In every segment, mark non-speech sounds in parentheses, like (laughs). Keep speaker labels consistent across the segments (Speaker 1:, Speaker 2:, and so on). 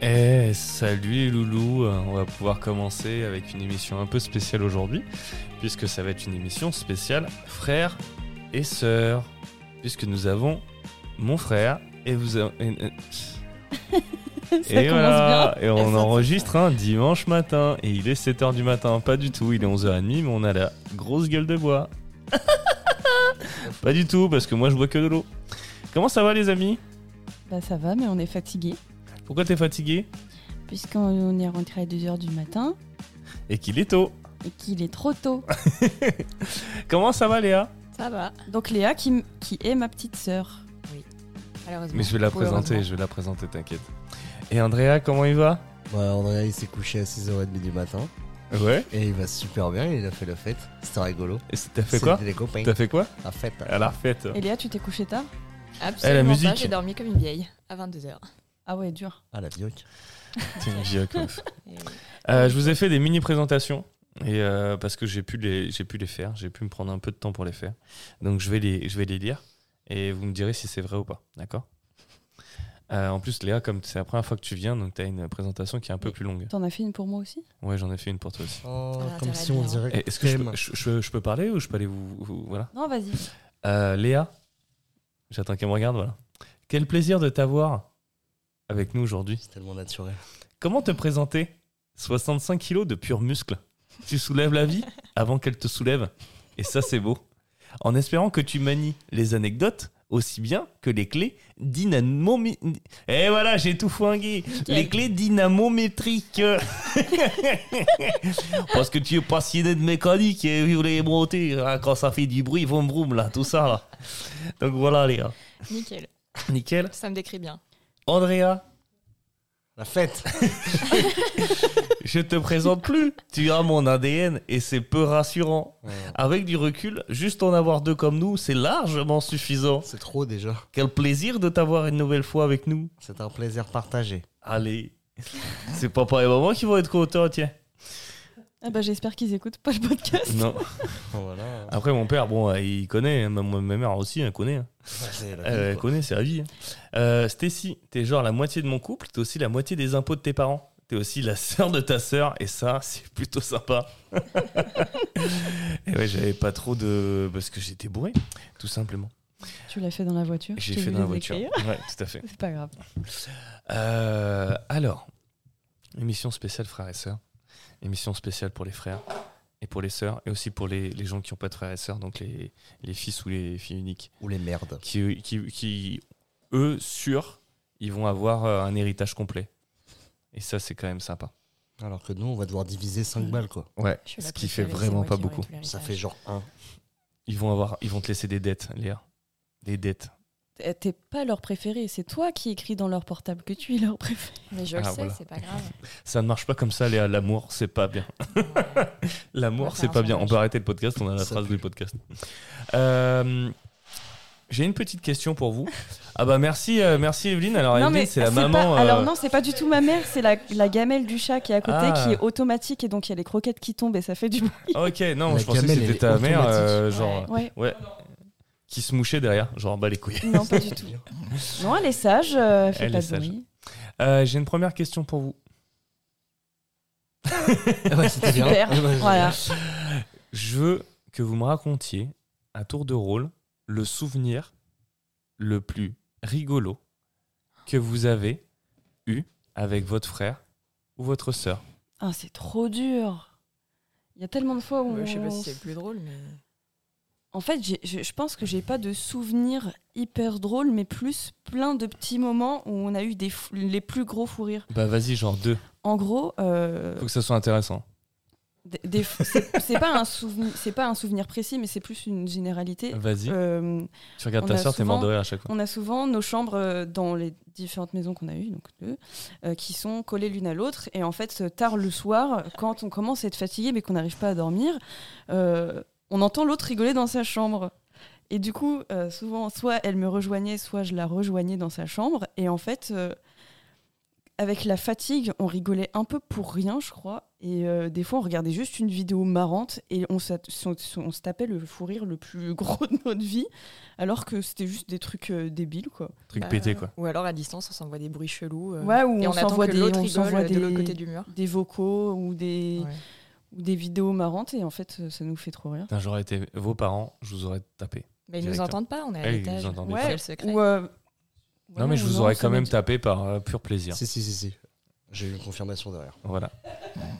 Speaker 1: Eh, salut les loulous On va pouvoir commencer avec une émission un peu spéciale aujourd'hui, puisque ça va être une émission spéciale frères et sœurs, puisque nous avons mon frère et vous... a- et- et-
Speaker 2: (laughs) Ça
Speaker 1: et
Speaker 2: commence
Speaker 1: voilà, et
Speaker 2: Ça,
Speaker 1: on
Speaker 2: ça,
Speaker 1: enregistre un dimanche matin, et il est 7h du matin, pas du tout, il est 11h30, mais on a la grosse gueule de
Speaker 2: (laughs)
Speaker 1: bois. pas du tout, parce que moi je bois que de l'eau. Comment ça va les amis
Speaker 2: Bah ça va, mais on est fatigué.
Speaker 1: Pourquoi t'es fatigué
Speaker 2: Puisqu'on est rentré à 2h du matin
Speaker 1: Et qu'il est tôt
Speaker 2: et qu'il est trop (laughs) tôt.
Speaker 1: Comment ça va Léa
Speaker 3: Ça va,
Speaker 2: Donc Léa, qui, m- qui est ma petite sœur.
Speaker 3: malheureusement.
Speaker 1: Mais je vais la présenter,
Speaker 3: Malheureusement.
Speaker 1: je vais la présenter, t'inquiète. Et Andrea, comment il va
Speaker 4: Bah, Andrea, il s'est couché à 6h30 du matin
Speaker 1: Ouais.
Speaker 4: et il va super bien, il a fait la fête. C'était rigolo.
Speaker 1: T'as fait quoi
Speaker 4: C'était les copains.
Speaker 1: T'as Ah. fait quoi
Speaker 4: La fête.
Speaker 1: À la fête.
Speaker 2: Et Léa, tu t'es couchée tard
Speaker 1: Eh, la
Speaker 3: Absolument
Speaker 1: musique.
Speaker 3: pas, j'ai dormi comme une vieille, à 22h.
Speaker 2: Ah ouais, dur.
Speaker 4: Ah, la bioc.
Speaker 1: T'es une vieille
Speaker 3: (laughs)
Speaker 1: meuf. Euh, je vous ai fait des mini présentations et euh, parce que j'ai pu les j'ai pu les faire, j'ai pu me prendre un peu de temps pour les faire. Donc je vais les je vais les lire et vous me direz si c'est vrai ou pas, d'accord Euh, En plus Léa, comme c'est la première fois que tu viens, donc t'as une présentation qui est un peu plus longue.
Speaker 2: T'en as fait une pour moi aussi
Speaker 1: Ouais, j'en ai fait une pour toi aussi.
Speaker 4: Oh,
Speaker 3: Ah,
Speaker 4: comme
Speaker 3: t'as
Speaker 4: si
Speaker 3: raison.
Speaker 4: on dirait
Speaker 1: Et Est-ce que je
Speaker 4: t'aimes.
Speaker 1: peux, je- je- je peux parler ou je peux aller vous, vous- voilà
Speaker 2: Non, vas-y.
Speaker 1: Euh, Léa, j'attends qu'elle me regarde, voilà. Quel plaisir de t'avoir avec nous aujourd'hui.
Speaker 4: C'est tellement naturel.
Speaker 1: Comment te présenter 65 kilos de pur muscle. Tu soulèves la vie avant qu'elle te soulève. Et ça, c'est beau. En espérant que tu manies les anecdotes aussi bien que les clés dynamométriques. Et voilà, j'ai tout fouingué. Les clés dynamométriques. Parce que tu es passionné de mécanique et vous les montez. hein, quand ça fait du bruit, vroom vroom, là, tout ça. Là. Donc voilà, les gars.
Speaker 3: (laughs) Nickel,
Speaker 1: Nickel.
Speaker 3: ça me décrit bien.
Speaker 1: Andrea,
Speaker 4: La (laughs) fête.
Speaker 1: je te présente plus. Tu as mon ADN et c'est peu rassurant. Avec du recul, juste en avoir deux comme nous, c'est largement suffisant.
Speaker 4: C'est trop déjà.
Speaker 1: Quel plaisir de t'avoir une nouvelle fois avec nous.
Speaker 4: C'est un plaisir partagé.
Speaker 1: Allez, c'est papa et maman qui vont être contents, tiens.
Speaker 2: Ah bah j'espère qu'ils écoutent pas le podcast.
Speaker 1: Non.
Speaker 4: Voilà.
Speaker 1: Après, mon père, bon, euh, il connaît, hein, ma, ma mère aussi, elle connaît. hein. (laughs)
Speaker 4: c'est la
Speaker 1: Euh,
Speaker 4: vie,
Speaker 1: elle
Speaker 4: quoi.
Speaker 1: connaît, c'est la vie. hein. Euh, Stacy, t'es genre la moitié de mon couple, t'es aussi la moitié des impôts de tes parents. T'es aussi la sœur de ta sœur, et ça, c'est plutôt sympa. et ouais, j'avais pas trop de. Parce que j'étais bourré, tout simplement.
Speaker 2: Tu l'as fait dans la voiture
Speaker 1: J'ai
Speaker 2: je t'ai
Speaker 1: fait
Speaker 2: vu
Speaker 1: dans la
Speaker 2: les
Speaker 1: voiture.
Speaker 2: écrire.
Speaker 1: Ouais, tout à fait.
Speaker 2: C'est pas grave.
Speaker 1: Euh, alors, émission spéciale frères et sœurs. Émission spéciale pour les frères et pour les sœurs, et aussi pour les, les gens qui n'ont pas de frères et sœurs, donc les, les fils ou les filles uniques,
Speaker 4: Ou les merdes.
Speaker 1: qui, qui, qui, eux, sûrs, ils vont avoir euh, un héritage complet. Et ça, c'est quand même sympa.
Speaker 4: Alors que nous, on va devoir diviser 5 balles, quoi.
Speaker 1: Ouais,
Speaker 3: Je suis la
Speaker 1: ce qui
Speaker 3: préférée,
Speaker 1: fait
Speaker 3: c'est
Speaker 1: vraiment
Speaker 3: moi
Speaker 1: pas
Speaker 3: qui aurai
Speaker 1: beaucoup.
Speaker 3: tout l'héritage.
Speaker 4: Ça fait genre 1.
Speaker 1: Ils vont, avoir, ils vont te laisser des dettes, Léa. Des dettes.
Speaker 2: T'es- Euh, T'es pas leur préféré, c'est toi qui écris dans leur portable que tu es leur préféré.
Speaker 3: Mais je le
Speaker 1: Ah,
Speaker 3: sais,
Speaker 1: voilà.
Speaker 3: c'est pas grave.
Speaker 1: Ça ne marche pas comme ça, Léa. L'amour, c'est pas bien.
Speaker 3: Ouais. On
Speaker 1: L'amour,
Speaker 3: va
Speaker 1: c'est
Speaker 3: faire
Speaker 1: pas
Speaker 3: un
Speaker 1: bien. On
Speaker 3: sondage.
Speaker 1: peut arrêter le podcast, on a la
Speaker 4: Ça
Speaker 1: phrase du podcast. Euh, J'ai une petite question pour vous. Ah bah merci, euh, merci Evelyne. Alors
Speaker 2: non
Speaker 1: Evelyne,
Speaker 2: mais
Speaker 1: c'est la
Speaker 2: pas-
Speaker 1: maman. euh,
Speaker 2: Alors non, c'est pas du tout ma mère, c'est la, la gamelle du chat qui est à côté,
Speaker 1: Ah.
Speaker 2: qui est automatique et donc il y a les croquettes qui tombent et ça
Speaker 1: (laughs)
Speaker 2: fait du bruit.
Speaker 1: Ok, non,
Speaker 4: La
Speaker 1: je pensais que
Speaker 4: gamelle,
Speaker 1: c'était
Speaker 4: elle est
Speaker 1: ta mère,
Speaker 4: automatique.
Speaker 1: euh, genre,
Speaker 2: Ouais.
Speaker 1: ouais, qui se mouchait derrière, genre bah les couilles.
Speaker 2: Non, pas du tout. Non, elle est sage, euh, elle fait
Speaker 1: Elle
Speaker 2: pas
Speaker 1: est
Speaker 2: de
Speaker 1: sage.
Speaker 2: bruit.
Speaker 1: Euh, J'ai une première question pour vous.
Speaker 4: (laughs) (laughs) ouais, c'était bien.
Speaker 2: Super,
Speaker 4: Ouais, ouais, ouais.
Speaker 2: voilà.
Speaker 1: Je veux que vous me racontiez, à tour de rôle, le souvenir le plus rigolo que vous avez eu avec votre frère ou votre sœur.
Speaker 2: Ah, c'est trop dur. Il y a tellement de fois où.
Speaker 3: (laughs) Ouais, je sais pas
Speaker 2: on
Speaker 3: si
Speaker 2: s-
Speaker 3: c'est plus drôle, mais.
Speaker 2: En fait, j'ai- je, je pense que j'ai pas de souvenirs hyper drôles, mais plus plein de petits moments où on a eu des fou- les plus gros fous rires.
Speaker 1: Bah vas-y, genre deux.
Speaker 2: En gros, euh,
Speaker 1: Faut que ça soit intéressant.
Speaker 2: des- des fou- c'est c'est pas un souvenir, c'est pas un souvenir précis, mais c'est plus une généralité.
Speaker 1: Vas-y.
Speaker 2: Euh,
Speaker 1: tu regardes
Speaker 2: on
Speaker 1: ta
Speaker 2: a
Speaker 1: soeur, t'es mort de
Speaker 2: souvent-
Speaker 1: rire à chaque fois.
Speaker 2: On a souvent nos chambres euh, dans les différentes maisons qu'on a eues, donc deux, euh, qui sont collées l'une à l'autre. Et en fait, euh, tard le soir, quand on commence à être fatigué mais qu'on n'arrive pas à dormir, euh, on entend l'autre rigoler dans sa chambre. Et du coup, euh, souvent, soit elle me rejoignait, soit je la rejoignais dans sa chambre. Et en fait, euh, avec la fatigue, on rigolait un peu pour rien, je crois. Et euh, des fois, on regardait juste une vidéo marrante et on, s'a- on se tapait le fou rire le plus (laughs) gros de notre vie, alors que c'était juste des trucs euh, débiles, quoi.
Speaker 1: Truc
Speaker 3: Bah,
Speaker 1: pété, quoi.
Speaker 3: Ou alors à distance, on s'envoie des bruits chelous. euh,
Speaker 2: Ouais, où
Speaker 3: Et
Speaker 2: on,
Speaker 3: on, attend
Speaker 2: s'envoie
Speaker 3: que
Speaker 2: des,
Speaker 3: l'autre
Speaker 2: on s'envoie
Speaker 3: rigole
Speaker 2: des,
Speaker 3: de l'autre côté du mur.
Speaker 2: des vocaux ou des,
Speaker 3: Ouais.
Speaker 2: ou des vidéos marrantes et en fait, euh, ça nous fait trop rire.
Speaker 1: Putain, J'aurais été vos parents, je vous aurais tapé.
Speaker 3: Mais ils nous
Speaker 1: Directeur.
Speaker 3: entendent pas, on est à
Speaker 1: Eh, ils
Speaker 3: l'étage.
Speaker 1: nous entendent
Speaker 2: Ouais.
Speaker 1: pas.
Speaker 3: C'est le secret.
Speaker 2: Ou, euh,
Speaker 1: non, mais je
Speaker 2: ou
Speaker 1: vous aurais
Speaker 2: ça
Speaker 1: quand
Speaker 2: met
Speaker 1: même
Speaker 2: du-
Speaker 1: tapé par euh, pur plaisir.
Speaker 4: Si, si, si, si. J'ai eu une confirmation derrière.
Speaker 1: Voilà.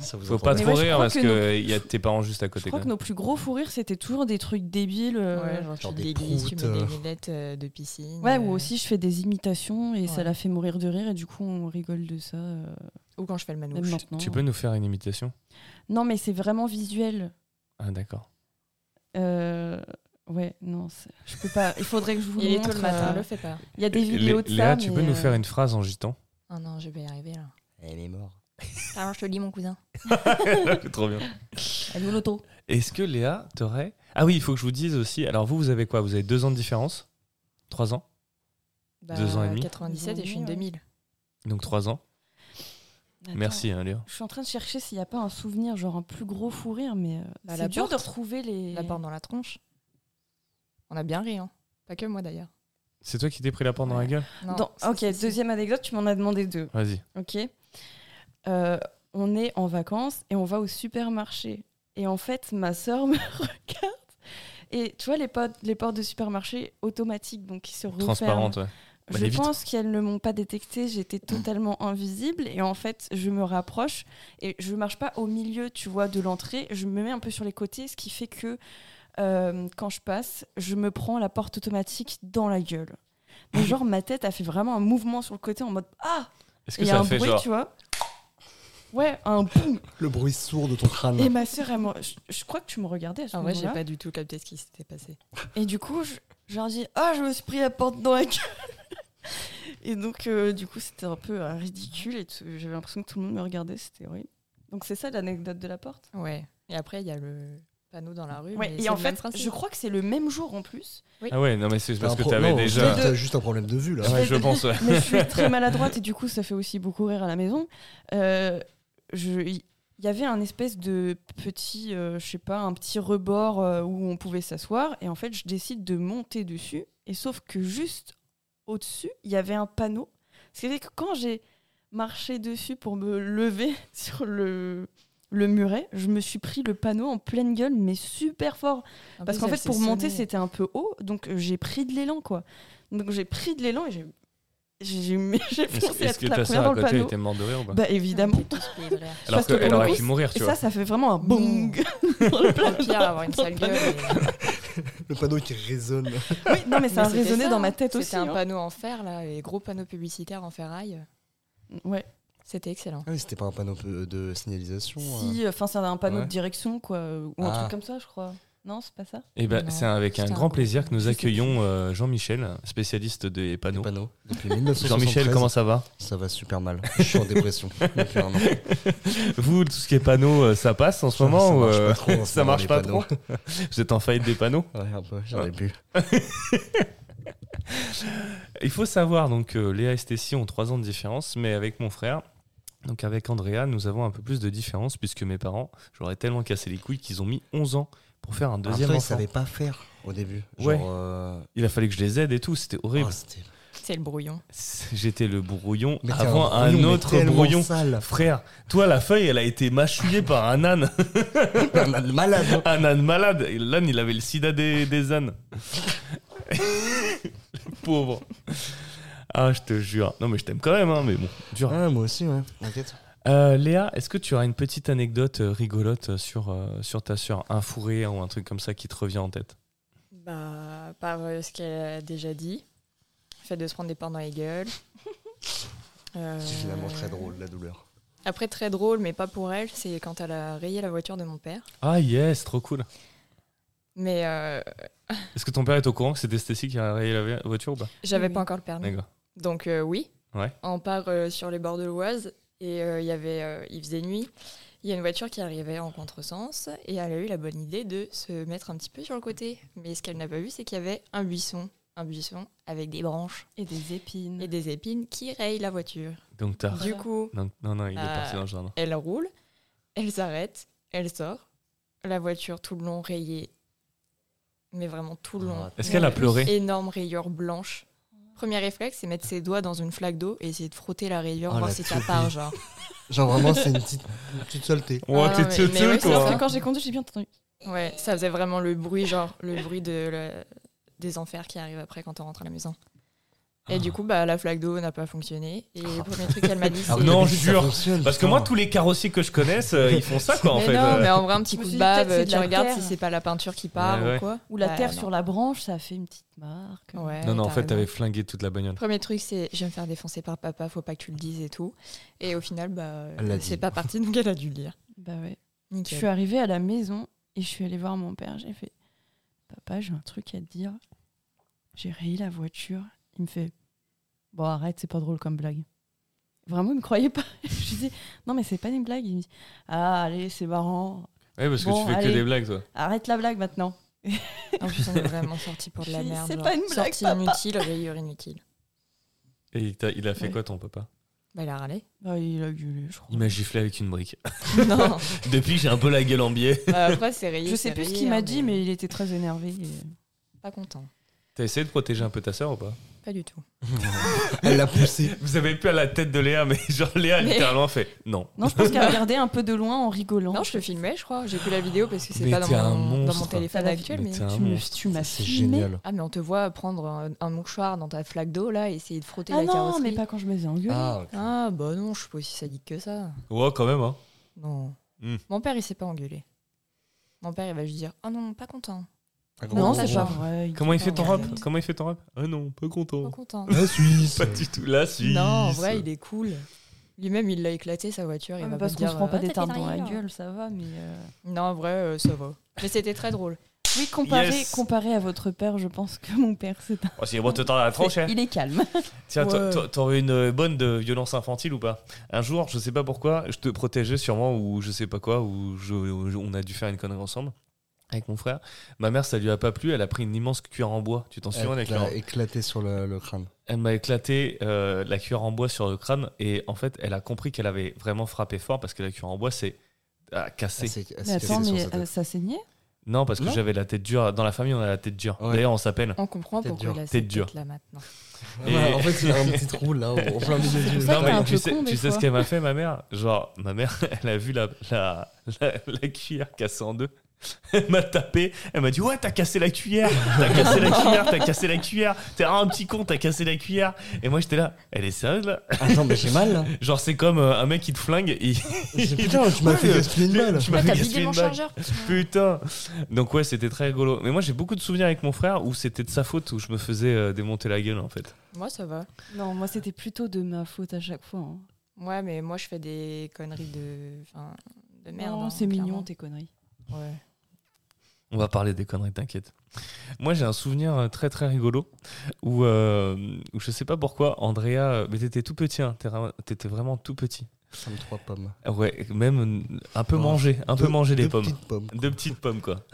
Speaker 4: Ça vous
Speaker 1: Faut pas
Speaker 2: Mais
Speaker 1: trop
Speaker 2: ouais, je
Speaker 1: rire
Speaker 2: crois
Speaker 1: parce
Speaker 2: que
Speaker 1: qu'il y a tes parents juste à
Speaker 2: Je
Speaker 1: côté.
Speaker 2: crois
Speaker 1: quand
Speaker 2: que nos plus gros fous rires, c'était toujours des trucs débiles. euh,
Speaker 3: Ouais, genre, tu
Speaker 4: Genre
Speaker 3: te
Speaker 4: des
Speaker 3: déguises, tu
Speaker 4: proutes,
Speaker 3: mets des
Speaker 4: euh.
Speaker 3: lunettes euh, de piscine.
Speaker 2: Ouais,
Speaker 3: euh,
Speaker 2: ou aussi je fais des imitations et ça
Speaker 3: Ouais.
Speaker 2: la fait mourir de rire et du coup on rigole de ça euh,
Speaker 3: Ou quand je fais le
Speaker 2: même
Speaker 3: manouche.
Speaker 2: maintenant.
Speaker 1: même. Tu peux nous faire une imitation
Speaker 2: Non, mais c'est vraiment visuel.
Speaker 1: Ah, d'accord.
Speaker 2: Euh, Ouais, non, c'est- je peux pas. Il faudrait que je vous
Speaker 3: Il est
Speaker 2: montre.
Speaker 3: tôt le matin,
Speaker 2: euh,
Speaker 3: le fais pas.
Speaker 2: Il y a des
Speaker 1: Lé-
Speaker 2: vidéos de ça.
Speaker 1: Léa, tu
Speaker 2: mais,
Speaker 1: peux nous
Speaker 2: euh,
Speaker 1: faire une phrase en
Speaker 4: (laughs)
Speaker 1: gitan
Speaker 3: Ah non, je vais y arriver là.
Speaker 4: Elle est morte.
Speaker 3: Alors je te le dis, mon cousin.
Speaker 4: Ah,
Speaker 1: Trop bien.
Speaker 3: Elle est au loto.
Speaker 1: Est-ce que Léa, t'aurais. Ah oui, il faut que je vous dise aussi. Alors, vous, vous avez quoi Vous avez deux ans de différence Trois ans
Speaker 3: Bah,
Speaker 1: Deux ans et demi.
Speaker 3: 97 et je suis une
Speaker 2: Deux ans et
Speaker 3: 2000.
Speaker 1: Donc, trois ans.
Speaker 2: attends,
Speaker 1: Merci, hein, Léa.
Speaker 2: Je suis en train de chercher s'il n'y a pas un souvenir, genre un plus gros fou rire, mais euh,
Speaker 3: Bah,
Speaker 2: c'est
Speaker 3: la
Speaker 2: dur de
Speaker 3: porte.
Speaker 2: retrouver les.
Speaker 3: La porte dans la tronche. On a bien ri, hein. Pas que moi d'ailleurs.
Speaker 1: C'est toi qui t'es pris la porte dans la gueule
Speaker 3: Non,
Speaker 2: Dans-
Speaker 3: si,
Speaker 2: Ok,
Speaker 3: si, si.
Speaker 2: deuxième anecdote, tu m'en as demandé deux.
Speaker 1: Vas-y.
Speaker 2: Ok. Euh, on est en vacances et on va au supermarché. Et en fait, ma sœur (laughs) me regarde. Et tu vois, les, portes- les portes de supermarché automatiques, donc qui se referment.
Speaker 1: Transparente, ouais. Bah,
Speaker 2: je
Speaker 1: les vitres. Mmh.
Speaker 2: pense qu'elles ne m'ont pas détecté. J'étais totalement invisible. Et en fait, je me rapproche et je marche pas au milieu, tu vois, de l'entrée. Je me mets un peu sur les côtés, ce qui fait que euh, quand je passe, je me prends la porte automatique dans la gueule.
Speaker 1: Mmh.
Speaker 2: Mais genre, ma tête a fait vraiment un mouvement sur le côté en mode Ah
Speaker 1: Est-ce
Speaker 2: et
Speaker 1: que
Speaker 2: un
Speaker 1: ça fait
Speaker 2: bruit,
Speaker 1: genre.
Speaker 2: tu vois. Ouais, un boum.
Speaker 4: Le bruit sourd de ton
Speaker 1: Mmh.
Speaker 4: crâne.
Speaker 2: Et ma sœur, elle me- je, je crois que tu me regardais à ce
Speaker 3: En vrai, Ah j'ai
Speaker 2: moment-là.
Speaker 3: pas du tout capté ce qui s'était passé.
Speaker 2: Et du coup, je, je leur dis Ah, je me suis pris la porte dans la gueule. (laughs) Et donc, euh, du coup, c'était un peu euh, ridicule. Et tout- j'avais l'impression que tout le monde me regardait. C'était horrible. Donc, c'est ça l'anecdote de la porte.
Speaker 3: Ouais. Et après, il y a le panneau dans la rue.
Speaker 2: Ouais,
Speaker 3: mais
Speaker 2: et
Speaker 3: c'est
Speaker 2: en
Speaker 3: le même
Speaker 2: fait,
Speaker 3: principe.
Speaker 2: je crois que c'est le même jour en plus.
Speaker 1: Ah ouais, non, mais c'est parce
Speaker 4: T'as un
Speaker 1: que
Speaker 4: pro-
Speaker 1: t'avais
Speaker 4: non,
Speaker 1: déjà.
Speaker 4: t'as juste un problème de vue là.
Speaker 1: Ouais, je pense, ouais.
Speaker 2: Mais je suis
Speaker 1: (laughs)
Speaker 2: très maladroite et du coup, ça fait aussi beaucoup rire à la maison. Euh, je- Il y avait un espèce de petit, euh, je sais pas, un petit rebord euh, où on pouvait s'asseoir. Et en fait, je décide de monter dessus. Et sauf que juste au-dessus, il y avait un panneau. C'est que quand j'ai marché dessus pour me lever (laughs) sur le, le muret, je me suis pris le panneau en pleine gueule, mais super fort.
Speaker 3: En
Speaker 2: Parce qu'en
Speaker 3: plus,
Speaker 2: fait,
Speaker 3: elle s'est
Speaker 2: pour monter,
Speaker 3: sonnée.
Speaker 2: c'était un peu haut, donc euh, j'ai pris de l'élan, quoi. Donc j'ai pris de l'élan et j'ai. J'ai (laughs) mais j'ai
Speaker 1: Est-ce
Speaker 2: foncé la
Speaker 1: est-ce que
Speaker 2: la
Speaker 1: ta
Speaker 2: première
Speaker 1: sœur à
Speaker 2: dans le
Speaker 1: côté
Speaker 2: panneau.
Speaker 1: était morte de rire ou pas
Speaker 2: Bah évidemment.
Speaker 3: Elle était tous pliés de rire.
Speaker 1: Alors
Speaker 2: parce que pour
Speaker 1: qu'elle
Speaker 2: le
Speaker 1: aurait
Speaker 2: coup,
Speaker 1: pu mourir,
Speaker 2: Et
Speaker 1: tu
Speaker 2: ça,
Speaker 1: vois.
Speaker 2: ça fait vraiment un bong (laughs) dans le plat.
Speaker 3: Au pire, avoir
Speaker 2: (laughs)
Speaker 3: une sale gueule. et-
Speaker 4: Le panneau qui résonne.
Speaker 2: Oui, non, mais ça a
Speaker 3: Mais c'était
Speaker 2: résonné
Speaker 3: ça,
Speaker 2: dans ma tête aussi.
Speaker 3: C'était un
Speaker 2: hein.
Speaker 3: panneau en fer, là, les gros panneaux publicitaires en ferraille.
Speaker 2: Ouais.
Speaker 3: C'était excellent.
Speaker 4: Ah, mais c'était pas un panneau peu- de signalisation. euh.
Speaker 2: Si, enfin, c'est un panneau
Speaker 4: Ouais.
Speaker 2: de direction, quoi, ou un
Speaker 4: Ah.
Speaker 2: truc comme ça, je crois. Non, c'est pas ça.
Speaker 1: Et ben,
Speaker 3: Non,
Speaker 1: c'est avec un
Speaker 3: putain,
Speaker 1: grand
Speaker 3: gros.
Speaker 1: plaisir que
Speaker 3: Je
Speaker 1: nous
Speaker 3: sais
Speaker 1: accueillons euh, Jean-Michel, spécialiste des
Speaker 4: Des
Speaker 1: panneaux.
Speaker 4: panneaux. Depuis 1973.
Speaker 1: Jean-Michel, comment ça va
Speaker 4: Ça va super mal. Je suis en dépression (laughs) depuis un an.
Speaker 1: Vous, tout ce qui est panneaux, euh, ça passe en ce
Speaker 4: Ça
Speaker 1: moment ou
Speaker 4: marche
Speaker 1: euh,
Speaker 4: pas trop en
Speaker 1: (laughs)
Speaker 4: ce
Speaker 1: ça
Speaker 4: moment,
Speaker 1: marche
Speaker 4: les
Speaker 1: pas
Speaker 4: panneaux.
Speaker 1: trop
Speaker 4: (laughs)
Speaker 1: Vous êtes en faillite des panneaux
Speaker 4: Ouais, un peu, j'en ai plus.
Speaker 1: Il faut savoir, donc, euh, Léa et Stécie ont 3 ans de différence, mais avec mon frère, donc avec Andrea, nous avons un peu plus de différence, puisque mes parents, j'aurais tellement cassé les couilles qu'ils ont mis 11 ans pour faire un deuxième
Speaker 4: Après, ils
Speaker 1: enfant.
Speaker 4: savaient pas faire au début. Genre,
Speaker 1: Ouais.
Speaker 4: euh,
Speaker 1: Il a fallu que je les aide et tout, c'était horrible.
Speaker 4: oh, c'était-
Speaker 3: C'est le brouillon.
Speaker 1: J'étais le brouillon
Speaker 4: Mais t'es
Speaker 1: avant un,
Speaker 4: brouillon, mais
Speaker 1: autre
Speaker 4: tellement
Speaker 1: brouillon. (laughs)
Speaker 4: sale.
Speaker 1: Frère, toi, la feuille, elle a été mâchouillée par un âne.
Speaker 4: Un âne malade.
Speaker 1: Un âne malade. Et L'âne, il avait le sida des, des (laughs) ânes. Le Pauvre. Ah, je te jure. Non, mais je t'aime quand même, hein, mais bon, dur.
Speaker 4: Ouais, moi aussi, ouais. T'inquiète.
Speaker 1: Euh, Léa, est-ce que tu auras une petite anecdote euh, rigolote euh, sur, euh, sur ta soeur Un fourré hein, ou un truc comme ça qui te revient en tête
Speaker 3: Bah, par euh, ce qu'elle a déjà dit. Le fait de se prendre des portes dans
Speaker 2: (laughs)
Speaker 3: les gueules. Euh,
Speaker 4: C'est finalement très drôle, la douleur.
Speaker 3: Après, très drôle, mais pas pour elle, c'est quand elle a rayé la voiture de mon père.
Speaker 1: Ah, yes, trop cool.
Speaker 3: Mais euh,
Speaker 1: Est-ce que ton père est au courant que c'était Stacy qui a rayé la vo- voiture ou pas
Speaker 3: j'avais
Speaker 2: Oui.
Speaker 3: pas encore le permis.
Speaker 1: D'accord.
Speaker 3: Donc euh, oui,
Speaker 1: Ouais.
Speaker 3: on part euh, sur les bords de l'Oise et euh, il y avait, euh, il faisait nuit. Il y a une voiture qui arrivait en contresens et elle a eu la bonne idée de se mettre un petit peu sur le côté. Mais ce qu'elle n'a pas vu, c'est qu'il y avait un buisson un buisson avec des branches
Speaker 2: Et des épines.
Speaker 3: et des épines qui rayent la voiture.
Speaker 1: Donc t'as.
Speaker 3: Du coup,
Speaker 1: Non, non, non, il est
Speaker 3: Euh,
Speaker 1: parti dans le jardin.
Speaker 3: elle roule, elle s'arrête, elle sort. La voiture tout le long rayée, mais vraiment tout le long.
Speaker 1: Est-ce qu'elle a pleuré
Speaker 3: Énorme rayure blanche. Premier réflexe, c'est mettre ses doigts dans une flaque d'eau et essayer de frotter la rayure,
Speaker 4: Oh,
Speaker 3: voir
Speaker 4: la
Speaker 3: si ça
Speaker 4: tuerie.
Speaker 3: part, genre.
Speaker 4: Genre vraiment, c'est une petite, une petite saleté.
Speaker 1: Ouais,
Speaker 3: Ah,
Speaker 1: Oh, t'es
Speaker 3: mais-
Speaker 1: teu,
Speaker 3: mais
Speaker 1: teu,
Speaker 3: ouais, c'est
Speaker 2: Parce
Speaker 1: quoi.
Speaker 2: que quand j'ai conduit, j'ai bien entendu.
Speaker 3: Ouais, ça faisait vraiment le bruit, genre le bruit de la- des enfers qui arrivent après quand on rentre à la maison. Et
Speaker 1: Ah.
Speaker 3: du coup, bah, la flaque d'eau n'a pas fonctionné. Et le premier truc
Speaker 1: (laughs)
Speaker 3: qu'elle m'a dit, c'est.
Speaker 1: Ah, non,
Speaker 4: je
Speaker 1: je jure. Parce que moi, tous les carrossiers que je connaisse, euh, ils font ça, quoi, en
Speaker 3: mais
Speaker 1: fait.
Speaker 3: non,
Speaker 1: euh.
Speaker 3: mais en vrai, un petit
Speaker 2: Je me
Speaker 3: coup
Speaker 2: suis
Speaker 3: de
Speaker 2: dit,
Speaker 3: bave,
Speaker 2: peut-être c'est de
Speaker 3: tu
Speaker 2: la
Speaker 3: regardes
Speaker 2: terre.
Speaker 3: si c'est pas la peinture qui part
Speaker 1: Ouais, ouais.
Speaker 3: ou quoi.
Speaker 2: Ou la
Speaker 3: Bah,
Speaker 2: terre
Speaker 3: non.
Speaker 2: sur la branche, ça a fait une petite marque.
Speaker 3: Ouais,
Speaker 1: Non, non, en
Speaker 3: t'as
Speaker 1: fait,
Speaker 3: raison.
Speaker 1: t'avais flingué toute la bagnole.
Speaker 3: Premier truc, c'est je vais me faire défoncer par papa, faut pas que tu le dises et tout. Et au final, bah,
Speaker 4: Elle l'a dit.
Speaker 3: c'est pas parti, donc elle a dû le lire.
Speaker 2: Bah ouais. Je
Speaker 3: Nickel.
Speaker 2: suis arrivée à la maison et je suis allée voir mon père. J'ai fait Papa, j'ai un truc à te dire. J'ai rayé la voiture. Il me fait Bon, arrête, c'est pas drôle comme blague. Vraiment, il me croyait pas. (laughs) je lui dis Non, mais c'est pas une blague. Il me dit Ah, allez, c'est marrant.
Speaker 1: Ouais, parce que
Speaker 2: Bon,
Speaker 1: tu fais que
Speaker 2: allez.
Speaker 1: des blagues, toi.
Speaker 2: Arrête la blague maintenant.
Speaker 3: En plus, on est vraiment sorti pour de la
Speaker 2: Je
Speaker 3: (laughs)
Speaker 2: dis,
Speaker 3: merde.
Speaker 2: c'est
Speaker 3: genre.
Speaker 2: pas une blague,
Speaker 3: Sortie
Speaker 2: papa.
Speaker 3: inutile, rayure inutile.
Speaker 1: Et il t'a- il a fait
Speaker 2: Ouais.
Speaker 1: quoi, ton papa
Speaker 3: Bah, elle a râlé.
Speaker 2: Bah, il a gueulé, je crois.
Speaker 1: Il m'a giflé avec une brique. (laughs)
Speaker 3: non.
Speaker 1: Depuis, j'ai un peu la gueule en biais.
Speaker 3: (laughs) Bah, après, c'est rayé.
Speaker 2: Je sais
Speaker 3: c'est
Speaker 2: plus ce
Speaker 3: rayé,
Speaker 2: qu'il m'a
Speaker 3: hein,
Speaker 2: dit, mais il était très
Speaker 3: (laughs)
Speaker 2: énervé. et-
Speaker 3: Pas content.
Speaker 1: T'as essayé de protéger un peu ta sœur ou pas
Speaker 3: Pas du tout.
Speaker 4: Elle l'a poussé.
Speaker 1: Vous avez plus à la tête de Léa, mais (laughs) genre Léa
Speaker 3: Mais-
Speaker 1: littéralement fait non.
Speaker 2: Non, je pense qu'elle regardait un peu de loin en rigolant.
Speaker 3: Non, je te filmais, je crois. J'ai plus la vidéo parce que c'est
Speaker 1: Mais
Speaker 3: pas dans
Speaker 1: t'es un
Speaker 3: mon, dans mon
Speaker 1: monstre.
Speaker 3: téléphone
Speaker 2: Mais
Speaker 3: actuel. Mais...
Speaker 1: t'es un
Speaker 2: Tu me-
Speaker 1: monstre.
Speaker 2: tu m'as
Speaker 4: C'est
Speaker 2: filmé.
Speaker 4: génial.
Speaker 3: Ah, mais on te voit prendre un, un mouchoir dans ta flaque d'eau là et essayer de frotter
Speaker 2: Ah
Speaker 3: la
Speaker 2: non,
Speaker 3: carrosserie.
Speaker 2: mais pas quand je me faisais engueuler.
Speaker 4: Ah, ok.
Speaker 3: Ah, bah non, je suis pas aussi sadique que ça.
Speaker 1: Ouais, quand même, hein.
Speaker 3: Non.
Speaker 1: Hmm.
Speaker 3: Mon père, il s'est pas engueulé. Mon père, il va juste dire Oh non, pas content.
Speaker 2: non,
Speaker 3: Non,
Speaker 2: c'est
Speaker 3: ça
Speaker 2: pas
Speaker 3: change.
Speaker 2: vrai.
Speaker 1: Comment il fait ton rap
Speaker 3: Regarde.
Speaker 1: Comment il fait ton rap Ah non, pas
Speaker 3: Pas
Speaker 1: content.
Speaker 3: content.
Speaker 4: La Suisse.
Speaker 1: Pas du tout. La Suisse.
Speaker 3: Non, en vrai, il est cool. Lui-même, il l'a éclaté sa voiture.
Speaker 2: Ah,
Speaker 3: il
Speaker 2: mais
Speaker 3: va
Speaker 2: parce
Speaker 3: te
Speaker 2: qu'on
Speaker 3: dire,
Speaker 2: se prend pas
Speaker 3: Ah,
Speaker 2: des
Speaker 3: t'as
Speaker 2: tartes
Speaker 3: fait
Speaker 2: dans la
Speaker 3: rire.
Speaker 2: gueule, ça va, mais. euh,
Speaker 3: Non, en vrai, euh, ça va. Mais c'était très drôle.
Speaker 2: Oui, comparé,
Speaker 1: Yes.
Speaker 2: comparé à votre père, je pense que mon père, c'est un.
Speaker 1: Oh, c'est bon, te tendre la tranche. hein.
Speaker 2: (laughs) Il
Speaker 1: (laughs)
Speaker 2: est calme.
Speaker 1: Tiens, toi-
Speaker 3: Ouais.
Speaker 1: toi- t'aurais une euh, bonne de violence infantile ou pas Un jour, je sais pas pourquoi, je te protégeais sûrement ou je sais pas quoi, ou je- ou je- on a dû faire une connerie ensemble avec mon frère. Ma mère, ça lui a pas plu, elle a pris une immense cuillère en bois. Tu t'en souviens
Speaker 4: Elle
Speaker 1: avec
Speaker 4: l'a éclaté sur le, le crâne.
Speaker 1: Elle m'a éclaté euh, la cuillère en bois sur le crâne et en fait, elle a compris qu'elle avait vraiment frappé fort parce que la cuillère en bois, c'est ah, cassé.
Speaker 4: Elle s'est- elle
Speaker 2: Mais
Speaker 4: s'est
Speaker 2: attends,
Speaker 4: cassée sur
Speaker 2: mais
Speaker 4: sa
Speaker 2: euh,
Speaker 4: tête.
Speaker 2: ça saignait
Speaker 1: Non, parce que
Speaker 4: Non
Speaker 1: j'avais la tête dure. Dans la famille, on a la tête dure.
Speaker 4: Ouais.
Speaker 1: D'ailleurs, on s'appelle.
Speaker 3: On comprend
Speaker 4: T'es
Speaker 3: pourquoi
Speaker 4: dur.
Speaker 3: il a
Speaker 1: T'es
Speaker 3: cette
Speaker 1: dur.
Speaker 3: tête
Speaker 1: (laughs)
Speaker 3: là maintenant.
Speaker 1: Et-
Speaker 4: Ouais, En fait, il y a un petit trou
Speaker 1: (laughs)
Speaker 4: là, au au plein milieu du
Speaker 2: pour ça
Speaker 1: Non,
Speaker 2: que t'es
Speaker 1: mais
Speaker 2: un
Speaker 1: tu
Speaker 2: peu
Speaker 1: sais,
Speaker 2: con, des
Speaker 1: tu sais ce
Speaker 2: fois.
Speaker 1: qu'elle
Speaker 2: (laughs)
Speaker 1: m'a fait, ma mère Genre, ma mère, (laughs) elle a vu la, la, la, la cuillère cassée en deux. (laughs) Elle m'a tapé, elle m'a dit Ouais, t'as cassé la cuillère, t'as cassé la cuillère, t'as cassé la cuillère, t'es un petit con, t'as cassé la cuillère. Et moi j'étais là, elle est sérieuse là
Speaker 4: Attends, mais j'ai mal hein. là.
Speaker 1: Genre, c'est comme euh, un mec qui te flingue et
Speaker 4: Putain, tu m'as fait gaspiller une balle.
Speaker 1: Tu m'as fait gaspiller une balle. (laughs) Putain Donc, ouais, c'était très rigolo. Mais moi j'ai beaucoup de souvenirs avec mon frère où c'était de sa faute, où je me faisais euh, démonter la gueule en fait.
Speaker 3: Moi, ça va.
Speaker 2: Non, moi, c'était plutôt de ma faute à chaque fois. hein.
Speaker 3: Ouais, mais moi, je fais des conneries de, enfin, de merde.
Speaker 2: non,
Speaker 3: hein,
Speaker 2: c'est mignon,
Speaker 3: clairement.
Speaker 2: tes conneries.
Speaker 3: Ouais. (laughs)
Speaker 1: On va parler des conneries, t'inquiète. Moi, j'ai un souvenir euh, très très rigolo où, euh, où je sais pas pourquoi, Andrea, euh, mais t'étais tout petit, hein, t'es ra- t'étais vraiment tout petit.
Speaker 4: Ça me trois pommes.
Speaker 1: Ouais, même euh, un peu
Speaker 4: Ouais.
Speaker 1: mangé, un peu
Speaker 4: Deux-
Speaker 1: mangé les
Speaker 4: deux
Speaker 1: pommes.
Speaker 4: petites pommes.
Speaker 1: Deux petites pommes, quoi.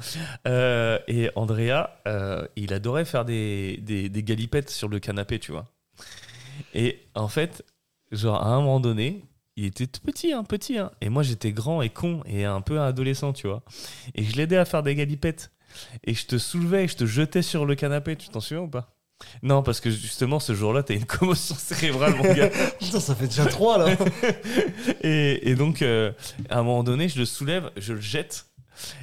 Speaker 1: Euh, et Andrea, euh, il adorait faire des, des, des galipettes sur le canapé, tu vois. Et en fait, genre, à un moment donné, il était tout petit, hein, petit. Hein. Et moi, j'étais grand et con et un peu adolescent, tu vois. Et je l'aidais à faire des galipettes. Et je te soulevais et je te jetais sur le canapé. Tu t'en souviens ou pas Non, parce que justement, ce jour-là, t'as une commotion (laughs) cérébrale, mon gars.
Speaker 4: Putain, ça fait déjà trois là. (laughs)
Speaker 1: (laughs) Et, et donc, euh, à un moment donné, je le soulève, je le jette.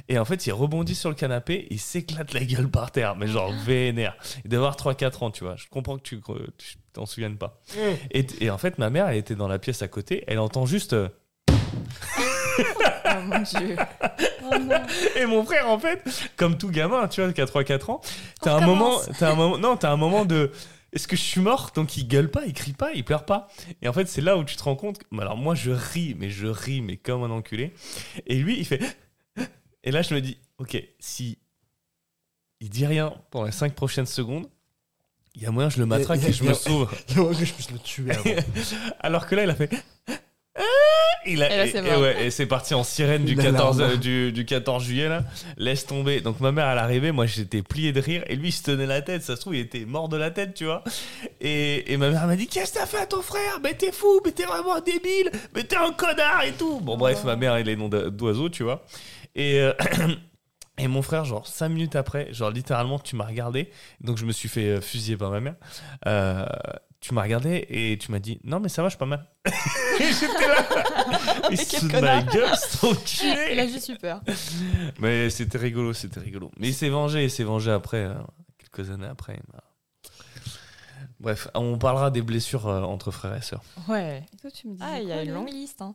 Speaker 1: Et en fait, il rebondit sur le canapé, il s'éclate la gueule par terre, mais genre vénère. Il doit avoir 3-4 ans, tu vois. Je comprends que tu euh, tu t'en souviennes pas. Et, et en fait, ma mère, elle était dans la pièce à côté, elle entend juste. euh,
Speaker 3: Oh mon (laughs) dieu.
Speaker 1: (laughs) Et mon frère, en fait, comme tout gamin, tu vois, qui a 3-4 ans, t'as un moment, t'as un moment, non, t'as un moment de. Est-ce que je suis mort Donc il gueule pas, il crie pas, il pleure pas. Et en fait, c'est là où tu te rends compte. que- mais Alors moi, je ris, mais je ris, mais comme un enculé. Et lui, il fait. (gasps) Et là, je me dis, ok, si il dit rien pendant les 5 prochaines secondes, il y a moyen que je le matraque
Speaker 4: y a-
Speaker 1: et je
Speaker 4: y a-
Speaker 1: me sauve. (laughs)
Speaker 4: Il faut que je puisse le tuer avant.
Speaker 1: Alors que là, il a fait. (laughs) il a-
Speaker 3: Et là, c'est
Speaker 1: et-
Speaker 3: mort.
Speaker 1: et ouais, et c'est parti en sirène du
Speaker 4: Une
Speaker 1: 14,
Speaker 4: alarme.
Speaker 1: euh, du, du 14 juillet, là. Laisse tomber. Donc, ma mère, à l'arrivée, moi, j'étais plié de rire. Et lui, il se tenait la tête. Ça se trouve, il était mort de la tête, tu vois. Et, et ma mère m'a dit Qu'est-ce que t'as fait à ton frère Mais t'es fou, mais t'es vraiment un débile, mais t'es un connard et tout. Bon, bref,
Speaker 3: Oh.
Speaker 1: ma mère, elle est nom d'a- d'oiseau, tu vois. Et. euh, Et mon frère, genre 5 minutes après, genre littéralement, tu m'as regardé, donc je me suis fait euh, fusiller par ma mère. Euh, tu m'as regardé et tu m'as dit non mais ça va je suis pas mal. (laughs) Et J'étais là. Il se
Speaker 3: Quel
Speaker 1: fout de ma
Speaker 3: connard.
Speaker 1: gueule, cet enculé.
Speaker 3: Il a juste eu peur.
Speaker 1: Mais c'était rigolo, c'était rigolo. Mais il s'est vengé, il s'est vengé après, euh, quelques années après. il m'a- Bref, on parlera des blessures euh, entre frères et sœurs.
Speaker 3: Ouais.
Speaker 2: Et toi, tu me disais
Speaker 3: Ah, il y a
Speaker 2: quoi,
Speaker 3: une
Speaker 2: Léo
Speaker 3: longue liste. hein.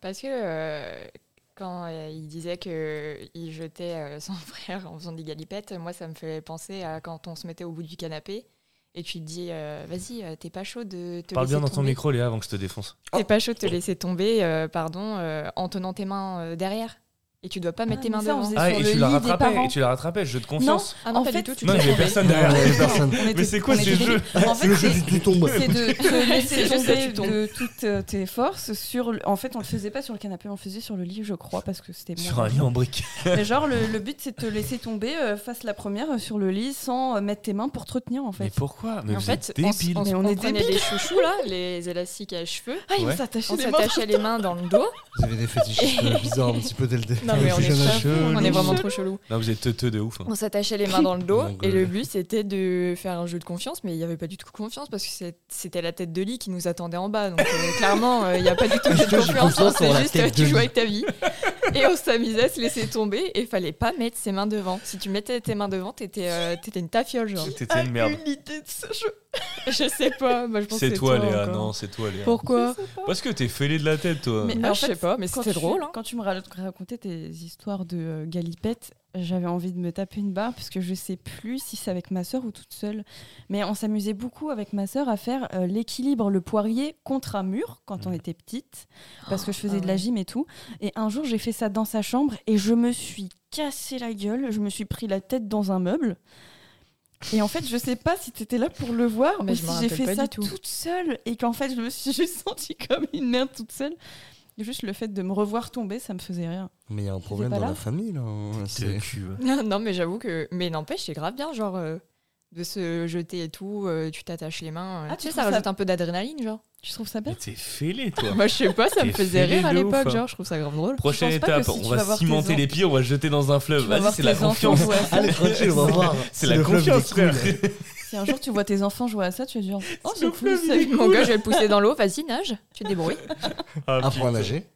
Speaker 3: Parce que euh, quand euh, il disait qu'il jetait euh, (laughs) son frère en faisant des galipettes, moi, ça me fait penser à quand on se mettait au bout du canapé et tu te dis euh, vas-y, euh, t'es pas chaud de te
Speaker 1: Parle
Speaker 3: laisser
Speaker 1: bien dans ton
Speaker 3: tomber.
Speaker 1: micro, Léa, avant que je te défonce.
Speaker 3: T'es pas chaud de te laisser tomber, euh, pardon, euh, en tenant tes mains euh, derrière. Et tu dois pas mettre
Speaker 2: Ah,
Speaker 3: tes
Speaker 2: mais
Speaker 3: mains
Speaker 2: ça, on
Speaker 3: devant.
Speaker 2: faisait
Speaker 1: Ah,
Speaker 2: sur
Speaker 1: et
Speaker 2: le
Speaker 1: tu l'as
Speaker 2: lit des
Speaker 1: rattrapé,
Speaker 2: parents.
Speaker 1: et tu l'as rattrapé, jeu de confiance.
Speaker 3: Ah non,
Speaker 2: En
Speaker 3: pas
Speaker 2: fait-
Speaker 3: du tout, tu
Speaker 1: Non,
Speaker 3: te
Speaker 1: il y a
Speaker 3: tombais.
Speaker 1: (laughs) personne
Speaker 4: Non, il
Speaker 2: (laughs)
Speaker 4: y
Speaker 1: derrière.
Speaker 4: avait personne.
Speaker 2: On était-
Speaker 1: Mais c'est quoi
Speaker 2: on
Speaker 1: ces
Speaker 2: était des-
Speaker 1: jeux
Speaker 2: (laughs) En
Speaker 4: C'est
Speaker 2: fait,
Speaker 4: le jeu
Speaker 2: c'est
Speaker 4: du tu tombes.
Speaker 1: (laughs)
Speaker 2: c'est de te
Speaker 3: C'est
Speaker 2: laisser
Speaker 3: le jeu
Speaker 2: tomber
Speaker 3: du tombes.
Speaker 2: de toutes euh, tes forces sur le- en fait on le faisait pas sur le canapé on le faisait sur le lit je crois parce que c'était
Speaker 1: Sur un lit en briques.
Speaker 2: Mais genre le, le but c'est de te laisser tomber euh, face la première euh, sur le lit sans euh, mettre tes mains pour te retenir en
Speaker 1: Mais
Speaker 2: fait
Speaker 1: pourquoi Mais
Speaker 3: en
Speaker 1: vous êtes
Speaker 3: fait, on, s-
Speaker 1: débiles.
Speaker 3: on, s-
Speaker 2: Mais on
Speaker 3: on
Speaker 2: est
Speaker 3: prenait
Speaker 2: débiles.
Speaker 3: les chouchous là, les élastiques
Speaker 2: (laughs)
Speaker 3: à cheveux.
Speaker 2: ah ils
Speaker 1: Ouais.
Speaker 2: vont s'attacher
Speaker 3: On
Speaker 2: des mains
Speaker 3: s'attachait les mains dans le dos.
Speaker 4: Vous avez
Speaker 1: (laughs)
Speaker 4: des fétichismes bizarres un petit peu dès le début.
Speaker 3: Non mais on est, trop- on est
Speaker 1: chelou.
Speaker 3: vraiment trop chelou.
Speaker 1: Non, vous êtes teuteux de ouf. hein.
Speaker 3: On s'attachait les mains dans le dos
Speaker 4: Mon
Speaker 3: et
Speaker 4: gueule.
Speaker 3: le but c'était de faire un jeu de confiance, mais il n'y avait pas du tout confiance parce que c'est- c'était la tête de lit qui nous attendait en bas. Donc euh, clairement, euh, il n'y a pas du tout de
Speaker 4: Est-ce que j'ai
Speaker 3: confiance, hein,
Speaker 4: confiance en
Speaker 3: c'est
Speaker 4: la
Speaker 3: juste
Speaker 4: tête
Speaker 3: euh,
Speaker 4: de
Speaker 3: tu joues
Speaker 4: lit
Speaker 3: avec ta vie. Et on s'amusait à se laisser tomber et fallait pas mettre ses mains devant. Si tu mettais tes mains devant, t'étais euh, t'étais une tafiole genre.
Speaker 1: C'était une merde.
Speaker 3: idée de ce jeu. (laughs) Je sais pas, moi je pense que
Speaker 1: C'est toi, Léa.
Speaker 3: encore.
Speaker 1: Non, c'est toi, Léa.
Speaker 3: Pourquoi
Speaker 1: Parce que t'es fêlé de la tête, toi.
Speaker 2: Mais-
Speaker 3: Ah,
Speaker 2: en
Speaker 3: Je
Speaker 2: fait,
Speaker 3: sais pas, mais
Speaker 2: Quand
Speaker 3: c'était
Speaker 2: tu-
Speaker 3: drôle. hein.
Speaker 2: quand tu me ra- racontais tes histoires de euh, galipettes j'avais envie de me taper une barre parce que je sais plus si c'est avec ma sœur ou toute seule mais on s'amusait beaucoup avec ma sœur à faire euh, l'équilibre le poirier contre un mur quand on
Speaker 1: Mhm.
Speaker 2: était petite parce que je
Speaker 3: Ah
Speaker 2: faisais de la
Speaker 3: ouais.
Speaker 2: gym et tout et un jour j'ai fait ça dans sa chambre et je me suis cassé la gueule je me suis pris la tête dans un meuble et en fait, je sais pas si t'étais là pour le voir,
Speaker 3: Mais
Speaker 2: mais
Speaker 3: je m'en
Speaker 2: si j'ai
Speaker 3: rappelle pas
Speaker 2: fait ça
Speaker 3: du tout.
Speaker 2: toute seule et qu'en fait, je me suis (laughs) juste sentie comme une merde toute seule. Juste le fait de me revoir tomber, ça me faisait rire.
Speaker 4: Mais il y a un problème
Speaker 2: pas
Speaker 4: dans
Speaker 2: là
Speaker 4: la famille là.
Speaker 1: C'est
Speaker 4: C'est-
Speaker 1: cul. hein.
Speaker 3: non, mais j'avoue que. Mais n'empêche, c'est grave bien, genre, euh, de se jeter et tout. euh, tu t'attaches les mains. euh,
Speaker 2: Ah,
Speaker 3: tu
Speaker 2: tu
Speaker 3: sais, ça
Speaker 2: trouves ça-
Speaker 3: rajoute un peu d'adrénaline, genre.
Speaker 2: Je trouve ça
Speaker 1: Mais
Speaker 2: bien.
Speaker 1: t'es fêlé, toi.
Speaker 3: Moi, je sais pas, ça me
Speaker 1: T'es
Speaker 3: faisait
Speaker 1: fêlé
Speaker 3: rire à
Speaker 1: de
Speaker 3: l'époque,
Speaker 1: ouf, hein.
Speaker 3: genre, je trouve ça grave drôle.
Speaker 1: Prochaine
Speaker 2: Je pense pas
Speaker 1: étape,
Speaker 2: que si tu
Speaker 1: on
Speaker 2: vas
Speaker 1: va
Speaker 2: voir tes
Speaker 1: cimenter
Speaker 2: en-
Speaker 1: les pieds, on va se jeter dans un fleuve.
Speaker 2: Tu vas
Speaker 1: Vas-y,
Speaker 2: voir
Speaker 1: c'est
Speaker 2: tes
Speaker 1: la
Speaker 2: enfants (laughs)
Speaker 1: confiance.
Speaker 2: jouer à ça.
Speaker 4: Allez, tranquille, on va voir.
Speaker 1: (laughs) C'est
Speaker 4: Si
Speaker 1: la
Speaker 4: le club
Speaker 1: confiance,
Speaker 4: est cool.
Speaker 1: frère.
Speaker 2: Si un jour tu vois tes enfants jouer à ça, tu vas
Speaker 1: (laughs)
Speaker 2: dire Oh, c'est
Speaker 1: le
Speaker 2: cool,
Speaker 1: fleuve,
Speaker 2: ça.
Speaker 1: il est
Speaker 2: Moi,
Speaker 3: Mon gars, je vais le pousser dans l'eau, vas-y, nage, tu te débrouilles.
Speaker 1: (laughs) Ah,
Speaker 4: Un point
Speaker 1: putain.
Speaker 4: nager.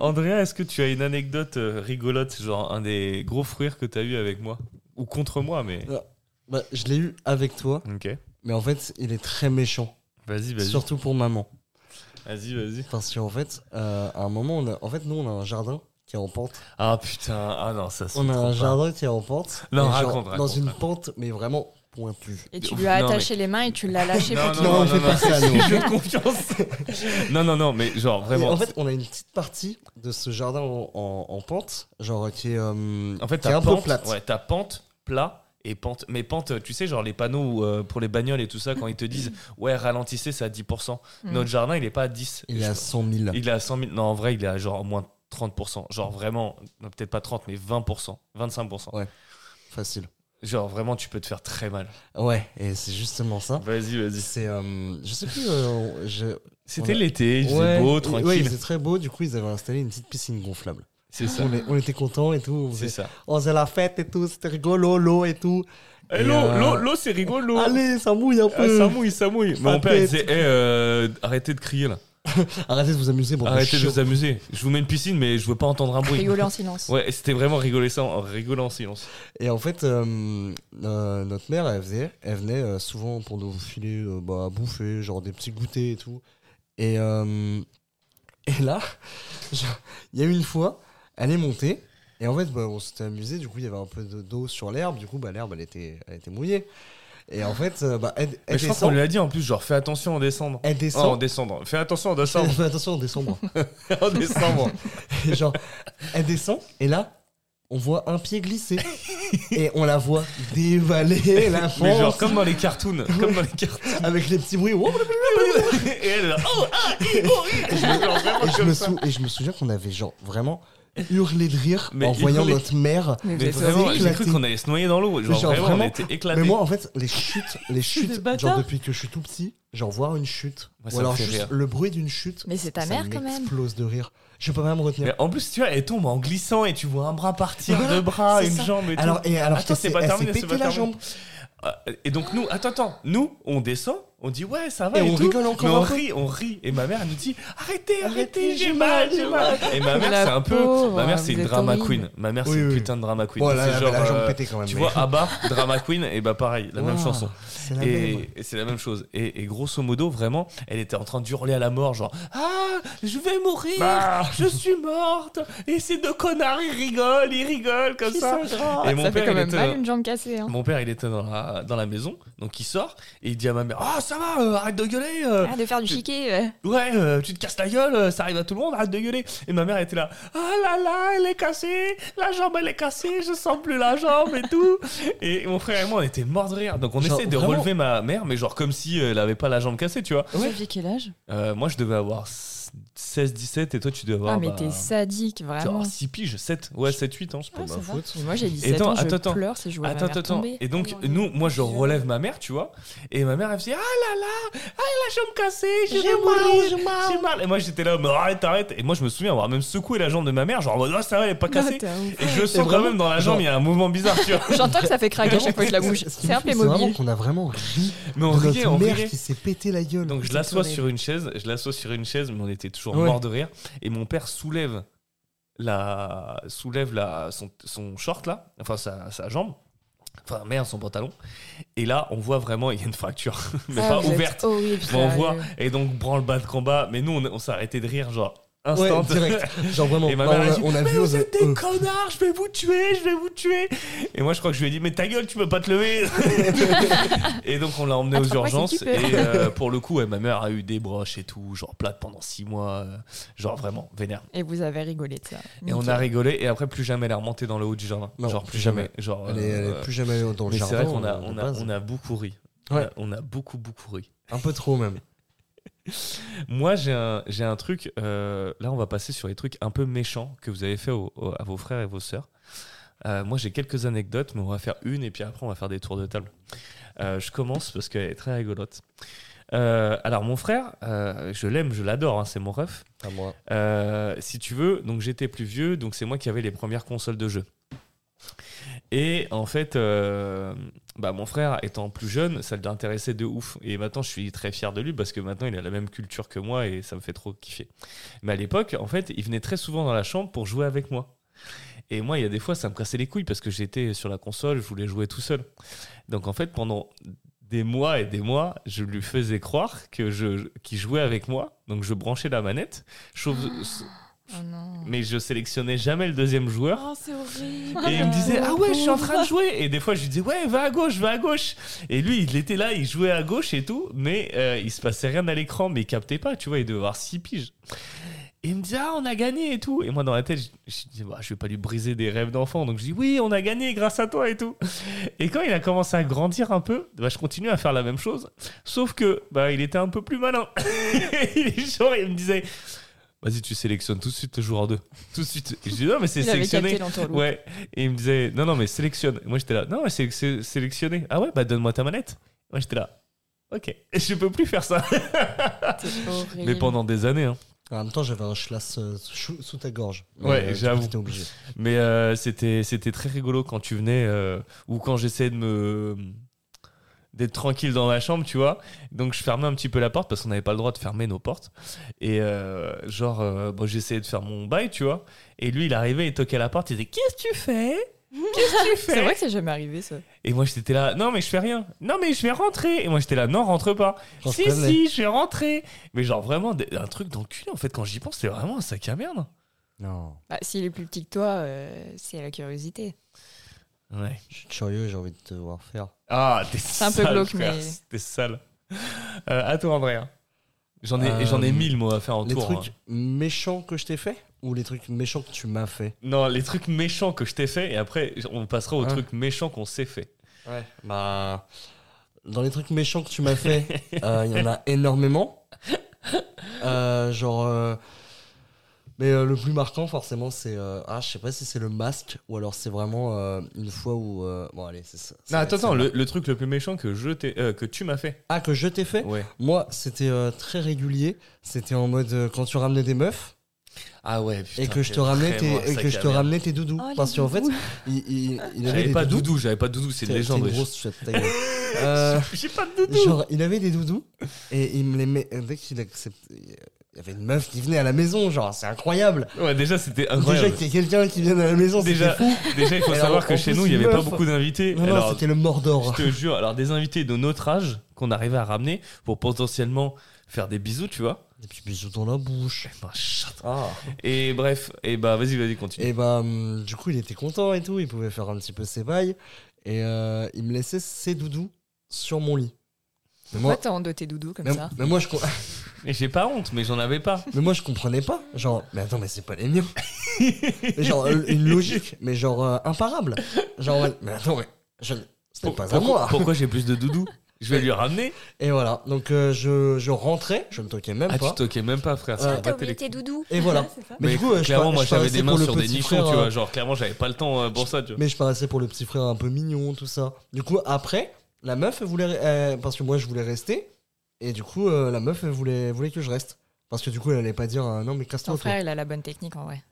Speaker 1: Andrea, est-ce que tu as une anecdote euh, rigolote, genre un des gros fruits que t'as eu avec moi Ou contre moi, mais.
Speaker 4: Bah, je l'ai eu avec toi,
Speaker 1: Ok.
Speaker 4: mais en fait, il est très méchant.
Speaker 1: Vas-y, vas-y.
Speaker 4: Surtout pour maman.
Speaker 1: Vas-y, vas-y.
Speaker 4: Parce qu'en fait, euh, à un moment, on a... en fait, nous, on a un jardin qui est en pente.
Speaker 1: Ah putain, ah non, ça se
Speaker 4: On a
Speaker 1: trompe pas.
Speaker 4: un jardin qui est en pente.
Speaker 1: Non,
Speaker 4: mais genre
Speaker 1: raconte, raconte,
Speaker 4: Dans une
Speaker 1: raconte.
Speaker 4: pente, mais vraiment pointue.
Speaker 3: Et tu
Speaker 1: Non,
Speaker 3: lui as
Speaker 1: mais-
Speaker 3: attaché les mains et tu l'as lâché
Speaker 1: Non,
Speaker 3: pour
Speaker 1: non,
Speaker 3: qu'il.
Speaker 4: Non, on
Speaker 1: non,
Speaker 4: fait
Speaker 1: non,
Speaker 4: pas ça, (laughs) nous.
Speaker 1: Je confiance. non, non, non, mais genre
Speaker 4: Et
Speaker 1: vraiment.
Speaker 4: en fait, on a une petite partie de ce jardin en, en- en pente, genre qui est, euh,
Speaker 1: En fait,
Speaker 4: qui est
Speaker 1: t'as
Speaker 4: un
Speaker 1: pente,
Speaker 4: peu plate.
Speaker 1: ouais, t'as pente, plat et pente. Mais pente, tu sais, genre les panneaux euh, pour les bagnoles et tout ça, quand ils te disent ouais, ralentissez, c'est à 10%.
Speaker 3: Mm.
Speaker 1: Notre jardin, il est pas à 10.
Speaker 4: Il est à
Speaker 1: Je-
Speaker 4: 100 000.
Speaker 1: il est à 100 000. Non, en vrai, il est à genre au moins 30%. Genre vraiment, non, peut-être pas 30, mais 20%, 25%.
Speaker 4: Facile.
Speaker 1: Genre vraiment, tu peux te faire très mal.
Speaker 4: Ouais, et c'est justement ça.
Speaker 1: Vas-y, vas-y.
Speaker 4: C'est, euh, je sais plus, euh, je-
Speaker 1: C'était
Speaker 4: On a-
Speaker 1: l'été, il
Speaker 4: Ouais,
Speaker 1: faisait beau,
Speaker 4: et- Ouais,
Speaker 1: tranquille.
Speaker 4: c'était très beau. Du coup, ils avaient installé une petite piscine gonflable.
Speaker 1: c'est ça.
Speaker 4: On, est- on était contents et tout. On
Speaker 1: C'est
Speaker 4: faisait,
Speaker 1: ça.
Speaker 4: on faisait la fête et tout. C'était rigolo, l'eau et tout.
Speaker 1: Eh,
Speaker 4: Et,
Speaker 1: l'eau,
Speaker 4: euh,
Speaker 1: l'eau, l'eau, c'est rigolo.
Speaker 4: Allez, ça mouille un
Speaker 1: Ah,
Speaker 4: peu.
Speaker 1: ça mouille, ça mouille. Mais mon père il disait, Eh, euh, arrêtez de crier là.
Speaker 4: Arrêtez de vous amuser. Bon,
Speaker 1: Arrêtez de vous amuser. Je vous mets une piscine, mais je veux pas entendre un bruit.
Speaker 3: Rigoler en silence.
Speaker 1: Ouais, et c'était vraiment rigoler ça en rigolant en silence.
Speaker 4: Et en fait, euh, euh, notre mère, elle, faisait, elle venait euh, souvent pour nous filer euh, bah, à bouffer, genre des petits goûters et tout. Et, euh, et là, (laughs) je- il y a une fois, elle est montée. Et en fait, bah, on s'était amusé. Du coup, il y avait un peu de- d'eau sur l'herbe. Du coup, bah, l'herbe, elle était, elle était mouillée. Et en fait, euh, bah, elle, elle
Speaker 1: Mais je crois qu'on
Speaker 4: descend.
Speaker 1: lui a dit en plus, genre, fais attention en décembre.
Speaker 4: Elle
Speaker 1: Oh, en
Speaker 4: descend.
Speaker 1: décembre. Fais attention en décembre.
Speaker 4: (laughs) Attention, on descend. moi.
Speaker 1: (laughs) en décembre.
Speaker 4: Et genre, elle descend. Et là, on voit un pied glisser. Et on la voit dévaler la
Speaker 1: Mais genre,
Speaker 4: pente.
Speaker 1: comme dans les cartoons. comme dans les cartoons.
Speaker 4: avec les petits bruits.
Speaker 1: (laughs) et elle, oh, ah, i, oh, i. Genre vraiment
Speaker 4: Et je,
Speaker 1: comme
Speaker 4: me
Speaker 1: ça.
Speaker 4: sou- et je me souviens qu'on avait genre vraiment hurlé de rire
Speaker 1: Mais
Speaker 4: en voyant
Speaker 1: hurlé.
Speaker 4: notre mère.
Speaker 3: Mais vous
Speaker 1: Mais
Speaker 3: êtes
Speaker 1: vraiment,
Speaker 4: horrible.
Speaker 1: j'ai cru qu'on allait se noyer dans l'eau. Genre,
Speaker 4: genre,
Speaker 1: vraiment,
Speaker 4: vraiment.
Speaker 1: on était éclatés.
Speaker 4: Mais moi en fait les chutes, les
Speaker 2: des
Speaker 4: chutes,
Speaker 2: bâtards.
Speaker 4: genre depuis que je suis tout petit, genre voir une chute
Speaker 1: Moi, ça
Speaker 4: ou
Speaker 1: me
Speaker 4: alors
Speaker 1: fait
Speaker 4: juste
Speaker 1: rire.
Speaker 4: le bruit d'une chute.
Speaker 3: Mais c'est ta
Speaker 4: ça
Speaker 3: mère quand même.
Speaker 4: Explose de rire. Je peux pas me retenir.
Speaker 1: Mais en plus, tu vois, elle tombe en glissant et tu vois un bras partir,
Speaker 4: Voilà,
Speaker 1: deux bras,
Speaker 4: c'est
Speaker 1: une
Speaker 4: ça.
Speaker 1: jambe et tout.
Speaker 4: Alors et alors
Speaker 1: Attends,
Speaker 4: qu'elle
Speaker 1: c'est
Speaker 4: s'est-
Speaker 1: pas
Speaker 4: elle s'est
Speaker 1: terminé, c'est
Speaker 4: pété
Speaker 1: pas
Speaker 4: la
Speaker 1: terminé.
Speaker 4: jambe.
Speaker 1: Euh, Et donc nous, attends, attends, nous, on descend, on dit ouais, ça va
Speaker 4: Et
Speaker 1: et,
Speaker 4: on
Speaker 1: tout,
Speaker 4: rigole
Speaker 1: mais
Speaker 4: encore
Speaker 1: on
Speaker 4: un peu.
Speaker 1: rit, on rit. Et ma mère elle nous dit arrêtez, arrêtez,
Speaker 4: Arrêtez,
Speaker 1: j'ai mal, j'ai mal. Et ma mère
Speaker 3: La
Speaker 1: c'est un peu,
Speaker 3: pauvre, hein,
Speaker 1: ma mère c'est
Speaker 3: vous
Speaker 1: une
Speaker 3: êtes
Speaker 1: drama
Speaker 3: horrible.
Speaker 1: queen. Ma mère c'est
Speaker 4: Oui,
Speaker 1: une
Speaker 4: oui.
Speaker 1: putain de drama queen.
Speaker 4: Bon, là,
Speaker 1: c'est
Speaker 4: là,
Speaker 1: genre,
Speaker 4: la jambe
Speaker 1: euh,
Speaker 4: pétée quand même.
Speaker 1: tu
Speaker 4: mais-
Speaker 1: vois, Abba, drama queen, et bah pareil, la même
Speaker 4: Waouh,
Speaker 1: chanson.
Speaker 4: C'est la même.
Speaker 1: Et, et c'est la même chose. Et, et grosso modo, vraiment, elle était en train d'hurler à la mort, genre Ah, je vais mourir,
Speaker 4: Ah.
Speaker 1: je suis morte. Et ces deux connards, ils rigolent, ils rigolent comme ça. Et mon
Speaker 3: ça fait
Speaker 1: père,
Speaker 3: quand
Speaker 1: il
Speaker 3: même
Speaker 1: était
Speaker 3: mal
Speaker 1: dans-
Speaker 3: une jambe cassée. hein.
Speaker 1: Mon père, il était dans la, dans la maison, donc il sort et il dit à ma mère Ah, ça va, euh, arrête de gueuler. euh,
Speaker 3: Ah, de faire du chiquet. ouais.
Speaker 1: ouais, euh, tu te casses la gueule, euh, ça arrive à tout le monde, arrête de gueuler. Et ma mère était là Ah là là, elle est cassée, la jambe, elle est cassée, je sens plus la jambe et tout. et mon frère et moi, on était morts de rire. Donc on
Speaker 4: Genre,
Speaker 1: essayait de
Speaker 4: vraiment
Speaker 1: relever ma mère, mais genre comme si euh, elle avait pas la jambe cassée, tu vois.
Speaker 2: Vous aviez quel âge
Speaker 1: Euh, moi, je devais avoir 16, 17 et toi, tu devais avoir.
Speaker 3: Ah, mais
Speaker 1: bah,
Speaker 3: t'es hein. Ah, sadique,
Speaker 1: tu devais
Speaker 3: vraiment.
Speaker 1: avoir 6 piges, 7, ouais, 7, 8 ans, je pense.
Speaker 4: Pas ma faute.
Speaker 3: Moi, j'ai 17
Speaker 1: Et attends,
Speaker 3: ans, je
Speaker 1: attends, attends.
Speaker 3: pleure si je vois
Speaker 1: Attends,
Speaker 3: ma mère
Speaker 1: attends, attends.
Speaker 3: tomber.
Speaker 1: Et donc,
Speaker 3: Ah
Speaker 1: nous,
Speaker 3: non,
Speaker 1: moi, je
Speaker 3: je-
Speaker 1: relève ma mère, tu vois. Et ma mère, elle me dit Ah là là, ah la jambe cassée, j'ai mal, j'ai mal. Et moi, j'étais là, mais arrête, arrête. Et moi, je me souviens avoir même secoué la jambe de ma mère, genre, en mode, Ah, ça va, elle est pas
Speaker 3: Ah,
Speaker 1: cassée.
Speaker 3: t'es un ouf.
Speaker 1: Et je sens quand
Speaker 4: vraiment,
Speaker 1: même dans la jambe,
Speaker 4: genre-
Speaker 1: il y a un mouvement bizarre, tu vois.
Speaker 3: J'entends que ça fait craquer à chaque fois que je la bouge.
Speaker 4: Ce qui
Speaker 3: C'est
Speaker 4: me
Speaker 3: un
Speaker 4: fait,
Speaker 3: peu
Speaker 4: vraiment
Speaker 3: mobile.
Speaker 4: qu'on a vraiment ri
Speaker 1: Mais on
Speaker 4: de
Speaker 1: riait, on
Speaker 4: notre mère
Speaker 1: riait.
Speaker 4: qui s'est pété la gueule.
Speaker 1: Donc je
Speaker 3: Tout
Speaker 1: l'assois
Speaker 3: tourné.
Speaker 1: sur une chaise, je l'assois sur une chaise, mais on était toujours
Speaker 4: Ouais.
Speaker 1: mort de rire. Et mon père soulève la, soulève la, son, son short là, enfin sa, sa jambe, enfin merde son pantalon. Et là, on voit vraiment il y a une fracture, (laughs) mais
Speaker 3: Ah,
Speaker 1: pas
Speaker 3: vous êtes
Speaker 1: ouverte.
Speaker 3: horrible,
Speaker 1: Mais on
Speaker 3: sérieux.
Speaker 1: voit et donc branle bas de combat. Mais nous, on, on s'est arrêté de rire genre
Speaker 4: Ouais,
Speaker 1: instant.
Speaker 4: direct.
Speaker 1: (laughs)
Speaker 4: Genre vraiment,
Speaker 1: Et ma
Speaker 4: bah,
Speaker 1: mère a dit,
Speaker 4: on a, on a
Speaker 1: mais
Speaker 4: vu
Speaker 1: vous
Speaker 4: aux
Speaker 1: êtes des connards, je vais vous tuer, je vais vous tuer. Et moi, je crois que je lui ai dit, mais ta gueule, tu peux pas te lever. et donc, on l'a emmené aux
Speaker 3: Attrape-moi si
Speaker 1: urgences.
Speaker 3: tu peux.
Speaker 1: et euh, pour le coup, ouais, ma mère a eu des broches et tout, genre plate pendant six mois, euh, genre vraiment vénère.
Speaker 3: Et vous avez rigolé de ça.
Speaker 1: Et on a rigolé. Et après, plus jamais elle est remontée dans le haut du jardin.
Speaker 4: Non,
Speaker 1: genre plus
Speaker 4: plus
Speaker 1: jamais.
Speaker 4: jamais.
Speaker 1: Genre.
Speaker 4: Elle est, elle est
Speaker 1: euh,
Speaker 4: plus jamais dans le
Speaker 1: mais c'est vrai
Speaker 4: jardin.
Speaker 1: qu'on a,
Speaker 4: euh,
Speaker 1: on
Speaker 4: de
Speaker 1: a,
Speaker 4: base.
Speaker 1: on a beaucoup ri.
Speaker 4: Ouais.
Speaker 1: On, a, on a beaucoup, beaucoup ri.
Speaker 4: Un peu trop même.
Speaker 1: Moi, j'ai un, j'ai un truc. euh, là, on va passer sur les trucs un peu méchants que vous avez fait au- au- à vos frères et vos sœurs. Euh, moi, j'ai quelques anecdotes, mais on va faire une et puis après, on va faire des tours de table. Euh, je commence parce qu'elle est très rigolote. Euh, alors, mon frère, euh, je l'aime, je l'adore, hein, c'est mon ref.
Speaker 4: À moi.
Speaker 1: Euh, si tu veux, donc j'étais plus vieux, donc c'est moi qui avais les premières consoles de jeu. Et en fait, euh, bah, mon frère étant plus jeune, ça l'intéressait de ouf. Et maintenant, je suis très fier de lui parce que maintenant, il a la même culture que moi et ça me fait trop kiffer. Mais à l'époque, en fait, il venait très souvent dans la chambre pour jouer avec moi. Et moi, il y a des fois, ça me cassait les couilles parce que j'étais sur la console, je voulais jouer tout seul. Donc en fait, pendant des mois et des mois, je lui faisais croire que je, qu'il jouait avec moi. Donc je branchais la manette, chose-
Speaker 3: Oh non.
Speaker 1: mais je sélectionnais jamais le deuxième joueur.
Speaker 2: Oh, c'est horrible.
Speaker 1: Et il me disait ah ouais je suis en train de
Speaker 3: (laughs)
Speaker 1: jouer et des fois je lui disais ouais va à gauche va à gauche et lui il était là il jouait à gauche et tout mais euh, il se passait rien à l'écran mais il captait pas tu vois il devait avoir 6 piges et il me disait ah on a gagné et tout et moi dans la tête je, je dis bah, je vais pas lui briser des rêves d'enfant donc je dis oui on a gagné grâce à toi et tout et quand il a commencé à grandir un peu bah, je continue à faire la même chose sauf que bah il était un peu plus malin (laughs) genre il me disait vas-y tu sélectionnes tout de suite le joueur 2 tout de suite et je dis non mais c'est
Speaker 3: Il avait
Speaker 1: sélectionné
Speaker 3: capté l'entourloupe.
Speaker 1: Ouais, et il me disait non, non, mais sélectionne. Moi j'étais là, non, mais sé- sé- sélectionner. Ah ouais, bah donne-moi ta manette. Moi j'étais là, ok, je peux plus faire ça.
Speaker 3: C'est horrible.
Speaker 1: Mais pendant des années. hein.
Speaker 4: En même temps, j'avais un schlass euh, chou- sous ta gorge.
Speaker 1: Ouais,
Speaker 4: Mais, euh,
Speaker 1: j'avoue.
Speaker 4: J'étais obligé.
Speaker 1: Mais euh, c'était c'était très rigolo quand tu venais euh, ou quand j'essayais de me d'être tranquille dans ma chambre, tu vois. Donc je fermais un petit peu la porte parce qu'on n'avait pas le droit de fermer nos portes. Et euh, genre, euh, bon, j'essayais de faire mon bail, tu vois. Et lui, il arrivait, il toquait à la porte, il disait Qu'est-ce que tu fais Qu'est-ce que tu fais
Speaker 3: C'est vrai que c'est jamais arrivé ça.
Speaker 1: Et moi j'étais là, non mais je fais rien, non mais je vais rentrer. Et moi j'étais là, non rentre pas.
Speaker 4: Rentre
Speaker 1: si
Speaker 4: pas,
Speaker 1: si, je vais rentrer. Mais genre vraiment des- un truc d'enculé en fait quand j'y pense, c'est vraiment un sac à merde.
Speaker 4: Non.
Speaker 3: Bah, S'il est plus petit que toi, euh, c'est la curiosité.
Speaker 1: Ouais.
Speaker 4: Je suis curieux, j'ai envie de te voir faire.
Speaker 1: Ah t'es
Speaker 3: C'est un peu glauque, mais-
Speaker 1: t'es sale. Euh, à toi André. J'en ai
Speaker 4: Euh,
Speaker 1: j'en ai mille moi à faire en
Speaker 4: Les
Speaker 1: tour.
Speaker 4: trucs
Speaker 1: hein.
Speaker 4: méchants que je t'ai fait ou les trucs méchants que tu m'as fait
Speaker 1: Non les trucs méchants que je t'ai fait et après on passera aux
Speaker 4: Hein.
Speaker 1: trucs méchants qu'on s'est fait. (laughs)
Speaker 4: Ouais. Bah. Dans les trucs méchants que tu m'as fait, euh, il y en a énormément. Euh, genre. euh, Mais euh, le plus marquant, forcément, c'est. euh, Ah, je sais pas si c'est le masque ou alors c'est vraiment euh, une fois où. euh, Bon, allez, c'est ça. c'est-
Speaker 1: Non, attends,
Speaker 4: c'est-
Speaker 1: attends, le, le truc le plus méchant que, je t'ai- euh, que tu m'as fait.
Speaker 4: Ah, que je t'ai fait
Speaker 1: Ouais.
Speaker 4: Moi, c'était euh, très régulier. C'était en mode euh, quand tu ramenais des meufs
Speaker 1: Ah ouais,
Speaker 4: et que je te ramenais tes, et que je te ramenais tes doudous.
Speaker 2: Oh, les
Speaker 4: parce qu'en fait,
Speaker 2: doudous.
Speaker 4: il, il, il avait
Speaker 1: J'avais
Speaker 4: des
Speaker 1: pas
Speaker 4: doudous.
Speaker 1: doudou, j'avais pas doudou, c'est une
Speaker 4: T'es-
Speaker 1: légende.
Speaker 4: t'es
Speaker 1: wesh.
Speaker 4: une grosse chouette, ta gueule.
Speaker 1: (laughs)
Speaker 4: Euh,
Speaker 1: J'ai pas de doudou.
Speaker 4: Genre, il avait des doudous et il me les met. euh, Dès qu'il acceptait. Il y avait une meuf qui venait à la maison, genre, c'est incroyable.
Speaker 1: Ouais, déjà, c'était
Speaker 4: Déjà
Speaker 1: incroyable.
Speaker 4: qu'il y ait quelqu'un qui vienne à la maison,
Speaker 1: Déjà,
Speaker 4: c'était fou.
Speaker 1: déjà, il faut
Speaker 4: Alors,
Speaker 1: savoir
Speaker 4: en
Speaker 1: que chez
Speaker 4: plus,
Speaker 1: nous, il n'y
Speaker 4: une
Speaker 1: avait pas
Speaker 4: meuf.
Speaker 1: beaucoup d'invités.
Speaker 4: Non, non,
Speaker 1: Alors,
Speaker 4: c'était le Mordor.
Speaker 1: Je te jure, alors des invités de notre âge qu'on arrivait à ramener pour potentiellement faire des bisous, tu vois.
Speaker 4: Et puis bisous dans la bouche. Ah.
Speaker 1: Ben, shut up. Et bref, et bah vas-y, vas-y, continue.
Speaker 4: Et bah, hum, du coup, il était content et tout. Il pouvait faire un petit peu ses bails. Et euh, il me laissait ses doudous sur mon lit. Mais
Speaker 3: Pourquoi
Speaker 4: moi,
Speaker 3: t'as honte de tes doudous comme
Speaker 4: mais,
Speaker 3: ça
Speaker 4: mais moi, je, com-
Speaker 1: Et j'ai pas honte, mais j'en avais pas.
Speaker 4: mais moi, je comprenais pas. Genre, mais attends, mais c'est pas les miens. Mais genre, euh, une logique, mais genre euh, imparable. Genre, ouais, mais attends, mais je... c'était
Speaker 1: Pour-
Speaker 4: pas à
Speaker 1: pourquoi-
Speaker 4: moi.
Speaker 1: Pourquoi j'ai plus de doudou Je vais lui ramener.
Speaker 4: Et voilà, donc euh, je, je rentrais, je me toquais même
Speaker 1: Ah,
Speaker 4: pas.
Speaker 1: tu toquais même pas, frère.
Speaker 4: Ah,
Speaker 1: ça
Speaker 5: Ah,
Speaker 1: va
Speaker 5: t'as
Speaker 1: pas télé-
Speaker 5: oublié tes doudous.
Speaker 4: Et voilà.
Speaker 5: Ah, c'est ça.
Speaker 4: Mais du coup, euh, je
Speaker 1: clairement,
Speaker 4: par-
Speaker 1: moi
Speaker 4: je
Speaker 1: j'avais
Speaker 4: paraissais
Speaker 1: des
Speaker 4: pour
Speaker 1: mains
Speaker 4: le
Speaker 1: sur des
Speaker 4: petit
Speaker 1: nichons,
Speaker 4: frère,
Speaker 1: tu vois.
Speaker 4: euh,
Speaker 1: Genre, clairement, j'avais pas le temps euh, pour ça, tu vois.
Speaker 4: Mais je paraissais pour le petit frère un peu mignon, tout ça. Du coup, après, la meuf, elle voulait. euh, parce que moi, je voulais rester. Et du coup, euh, la meuf, elle voulait, voulait que je reste. Parce que du coup, elle allait pas dire euh, non, mais
Speaker 3: Ton
Speaker 4: casse-toi. toi.
Speaker 3: frère, il a la bonne technique en vrai.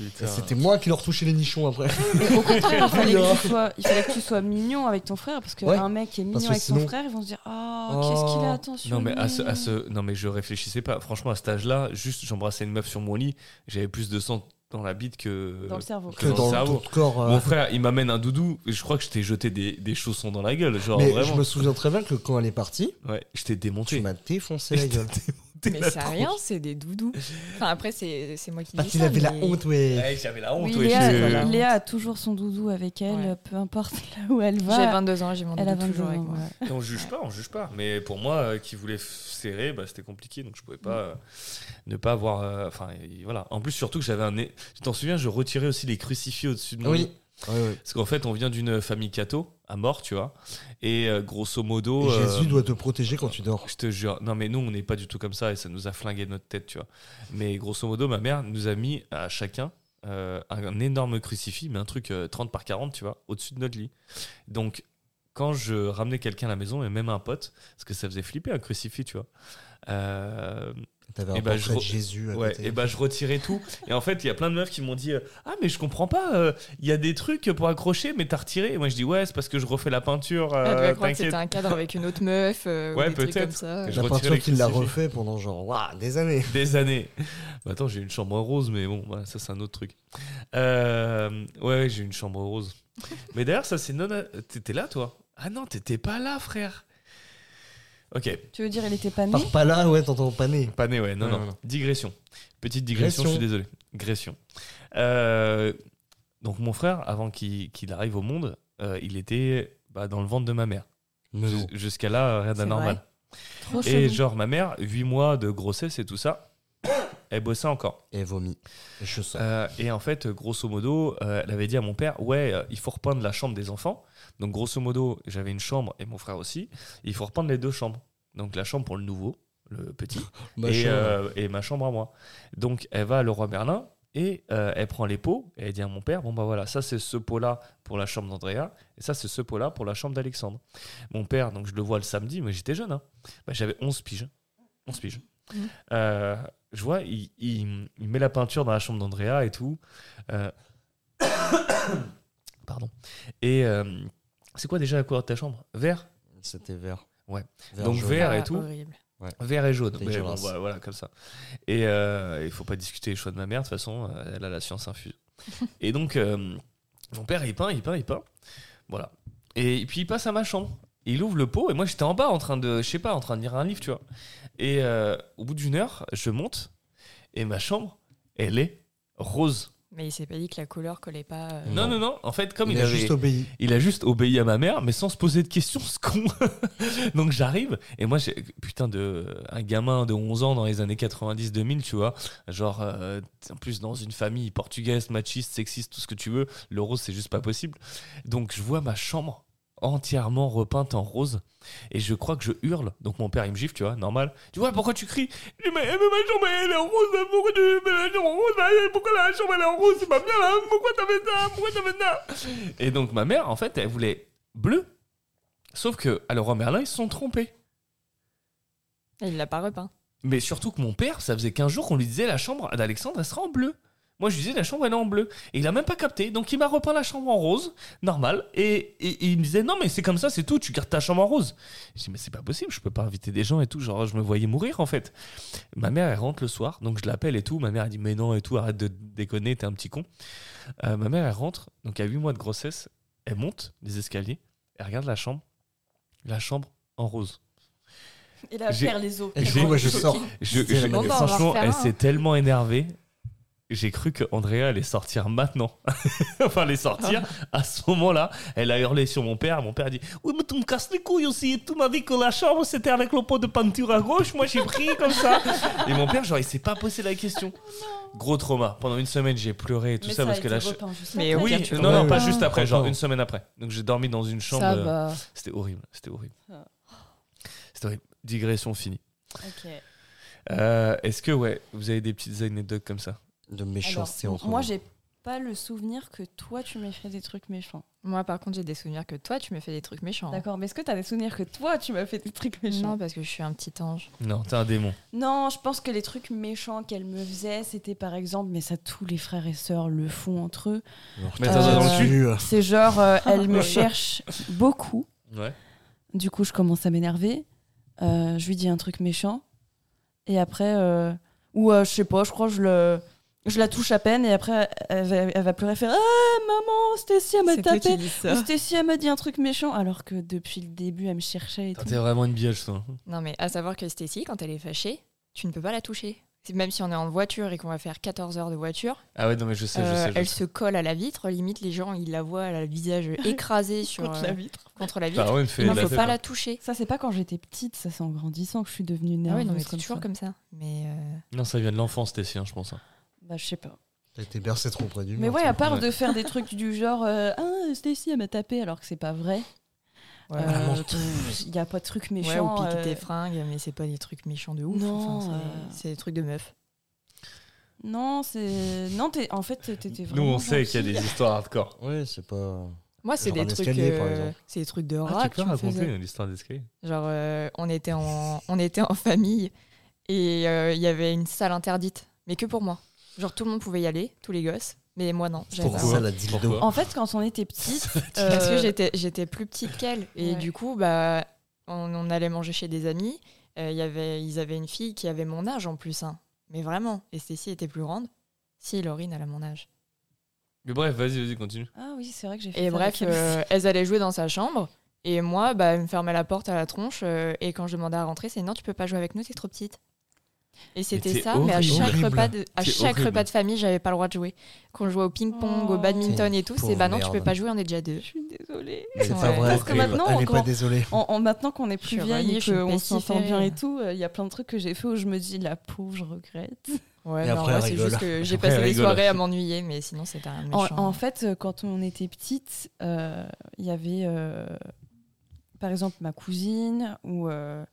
Speaker 4: Et C'était moi qui leur touchais les nichons après.
Speaker 2: Au contraire, (laughs) il fallait,
Speaker 4: Oula.
Speaker 2: que tu sois, il fallait que tu sois mignon avec ton frère parce qu'un
Speaker 4: Ouais.
Speaker 2: mec qui est
Speaker 4: Parce
Speaker 2: mignon
Speaker 4: que
Speaker 2: avec
Speaker 4: sinon-
Speaker 2: son frère, ils vont se dire Oh,
Speaker 4: Oh.
Speaker 2: qu'est-ce qu'il a, attention.
Speaker 1: Non mais à ce, à
Speaker 2: lui.
Speaker 1: ce- non mais je réfléchissais pas. Franchement à cet âge-là, juste j'embrassais une meuf sur mon lit, j'avais plus de sang dans la bite que
Speaker 2: Dans le cerveau.
Speaker 1: que dans le cerveau.
Speaker 4: ton corps. euh,
Speaker 1: Mon frère, il m'amène un doudou. Je crois que je t'ai jeté des, des chaussons dans la gueule, genre
Speaker 4: mais je
Speaker 1: vraiment.
Speaker 4: me souviens très bien que quand elle est partie,
Speaker 1: Ouais, je t'ai
Speaker 4: tu
Speaker 1: démonté.
Speaker 4: m'as défoncé la gueule.
Speaker 3: Mais c'est rien, c'est des doudous. Enfin, après, c'est c'est moi qui
Speaker 4: Parce
Speaker 3: dis
Speaker 4: qu'il
Speaker 3: ça,
Speaker 4: avait la
Speaker 3: mais-
Speaker 4: honte, ouais.
Speaker 1: Ouais, Eh, j'avais la honte.
Speaker 2: Oui,
Speaker 1: ouais,
Speaker 2: Léa,
Speaker 1: je-
Speaker 3: voilà.
Speaker 2: Léa a toujours son doudou avec elle,
Speaker 3: Ouais.
Speaker 2: peu importe (laughs) là où elle
Speaker 3: J'ai
Speaker 2: va.
Speaker 3: 22 ans, j'ai mon
Speaker 2: Elle a
Speaker 3: doudou
Speaker 2: 22
Speaker 3: toujours avec
Speaker 2: ans.
Speaker 3: moi.
Speaker 2: ouais.
Speaker 1: Et on juge pas, on juge pas. Mais pour moi, euh, qui voulait f- serrer, bah, c'était compliqué, donc je pouvais pas
Speaker 2: Mm.
Speaker 1: euh, ne pas avoir. euh, Enfin et voilà. En plus surtout que j'avais un. nez- Tu t'en souviens, je retirais aussi les crucifix au-dessus de mon lit.
Speaker 4: Oui. Ouais, ouais.
Speaker 1: Parce qu'en fait, on vient d'une famille catho, à mort, tu vois. Et euh, grosso
Speaker 4: Et
Speaker 1: modo. euh,
Speaker 4: Jésus doit te protéger quand tu dors.
Speaker 1: Je te jure. Non, mais nous, on n'est pas du tout comme ça et ça nous a flingué notre tête, tu vois. Mais grosso modo, ma mère nous a mis à chacun euh, un énorme crucifix, mais un truc euh, 30 par 40, tu vois, au-dessus de notre lit. Donc, quand je ramenais quelqu'un à la maison, et même un pote, parce que ça faisait flipper un crucifix, tu vois. euh,
Speaker 4: T'avais un
Speaker 1: Eh ben, je
Speaker 4: portrait
Speaker 1: re-
Speaker 4: de Jésus à
Speaker 1: Ouais,
Speaker 4: côté.
Speaker 1: et bah je retirais tout. Et en fait, il y a plein de meufs qui m'ont dit euh, Ah, mais je comprends pas, euh, il y a des trucs pour accrocher, mais t'as retiré. Et moi, je dis Ouais, c'est parce que je refais la peinture. euh,
Speaker 3: Elle devait Ah, croire que
Speaker 1: t'inquiète.
Speaker 3: c'était un cadre avec une autre meuf. euh, ou
Speaker 1: (laughs) Ouais,
Speaker 3: des trucs
Speaker 1: peut-être.
Speaker 3: comme ça.
Speaker 1: Je
Speaker 4: la
Speaker 1: retirais
Speaker 4: peinture
Speaker 1: les
Speaker 4: qu'il l'a
Speaker 1: crucifix.
Speaker 4: refait pendant genre waouh, des années.
Speaker 1: des années. Bah, attends, j'ai une chambre rose, mais bon, voilà, ça c'est un autre truc. Euh, ouais, ouais, j'ai une chambre rose. mais d'ailleurs, ça c'est non. T'étais là, toi Ah non, t'étais pas là, frère. Ok,
Speaker 2: Tu veux dire, elle était pas née
Speaker 4: Par pas là, ouais, t'entends pas né.
Speaker 1: pas né, ouais, non,
Speaker 4: Ouais,
Speaker 1: non.
Speaker 4: non, non.
Speaker 1: Digression. Petite digression,
Speaker 4: Gression.
Speaker 1: je suis désolé. Gression. Euh, donc, mon frère, avant qu'il qu'il arrive au monde, euh, il était bah, dans le ventre de ma mère. Jus- Jusqu'à là, euh, rien
Speaker 2: C'est Oh,
Speaker 1: d'anormal.
Speaker 2: Trop
Speaker 1: Et
Speaker 2: chelou.
Speaker 1: genre, ma mère, 8 mois de grossesse et tout ça, (coughs) elle bossait encore.
Speaker 4: Et vomi. Et je sens.
Speaker 1: Euh, et en fait, grosso modo, euh, elle avait dit à mon père, ouais, euh, il faut repeindre la chambre des enfants. Donc, grosso modo, j'avais une chambre et mon frère aussi. Il faut repeindre les deux chambres. Donc, la chambre pour le nouveau, le petit,
Speaker 4: Bah,
Speaker 1: et, euh, et ma chambre à moi. Donc, elle va à Leroy Merlin et euh, elle prend les pots et elle dit à mon père, bon, bah voilà, ça c'est ce pot-là pour la chambre d'Andrea et ça c'est ce pot-là pour la chambre d'Alexandre. Mon père, donc je le vois le samedi, mais j'étais jeune, hein. Bah, j'avais 11 piges. 11 piges.
Speaker 3: Mhm.
Speaker 1: Euh, je vois, il, il- il met la peinture dans la chambre d'Andrea et tout. Euh, (coughs) Pardon. Et euh, c'est quoi déjà la couleur de ta chambre Vert
Speaker 4: C'était vert.
Speaker 1: Ouais.
Speaker 4: Vert
Speaker 1: Donc
Speaker 4: jaune.
Speaker 1: vert. et
Speaker 3: Ah,
Speaker 1: tout.
Speaker 3: horrible.
Speaker 1: Vert et jaune. Mais bon,
Speaker 4: Dégueulasse.
Speaker 1: voilà, voilà, comme ça. Et euh, il faut pas discuter les choix de ma mère, de toute façon, euh, elle a la science (laughs) infuse. et donc, euh, mon père, il peint, il peint, il peint. Voilà. Et puis, il passe à ma chambre. Il ouvre le pot, et moi, j'étais en bas, en train de, je sais pas, en train de lire un livre, tu vois. Et euh, au bout d'une heure, je monte, et ma chambre, elle est rose.
Speaker 3: Mais il s'est pas dit que la couleur collait pas. euh,
Speaker 1: Non, non, non. En fait, comme
Speaker 4: Il,
Speaker 1: il,
Speaker 4: a
Speaker 1: avait-
Speaker 4: juste obéi.
Speaker 1: il a juste obéi à ma mère, mais sans se poser de questions, ce con. (laughs) Donc j'arrive, et moi, j'ai, putain, de, un gamin de 11 ans dans les années 90-2000, tu vois. Genre, euh, en plus, dans une famille portugaise, machiste, sexiste, tout ce que tu veux, le rose, c'est juste pas possible. Donc je vois ma chambre entièrement repeinte en rose. Et je crois que je hurle. Donc mon père, il me gifle, tu vois, normal. Tu vois, pourquoi tu cries Je dis, mais, mais ma chambre, elle est en rose. Pourquoi tu mets la chambre en rose là Pourquoi la chambre, elle est en rose C'est pas bien là. Pourquoi t'as fait ça Pourquoi t'as fait ça Et donc ma mère, en fait, elle voulait bleu. Sauf que à Leroy Merlin, ils se sont trompés. Mm.
Speaker 3: Il l'a pas repeint.
Speaker 1: Mais surtout que mon père, ça faisait 15 jours qu'on lui disait la chambre d'Alexandre, elle sera en bleu. Moi, je lui disais la chambre, elle est en bleu. Et il a même pas capté. Donc, il m'a repeint la chambre en rose, normal. Et, et- et il me disait, non, mais c'est comme ça, c'est tout, tu gardes ta chambre en rose. Je dis, mais c'est pas possible, je peux pas inviter des gens et tout. Genre, je me voyais mourir, en fait. Ma mère, elle rentre le soir, donc je l'appelle et tout. Ma mère, elle dit, mais non, et tout, arrête de déconner, t'es un petit con. Euh, ma mère, elle rentre, donc à 8 mois de grossesse, elle monte les escaliers, elle regarde la chambre. La chambre en rose.
Speaker 2: Et là,
Speaker 1: J'ai-
Speaker 2: perd les os.
Speaker 4: Et du coup, moi, je sors.
Speaker 1: Je-
Speaker 4: C'était
Speaker 1: je-
Speaker 4: la manière.
Speaker 3: On
Speaker 1: franchement,
Speaker 3: va en refaire
Speaker 1: elle
Speaker 3: un.
Speaker 1: s'est tellement énervée. J'ai cru que Andrea allait sortir maintenant. (laughs) enfin, allait sortir. À ce moment-là, elle a hurlé sur mon père. Mon père a dit Oui, mais tu me casses les couilles aussi. Tu m'as dit que la chambre, c'était avec le pot de peinture à gauche. Moi, j'ai pris comme ça. et mon père, genre, il s'est pas posé la question. Gros trauma. Pendant une semaine, j'ai pleuré et tout
Speaker 2: Mais
Speaker 1: ça,
Speaker 2: a
Speaker 1: parce que
Speaker 2: été
Speaker 1: la cha-
Speaker 2: repeint juste
Speaker 3: Mais
Speaker 2: après.
Speaker 3: oui,
Speaker 1: Oui,
Speaker 3: tu
Speaker 1: non, non,
Speaker 4: vois.
Speaker 1: pas
Speaker 4: Ouais,
Speaker 1: juste
Speaker 4: ouais.
Speaker 1: après, genre
Speaker 4: Attends.
Speaker 1: une semaine après. Donc, j'ai dormi dans une chambre.
Speaker 3: Ça
Speaker 1: euh,
Speaker 3: va.
Speaker 1: C'était horrible. C'était horrible.
Speaker 2: Ah.
Speaker 1: C'était horrible. Digression finie.
Speaker 2: Ok.
Speaker 1: Euh, Est-ce que ouais, vous avez des petites anecdotes comme ça
Speaker 4: De méchanceté
Speaker 2: Alors,
Speaker 4: entre
Speaker 2: Moi,
Speaker 4: nous.
Speaker 2: j'ai pas le souvenir que toi, tu m'aies fait des trucs méchants.
Speaker 3: Moi, par contre, j'ai des souvenirs que toi, tu me fais des trucs méchants. hein.
Speaker 2: D'accord, mais est-ce que t'as des souvenirs que toi, tu m'as fait des trucs méchants
Speaker 3: Non, parce que je suis un petit ange.
Speaker 1: Non, t'es un démon.
Speaker 2: Non, je pense que les trucs méchants qu'elle me faisait, c'était par exemple, mais ça, tous les frères et sœurs le font entre eux.
Speaker 4: Alors,
Speaker 1: Mais
Speaker 4: t'as
Speaker 2: t'as
Speaker 4: dans
Speaker 2: dans
Speaker 4: le
Speaker 1: le
Speaker 4: cul.
Speaker 2: C'est genre, euh,
Speaker 1: (laughs)
Speaker 2: elle me cherche beaucoup.
Speaker 1: Ouais.
Speaker 2: Du coup, je commence à m'énerver. Euh, je lui dis un truc méchant. Et après, euh, ou euh, je sais pas, je crois que je le. Je la touche à peine et après elle va, elle va pleurer, faire Ah maman, Stécie elle m'a
Speaker 3: C'est toi qui
Speaker 2: tapé.
Speaker 3: dis
Speaker 2: Ou
Speaker 3: ça.
Speaker 2: Stécie elle m'a dit un truc méchant alors que depuis le début elle me cherchait et
Speaker 1: Putain,
Speaker 2: tout.
Speaker 1: T'es vraiment une biatch, toi. hein.
Speaker 3: Non, mais à savoir que Stacy, quand elle est fâchée, tu ne peux pas la toucher. C'est- Même si on est en voiture et qu'on va faire 14 heures de voiture,
Speaker 1: Ah ouais, non, mais je sais,
Speaker 3: euh,
Speaker 1: je sais.
Speaker 3: elle
Speaker 1: Je sais.
Speaker 3: se colle à la vitre. Limite, les gens, ils la voient, elle a le (laughs) visage écrasé sur,
Speaker 2: Contre la
Speaker 3: euh,
Speaker 2: vitre.
Speaker 3: contre la
Speaker 1: T'as
Speaker 3: vitre.
Speaker 1: vraiment une fée
Speaker 3: Il ne
Speaker 1: de
Speaker 3: faut
Speaker 1: tête,
Speaker 3: pas
Speaker 1: hein.
Speaker 3: la toucher.
Speaker 2: Ça c'est pas quand j'étais petite, ça c'est en grandissant que je suis devenue
Speaker 3: Ah
Speaker 2: nerveuse
Speaker 3: ouais, non, mais c'est
Speaker 2: comme
Speaker 3: toujours
Speaker 2: ça.
Speaker 3: comme ça. Mais euh,
Speaker 1: Non, ça vient de l'enfance, Tessie, hein, je pense. hein.
Speaker 2: Bah je sais pas.
Speaker 4: T'as été bercé trop près du
Speaker 2: Mais
Speaker 4: mur,
Speaker 2: ouais, à
Speaker 4: toi.
Speaker 2: part
Speaker 1: ouais.
Speaker 2: de faire des trucs du genre euh, Ah Stécie elle m'a tapé alors que c'est pas vrai.
Speaker 3: ouais,
Speaker 2: Euh,
Speaker 4: vraiment.
Speaker 2: pff, Il y a pas de trucs
Speaker 3: ouais,
Speaker 2: méchants.
Speaker 3: ou piquer
Speaker 2: euh,
Speaker 3: tes fringues, mais c'est pas des trucs méchants de ouf.
Speaker 2: Non,
Speaker 3: Enfin,
Speaker 2: euh,
Speaker 3: c'est- c'est des trucs de meuf.
Speaker 2: Non, c'est. Non, t'es- en fait, t'es- t'étais
Speaker 1: Nous,
Speaker 2: vraiment.
Speaker 1: on sait qu'il y a
Speaker 2: gentille.
Speaker 1: des histoires hardcore.
Speaker 4: Ouais, c'est pas.
Speaker 3: Moi, c'est
Speaker 4: Genre
Speaker 3: des
Speaker 4: un
Speaker 3: trucs,
Speaker 4: escalier, par
Speaker 3: euh,
Speaker 4: exemple.
Speaker 3: c'est des trucs de
Speaker 1: Ah,
Speaker 3: rats.
Speaker 1: tu peux
Speaker 3: qu'on faisait.
Speaker 1: raconter l'histoire d'escalier
Speaker 3: Genre, euh, on, était en, on était en famille et euh, il y avait une salle interdite, mais que pour moi. Genre, tout le monde pouvait y aller, tous les gosses, mais moi non. j'avais
Speaker 1: Pourquoi
Speaker 3: pas.
Speaker 4: Ça, la dildo.
Speaker 1: Pourquoi
Speaker 2: En fait, quand on
Speaker 1: (laughs)
Speaker 2: était petite.
Speaker 3: Parce que
Speaker 2: euh,
Speaker 3: j'étais- j'étais plus petite qu'elle. Et
Speaker 2: Ouais.
Speaker 3: du coup, bah, on, on allait manger chez des amis. Euh, il y avait, ils avaient une fille qui avait mon âge en plus. hein. Mais vraiment. Et Stécie était plus grande. Si, Laurine, elle a mon âge.
Speaker 1: Mais bref, vas-y, vas-y, continue.
Speaker 2: Ah oui, c'est vrai que j'ai fait
Speaker 3: Et
Speaker 2: ça
Speaker 3: bref,
Speaker 2: avec elle.
Speaker 3: euh, elles allaient jouer dans sa chambre. Et moi, bah, elle me fermait la porte à la tronche. euh, et quand je demandais à rentrer, c'est non, tu peux pas jouer avec nous, t'es trop petite. Et c'était
Speaker 1: c'est
Speaker 3: ça, mais à
Speaker 1: horrible.
Speaker 3: chaque,
Speaker 4: Horrible.
Speaker 3: repas de, à
Speaker 1: C'est
Speaker 3: chaque
Speaker 1: horrible.
Speaker 3: repas de famille, j'avais pas le droit de jouer. Quand je jouais au ping-pong,
Speaker 2: Oh.
Speaker 3: au badminton et tout,
Speaker 4: Pauvre
Speaker 3: c'est bah non, tu
Speaker 4: merde.
Speaker 3: peux pas jouer, on est déjà deux.
Speaker 2: Je suis désolée.
Speaker 4: Mais C'est
Speaker 3: Ouais.
Speaker 4: pas vrai.
Speaker 1: Parce que
Speaker 4: Elle-
Speaker 2: maintenant,
Speaker 4: elle est
Speaker 2: encore-
Speaker 4: pas désolée.
Speaker 2: En, en- maintenant qu'on est
Speaker 3: Je suis
Speaker 2: plus vieille
Speaker 3: reliée,
Speaker 2: et
Speaker 3: je suis
Speaker 2: qu'on s'entend
Speaker 3: pestiférée.
Speaker 2: bien et tout, euh, il y a plein de trucs que j'ai fait où je me dis la pauvre, je regrette.
Speaker 3: Ouais,
Speaker 4: Et après,
Speaker 3: non, moi,
Speaker 4: elle
Speaker 3: c'est
Speaker 4: rigole.
Speaker 3: juste que
Speaker 4: (laughs)
Speaker 3: j'ai
Speaker 1: Après, elle
Speaker 3: passé des
Speaker 1: rigole.
Speaker 3: soirées à m'ennuyer, mais sinon, c'était un
Speaker 2: En,
Speaker 3: méchant.
Speaker 1: hein.
Speaker 2: en fait, euh, quand on était petite, euh, il y avait euh, par exemple ma cousine ou. euh,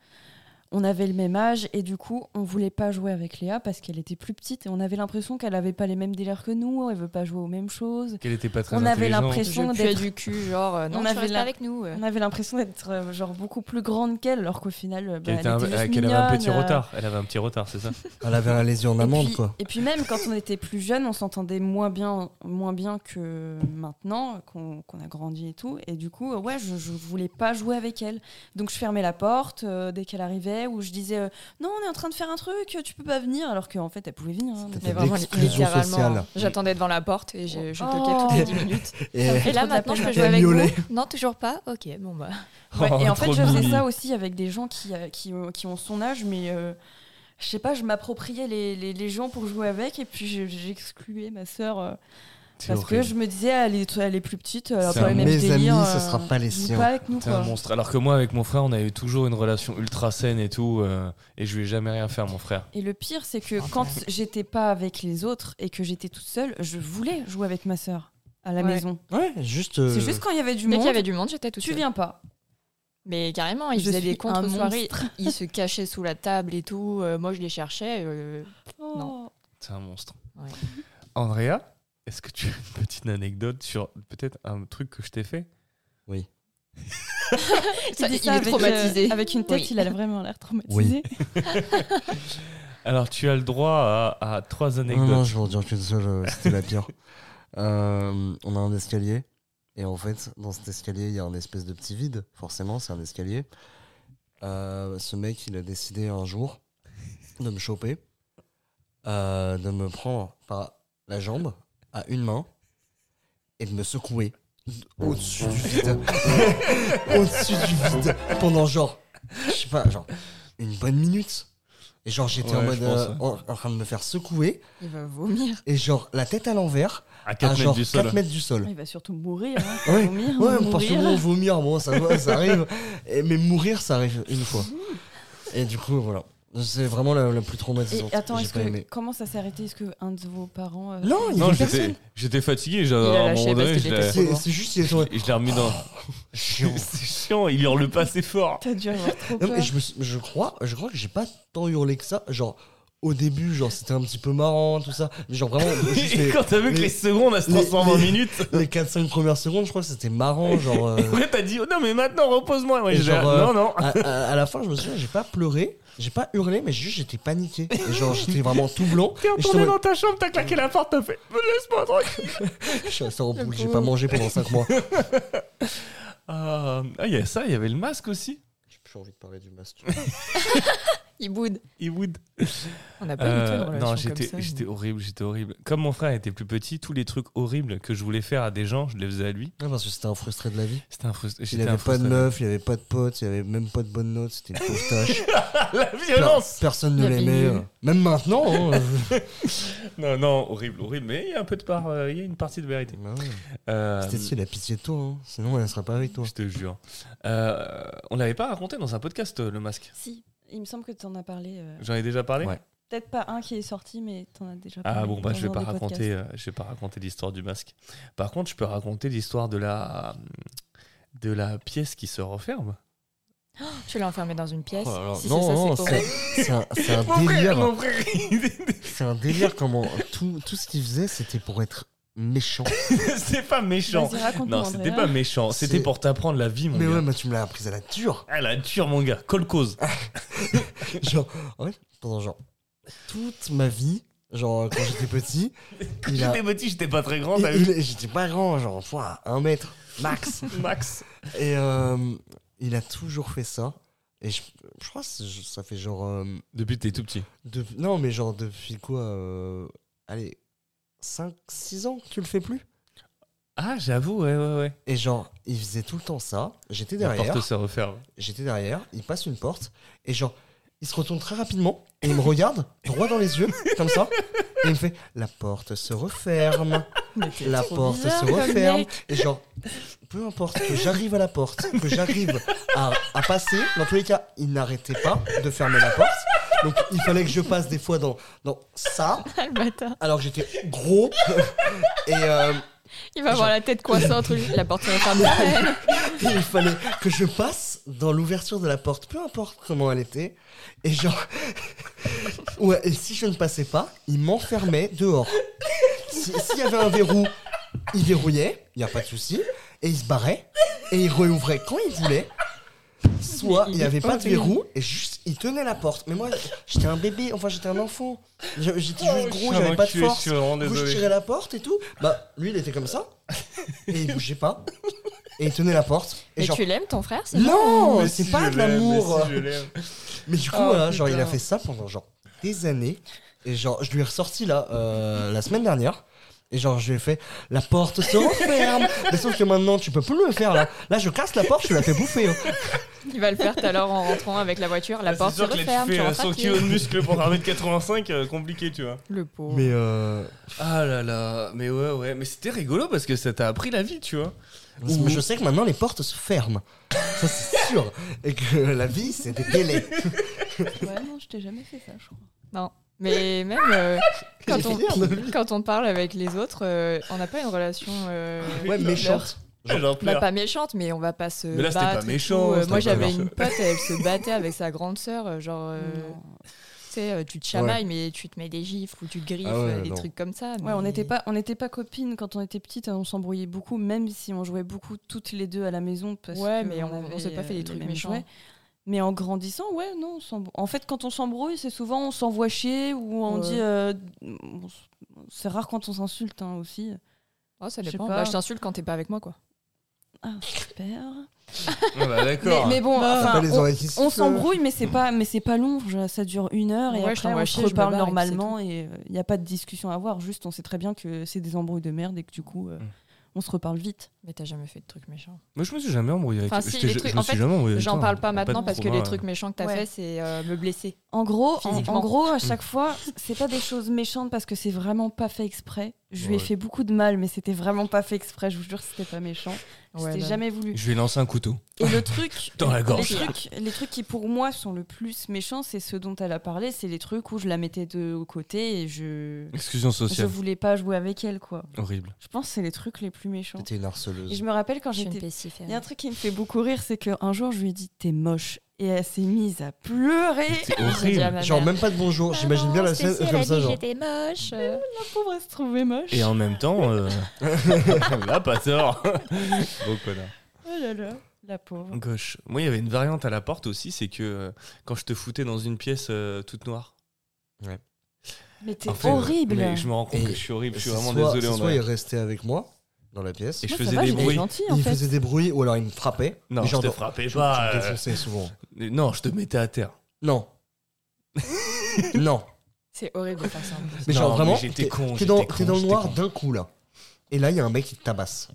Speaker 2: on avait le même âge et du coup, on voulait pas jouer avec Léa parce qu'elle était plus petite et on avait l'impression qu'elle avait pas les mêmes délires que nous, elle veut pas jouer aux mêmes choses.
Speaker 1: Qu'elle était pas très
Speaker 2: On avait
Speaker 1: intelligente.
Speaker 2: l'impression-
Speaker 3: je
Speaker 2: pression
Speaker 3: puais
Speaker 2: d'être-
Speaker 3: du cul, genre, euh, non,
Speaker 2: On
Speaker 3: tu
Speaker 2: avait
Speaker 3: restes
Speaker 2: la-
Speaker 3: pas avec nous. euh.
Speaker 2: On avait l'impression d'être euh, genre beaucoup plus grande qu'elle, alors qu'au final, euh, bah,
Speaker 1: Qu'elle était
Speaker 2: elle était
Speaker 1: un-
Speaker 2: juste
Speaker 1: euh, qu'elle avait un petit
Speaker 2: mignonne, euh,
Speaker 1: retard. Elle avait un petit retard, c'est ça
Speaker 4: Elle avait un lésion en
Speaker 2: et
Speaker 4: amande,
Speaker 2: puis,
Speaker 4: quoi.
Speaker 2: et puis même quand on était plus jeune, on s'entendait moins bien, moins bien que maintenant, qu'on qu'on a grandi et tout. Et du coup, euh, ouais, je, je voulais pas jouer avec elle. Donc je fermais la porte euh, dès qu'elle arrivait, ou je disais euh, non, on est en train de faire un truc, tu peux pas venir, alors qu'en fait, elle pouvait venir. hein.
Speaker 4: C'était
Speaker 3: Mais
Speaker 4: T'as
Speaker 3: vraiment,
Speaker 4: l'exclusion
Speaker 3: littéralement,
Speaker 4: sociale.
Speaker 3: j'attendais devant la porte et je, je toquais
Speaker 2: Oh.
Speaker 3: toutes les 10 minutes.
Speaker 4: Et
Speaker 2: me fait trop
Speaker 3: Et là,
Speaker 2: de la
Speaker 3: maintenant, je
Speaker 2: peine.
Speaker 3: peux
Speaker 4: Et
Speaker 3: jouer avec
Speaker 4: miauler.
Speaker 3: vous Non, toujours pas Ok, bon bah.
Speaker 2: Ouais, et en
Speaker 1: Oh,
Speaker 2: fait,
Speaker 1: trop
Speaker 2: je faisais
Speaker 1: mimi.
Speaker 2: ça aussi avec des gens qui, euh, qui, euh, qui ont son âge, mais euh, je sais pas, je m'appropriais les, les, les gens pour jouer avec, et puis je- j'excluais ma sœur euh,
Speaker 1: C'est
Speaker 2: parce que
Speaker 1: horrible.
Speaker 2: je me disais, elle est, elle est plus petite, elle a
Speaker 1: C'est
Speaker 2: pas
Speaker 1: un
Speaker 2: les mêmes
Speaker 4: mes
Speaker 2: délires. euh,
Speaker 4: amis, ce sera pas les
Speaker 2: joue
Speaker 4: siens.
Speaker 2: Pas avec nous,
Speaker 1: T'es un
Speaker 2: quoi.
Speaker 1: monstre. Alors que moi, avec mon frère, on a eu toujours une relation ultra saine et tout. euh, et je lui ai jamais rien fait à mon frère.
Speaker 2: Et le pire, c'est que
Speaker 3: Putain.
Speaker 2: quand j'étais pas avec les autres et que j'étais toute seule, je voulais jouer avec ma sœur. à la
Speaker 3: Ouais.
Speaker 2: maison.
Speaker 4: Ouais, juste. euh,
Speaker 2: C'est juste quand il y avait du
Speaker 3: Dès qu'il
Speaker 2: monde,
Speaker 3: y avait du monde, j'étais tout
Speaker 2: tu
Speaker 3: seul.
Speaker 2: viens pas.
Speaker 3: Mais carrément, ils
Speaker 2: Je
Speaker 3: faisaient
Speaker 2: suis
Speaker 3: des
Speaker 2: un
Speaker 3: contre-soirées. Ils se cachaient sous la table et tout. Euh, moi, je les cherchais. euh, Non.
Speaker 1: C'est un monstre.
Speaker 3: Ouais.
Speaker 1: Andrea, est-ce que tu as une petite anecdote sur peut-être un truc que je t'ai fait
Speaker 3: Ça,
Speaker 2: dit
Speaker 3: il
Speaker 2: ça
Speaker 3: est
Speaker 2: avec,
Speaker 3: traumatisé.
Speaker 2: euh, avec une tête,
Speaker 3: Oui.
Speaker 2: il a vraiment l'air traumatisé.
Speaker 1: Alors, tu as le droit à, à trois
Speaker 4: Non, non,
Speaker 1: anecdotes.
Speaker 4: je vais en dire qu'une seule, euh, c'était
Speaker 1: (laughs)
Speaker 4: la pire. Euh, on a un escalier, et en fait, dans cet escalier, il y a un espèce de petit vide, forcément, c'est un escalier. Euh, ce mec, il a décidé un jour de me choper, euh, de me prendre par la jambe à une main et de me secouer au-dessus du vide. (laughs) au-dessus du vide, pendant genre, je sais pas, genre une bonne minute. Et genre, j'étais en
Speaker 1: Ouais,
Speaker 4: mode
Speaker 1: je pense,
Speaker 4: euh, en- en train de me faire secouer
Speaker 3: Il va vomir.
Speaker 4: et genre la tête à l'envers,
Speaker 1: À
Speaker 4: à
Speaker 1: 4 mètres
Speaker 4: Ah, genre
Speaker 1: du sol.
Speaker 4: 4 mètres du sol.
Speaker 2: Ah, Il va surtout mourir. hein,
Speaker 4: Ouais.
Speaker 2: vomir,
Speaker 4: Ouais, parce que
Speaker 2: mourir.
Speaker 4: bon, vomir, bon, ça, va,
Speaker 2: (laughs)
Speaker 4: ça arrive. Et- mais mourir, ça arrive une fois. Et du coup, voilà. C'est vraiment la, la plus
Speaker 2: Et
Speaker 4: traumatisante.
Speaker 2: attends,
Speaker 4: J'ai
Speaker 2: est-ce
Speaker 4: pas
Speaker 2: que,
Speaker 4: aimé.
Speaker 2: comment ça s'est arrêté Est-ce que un de vos parents. euh,
Speaker 4: Non, il
Speaker 2: (laughs)
Speaker 4: y
Speaker 1: Non,
Speaker 4: avait
Speaker 1: j'étais
Speaker 4: personne.
Speaker 1: j'étais fatigué.
Speaker 3: Il
Speaker 1: genre,
Speaker 3: a
Speaker 1: à un
Speaker 3: lâché
Speaker 1: moment
Speaker 3: parce
Speaker 1: donné,
Speaker 3: qu'il
Speaker 1: je
Speaker 3: était
Speaker 1: l'ai-
Speaker 4: C'est c'est juste, il y a genre.
Speaker 1: je l'ai remis
Speaker 4: (laughs)
Speaker 1: dans.
Speaker 4: Chiant.
Speaker 1: (laughs) C'est chiant, il hurle pas assez fort.
Speaker 2: T'as dû avoir trop
Speaker 4: Non,
Speaker 2: peur.
Speaker 4: mais je, me suis- je crois, je crois que j'ai pas tant hurlé que ça. Genre, au début, genre, c'était un petit peu marrant, tout ça. Mais genre,
Speaker 2: (laughs)
Speaker 4: vraiment,
Speaker 1: (laughs)
Speaker 4: juste
Speaker 1: Et
Speaker 4: les,
Speaker 1: quand t'as vu que
Speaker 4: les-
Speaker 1: les secondes, elles se
Speaker 4: les-
Speaker 1: transforment en
Speaker 4: les-
Speaker 1: minutes,
Speaker 4: les 4-5 premières secondes, je crois que c'était marrant. Genre, euh,
Speaker 1: après t'as dit, oh, non mais maintenant, repose-moi. Moi,
Speaker 4: Et
Speaker 1: j'ai-
Speaker 4: genre, euh,
Speaker 1: Non, non.
Speaker 4: à, à- à la fin, je me souviens, j'ai pas pleuré, j'ai pas hurlé, mais juste j'étais paniqué. Et genre, j'étais vraiment tout blanc.
Speaker 1: T'es
Speaker 4: Et j'étais en
Speaker 1: retourné dans ta chambre, t'as claqué la porte, t'as fait, laisse-moi tranquille.
Speaker 4: mode, je suis resté en boule, j'ai pas mangé pendant 5 mois. J'ai
Speaker 1: Ah, ah, il y a ça, il y avait le masque aussi.
Speaker 4: plus envie de parler du masque.
Speaker 3: Il boude.
Speaker 1: Il would.
Speaker 3: On n'a pas eu
Speaker 1: Euh,
Speaker 3: une relation
Speaker 1: non,
Speaker 3: comme
Speaker 1: j'étais
Speaker 3: ça.
Speaker 1: j'étais horrible, j'étais horrible. Comme mon frère était plus petit, tous les trucs horribles que je voulais faire à des gens, je les faisais à lui.
Speaker 4: Non, Ah, parce que c'était un frustré de la vie.
Speaker 1: C'était un frust-
Speaker 4: Il
Speaker 1: j'étais
Speaker 4: avait
Speaker 1: un
Speaker 4: pas de
Speaker 1: frustré.
Speaker 4: meuf, il avait pas de potes, il avait même pas de bonnes notes, c'était une
Speaker 3: (laughs)
Speaker 4: pauvre tâche.
Speaker 1: (laughs) La violence
Speaker 4: Personne
Speaker 3: Il
Speaker 4: ne
Speaker 3: avait
Speaker 4: l'aimait.
Speaker 3: nul.
Speaker 4: euh, Même maintenant.
Speaker 3: (laughs)
Speaker 4: hein,
Speaker 1: Non, non, horrible, horrible. Mais il y a un peu de part, euh, il y a une partie de
Speaker 4: je-
Speaker 1: vérité.
Speaker 4: Bah ouais.
Speaker 1: Euh,
Speaker 4: C'était si, elle a pitié de toi, hein. sinon elle serait pas avec toi.
Speaker 1: je te jure. Euh, on l'avait pas raconté dans un podcast, euh, le masque.
Speaker 2: Si, il me semble que t'en as parlé. euh,
Speaker 1: J'en ai déjà parlé
Speaker 4: Ouais.
Speaker 2: Peut-être pas un qui est sorti, mais t'en as déjà parlé.
Speaker 1: Ah bon, bah,
Speaker 2: dans
Speaker 1: je vais
Speaker 2: un
Speaker 1: pas
Speaker 2: des podcasts.
Speaker 1: raconter, euh, je vais pas raconter l'histoire du masque. Par contre, je peux raconter l'histoire de la de la pièce qui se referme.
Speaker 3: Tu l'as enfermé dans une pièce.
Speaker 4: Oh là là.
Speaker 3: Si, c'est
Speaker 4: non,
Speaker 3: ça,
Speaker 4: non,
Speaker 3: c'est
Speaker 4: c'est
Speaker 3: horrible.
Speaker 4: c'est un, c'est un délire.
Speaker 3: (laughs)
Speaker 1: (laughs)
Speaker 4: C'est un délire comment tout, tout ce qu'il faisait, c'était pour être méchant.
Speaker 1: Oh, c'est pas méchant.
Speaker 2: Vas-y, raconte-nous,
Speaker 1: Non, c'était
Speaker 2: Andrea.
Speaker 1: pas méchant. C'était
Speaker 4: C'est-
Speaker 1: pour t'apprendre la vie, mon
Speaker 4: Mais
Speaker 1: gars.
Speaker 4: ouais, mais tu me l'as apprise à la dure.
Speaker 1: Ah, la dure, mon gars. Call cause.
Speaker 4: Ah, genre, en fait, pendant genre toute ma vie, genre quand j'étais petit,
Speaker 1: Quand
Speaker 4: il a-
Speaker 1: j'étais petit, j'étais pas très grand.
Speaker 4: il-
Speaker 1: T'as vu
Speaker 4: il- j'étais pas grand, genre fois un mètre
Speaker 1: (laughs)
Speaker 4: max.
Speaker 1: Max
Speaker 4: Et euh, il a toujours fait ça. Et je, je crois que c'est- je- ça fait genre. euh,
Speaker 1: Depuis que t'es tout petit.
Speaker 4: de- non, mais genre depuis quoi euh, Allez, 5-6 ans que tu le fais plus
Speaker 1: Ah, j'avoue, ouais, ouais, ouais.
Speaker 4: Et genre, il faisait tout le temps ça. J'étais
Speaker 1: La
Speaker 4: derrière.
Speaker 1: porte se referme.
Speaker 4: J'étais derrière, il passe une porte, et genre, il se retourne très rapidement, et il me regarde, droit dans les yeux, comme ça, et il me fait La porte se referme, la porte
Speaker 3: bizarre,
Speaker 4: se
Speaker 3: comme
Speaker 4: referme.
Speaker 3: mec.
Speaker 4: Et genre, peu importe que j'arrive à la porte, que j'arrive à, à passer, dans tous les cas, il n'arrêtait pas de fermer la porte. Donc il fallait que je passe des fois dans, dans ça,
Speaker 3: Ah, le bâtard.
Speaker 4: alors que j'étais gros, et. euh,
Speaker 3: Il va avoir la tête coincée entre lui. La porte se referme. derrière elle.
Speaker 4: Et il fallait que je passe dans l'ouverture de la porte, peu importe comment elle était. Et genre. (laughs) Ouais, et si je ne passais pas, il m'enfermait dehors. Si- S'il y avait un verrou, il verrouillait, il n'y a pas de souci. Et il se barrait. Et il réouvrait quand il voulait. Soit
Speaker 3: Mais il
Speaker 4: il n'y avait
Speaker 3: est
Speaker 4: pas de
Speaker 3: horrible.
Speaker 4: verrou, et juste il tenait la porte. Mais moi, j'étais un bébé, enfin j'étais un enfant. Je- J'étais
Speaker 1: Oh,
Speaker 4: juste gros, j'avais pas de force. Du coup, je tirais la porte et tout. Bah, lui, il était comme ça. Et il bougeait pas. Et il tenait la porte. (laughs) Et
Speaker 3: Mais
Speaker 4: genre,
Speaker 3: tu l'aimes, ton frère c'est vrai
Speaker 4: non, Oh, c'est pas de l'amour. Mais, du coup,
Speaker 3: Oh,
Speaker 4: voilà, genre, il a
Speaker 3: putain.
Speaker 4: fait ça pendant genre des années. Et genre, je lui ai ressorti là, euh, la semaine dernière. Et genre, je lui ai fait la porte se referme. Mais sauf que maintenant, tu peux plus le faire là. Là, je casse la porte, je la fais bouffer. hein.
Speaker 3: Il va le faire tout à l'heure en rentrant avec la voiture. La porte se referme.
Speaker 4: euh,
Speaker 3: Tu rentres à pied.
Speaker 1: de muscle pour 1m85, euh,
Speaker 4: (laughs)
Speaker 1: compliqué, tu vois.
Speaker 3: Le pauvre.
Speaker 4: Mais euh,
Speaker 1: Ah là là, mais ouais, ouais. Mais c'était rigolo parce que ça t'a appris la vie, tu vois.
Speaker 4: mais je sais que maintenant, les portes se ferment. Ça, c'est sûr. Et que la vie, c'est des délais.
Speaker 2: Ouais, non, je t'ai jamais fait ça, je crois.
Speaker 3: Non. Mais même, euh, quand,
Speaker 4: J'ai
Speaker 3: on,
Speaker 4: fini, Arnaud.
Speaker 3: (laughs) quand on parle avec les autres, euh, on n'a pas une relation. euh,
Speaker 4: Ouais, méchante.
Speaker 1: Genre,
Speaker 3: bah, pas méchante, mais on va pas se
Speaker 1: Mais là, c'était pas
Speaker 3: battre. et
Speaker 1: méchant,
Speaker 3: tout. Euh,
Speaker 1: c'était
Speaker 3: Moi,
Speaker 1: pas
Speaker 3: j'avais
Speaker 1: méchant.
Speaker 3: une pote, elle se battait avec sa grande sœur. euh, Genre, euh, tu sais, euh, tu te chamailles, mais tu te mets des gifles ou tu te griffes,
Speaker 4: Ah ouais,
Speaker 3: euh, des
Speaker 4: non.
Speaker 3: trucs comme ça.
Speaker 2: Ouais, on
Speaker 3: mais-
Speaker 2: n'était pas, on n'était pas copines quand on était petites, on s'embrouillait beaucoup, même si on jouait beaucoup toutes les deux à la maison. Parce
Speaker 3: Ouais,
Speaker 2: que
Speaker 3: mais on- on s'est
Speaker 2: avait,
Speaker 3: pas fait des
Speaker 2: euh, les
Speaker 3: trucs
Speaker 2: mêmes
Speaker 3: méchants.
Speaker 2: jouets. Mais en grandissant, ouais, non, on s'embrou- en fait, quand on s'embrouille, c'est souvent on s'envoie chier ou on
Speaker 3: Ouais.
Speaker 2: dit. euh, on s- c'est rare quand on s'insulte hein, aussi.
Speaker 3: Oh, ça
Speaker 2: Je sais
Speaker 3: dépend.
Speaker 2: pas.
Speaker 3: Bah, je t'insulte quand t'es pas avec moi, quoi.
Speaker 2: Ah, super. mais,
Speaker 1: d'accord.
Speaker 2: mais bon,
Speaker 3: Bah,
Speaker 2: enfin,
Speaker 4: Pas les
Speaker 2: on-
Speaker 4: oreilles qui
Speaker 2: on
Speaker 4: sifflent.
Speaker 2: s'embrouille, mais c'est pas, mais c'est pas long. je- Ça dure une heure et
Speaker 3: Ouais, je
Speaker 2: après
Speaker 3: t'envoie
Speaker 2: on
Speaker 3: chier,
Speaker 2: se
Speaker 3: je me
Speaker 2: reparle
Speaker 3: barre et puis c'est
Speaker 2: normalement et il n'y a pas de discussion à avoir. Juste, on sait très bien que c'est des embrouilles de merde et que du coup, euh,
Speaker 1: Mm.
Speaker 2: on se reparle vite.
Speaker 3: Mais t'as jamais fait de trucs méchants.
Speaker 1: Moi, je me suis jamais embrouillé avec
Speaker 3: Enfin,
Speaker 1: toi.
Speaker 3: si,
Speaker 1: Je t'ai-
Speaker 3: les
Speaker 1: je-
Speaker 3: trucs-
Speaker 1: je me
Speaker 3: en
Speaker 1: suis
Speaker 3: fait,
Speaker 1: jamais embrouillé avec
Speaker 3: J'en
Speaker 1: toi. hein.
Speaker 3: parle pas
Speaker 1: de
Speaker 3: maintenant parce que
Speaker 1: trauma,
Speaker 3: les
Speaker 1: ouais.
Speaker 3: trucs méchants que t'as
Speaker 2: Ouais.
Speaker 3: fait, c'est euh, me blesser.
Speaker 2: En gros, en,
Speaker 3: Physiquement.
Speaker 2: en gros, à chaque fois, c'est pas des choses méchantes parce que c'est vraiment pas fait exprès. Je lui ai
Speaker 1: Ouais.
Speaker 2: fait beaucoup de mal, mais c'était vraiment pas fait exprès. Je vous jure, c'était pas méchant.
Speaker 3: Ouais,
Speaker 2: c'était
Speaker 3: bah,
Speaker 2: jamais
Speaker 3: (laughs)
Speaker 2: voulu.
Speaker 1: Je lui ai lancé un couteau.
Speaker 2: Et le truc,
Speaker 1: Dans la gorge.
Speaker 2: Les trucs, les trucs qui pour moi sont le plus méchants, c'est ceux dont elle a parlé. C'est les trucs où je la mettais de côté et je
Speaker 1: Exclusion
Speaker 2: je
Speaker 1: sociale.
Speaker 2: voulais pas jouer avec elle quoi.
Speaker 1: Horrible.
Speaker 2: Je pense que c'est les trucs les plus méchants.
Speaker 4: T'étais une
Speaker 2: Et
Speaker 4: harceleuse.
Speaker 2: je me rappelle quand
Speaker 3: Je suis une
Speaker 2: j'étais
Speaker 3: pestiférée.
Speaker 2: il y a un truc qui me fait beaucoup rire, c'est qu'un jour je lui ai dit t'es moche et elle s'est mise à pleurer. (laughs)
Speaker 1: C'est
Speaker 3: J'ai dit à
Speaker 1: horrible.
Speaker 3: ma
Speaker 4: Genre,
Speaker 3: mère,
Speaker 4: même pas de bonjour.
Speaker 3: Bah
Speaker 4: J'imagine bien la scène comme ça, genre.
Speaker 3: J'étais moche. euh.
Speaker 2: La pauvre elle se trouvait moche.
Speaker 1: Et en même temps, euh, là,
Speaker 3: Ah,
Speaker 1: pas tort. (laughs) Beau connard.
Speaker 2: Oh là là, la pauvre.
Speaker 1: Gauche. Moi, il y avait une variante à la porte aussi, c'est que euh, quand je te foutais dans une pièce euh, toute noire.
Speaker 2: Mais t'es
Speaker 1: En fait,
Speaker 2: horrible.
Speaker 1: Mais je me rends compte
Speaker 4: Et
Speaker 1: que je suis horrible. Je suis
Speaker 4: C'est
Speaker 1: vraiment
Speaker 4: soit-
Speaker 1: désolé.
Speaker 4: c'est
Speaker 1: André.
Speaker 4: Soit il restait avec moi dans la pièce.
Speaker 1: Et je
Speaker 2: Moi, ça
Speaker 1: faisais
Speaker 2: va,
Speaker 1: des
Speaker 2: j'étais
Speaker 1: bruits.
Speaker 2: gentille, en
Speaker 4: Il
Speaker 2: fait.
Speaker 4: faisait des bruits ou alors il me frappait.
Speaker 1: Non,
Speaker 4: Mais
Speaker 1: je
Speaker 4: genre
Speaker 1: te
Speaker 4: dans-
Speaker 1: frappais
Speaker 4: Je je
Speaker 1: pas.
Speaker 4: me
Speaker 1: euh, (laughs)
Speaker 4: défonçais souvent.
Speaker 1: Non, je te mettais à terre.
Speaker 4: Non. (laughs) non.
Speaker 3: C'est horrible de faire ça. en plus.
Speaker 4: Mais
Speaker 1: Non,
Speaker 4: genre
Speaker 1: mais
Speaker 4: vraiment,
Speaker 1: j'étais
Speaker 4: t'es-
Speaker 1: con,
Speaker 4: t'es dans,
Speaker 1: j'étais
Speaker 4: t'es dans
Speaker 1: con,
Speaker 4: le noir
Speaker 1: j'étais
Speaker 4: d'un coup là. Et là, il y a un mec qui te tabasse.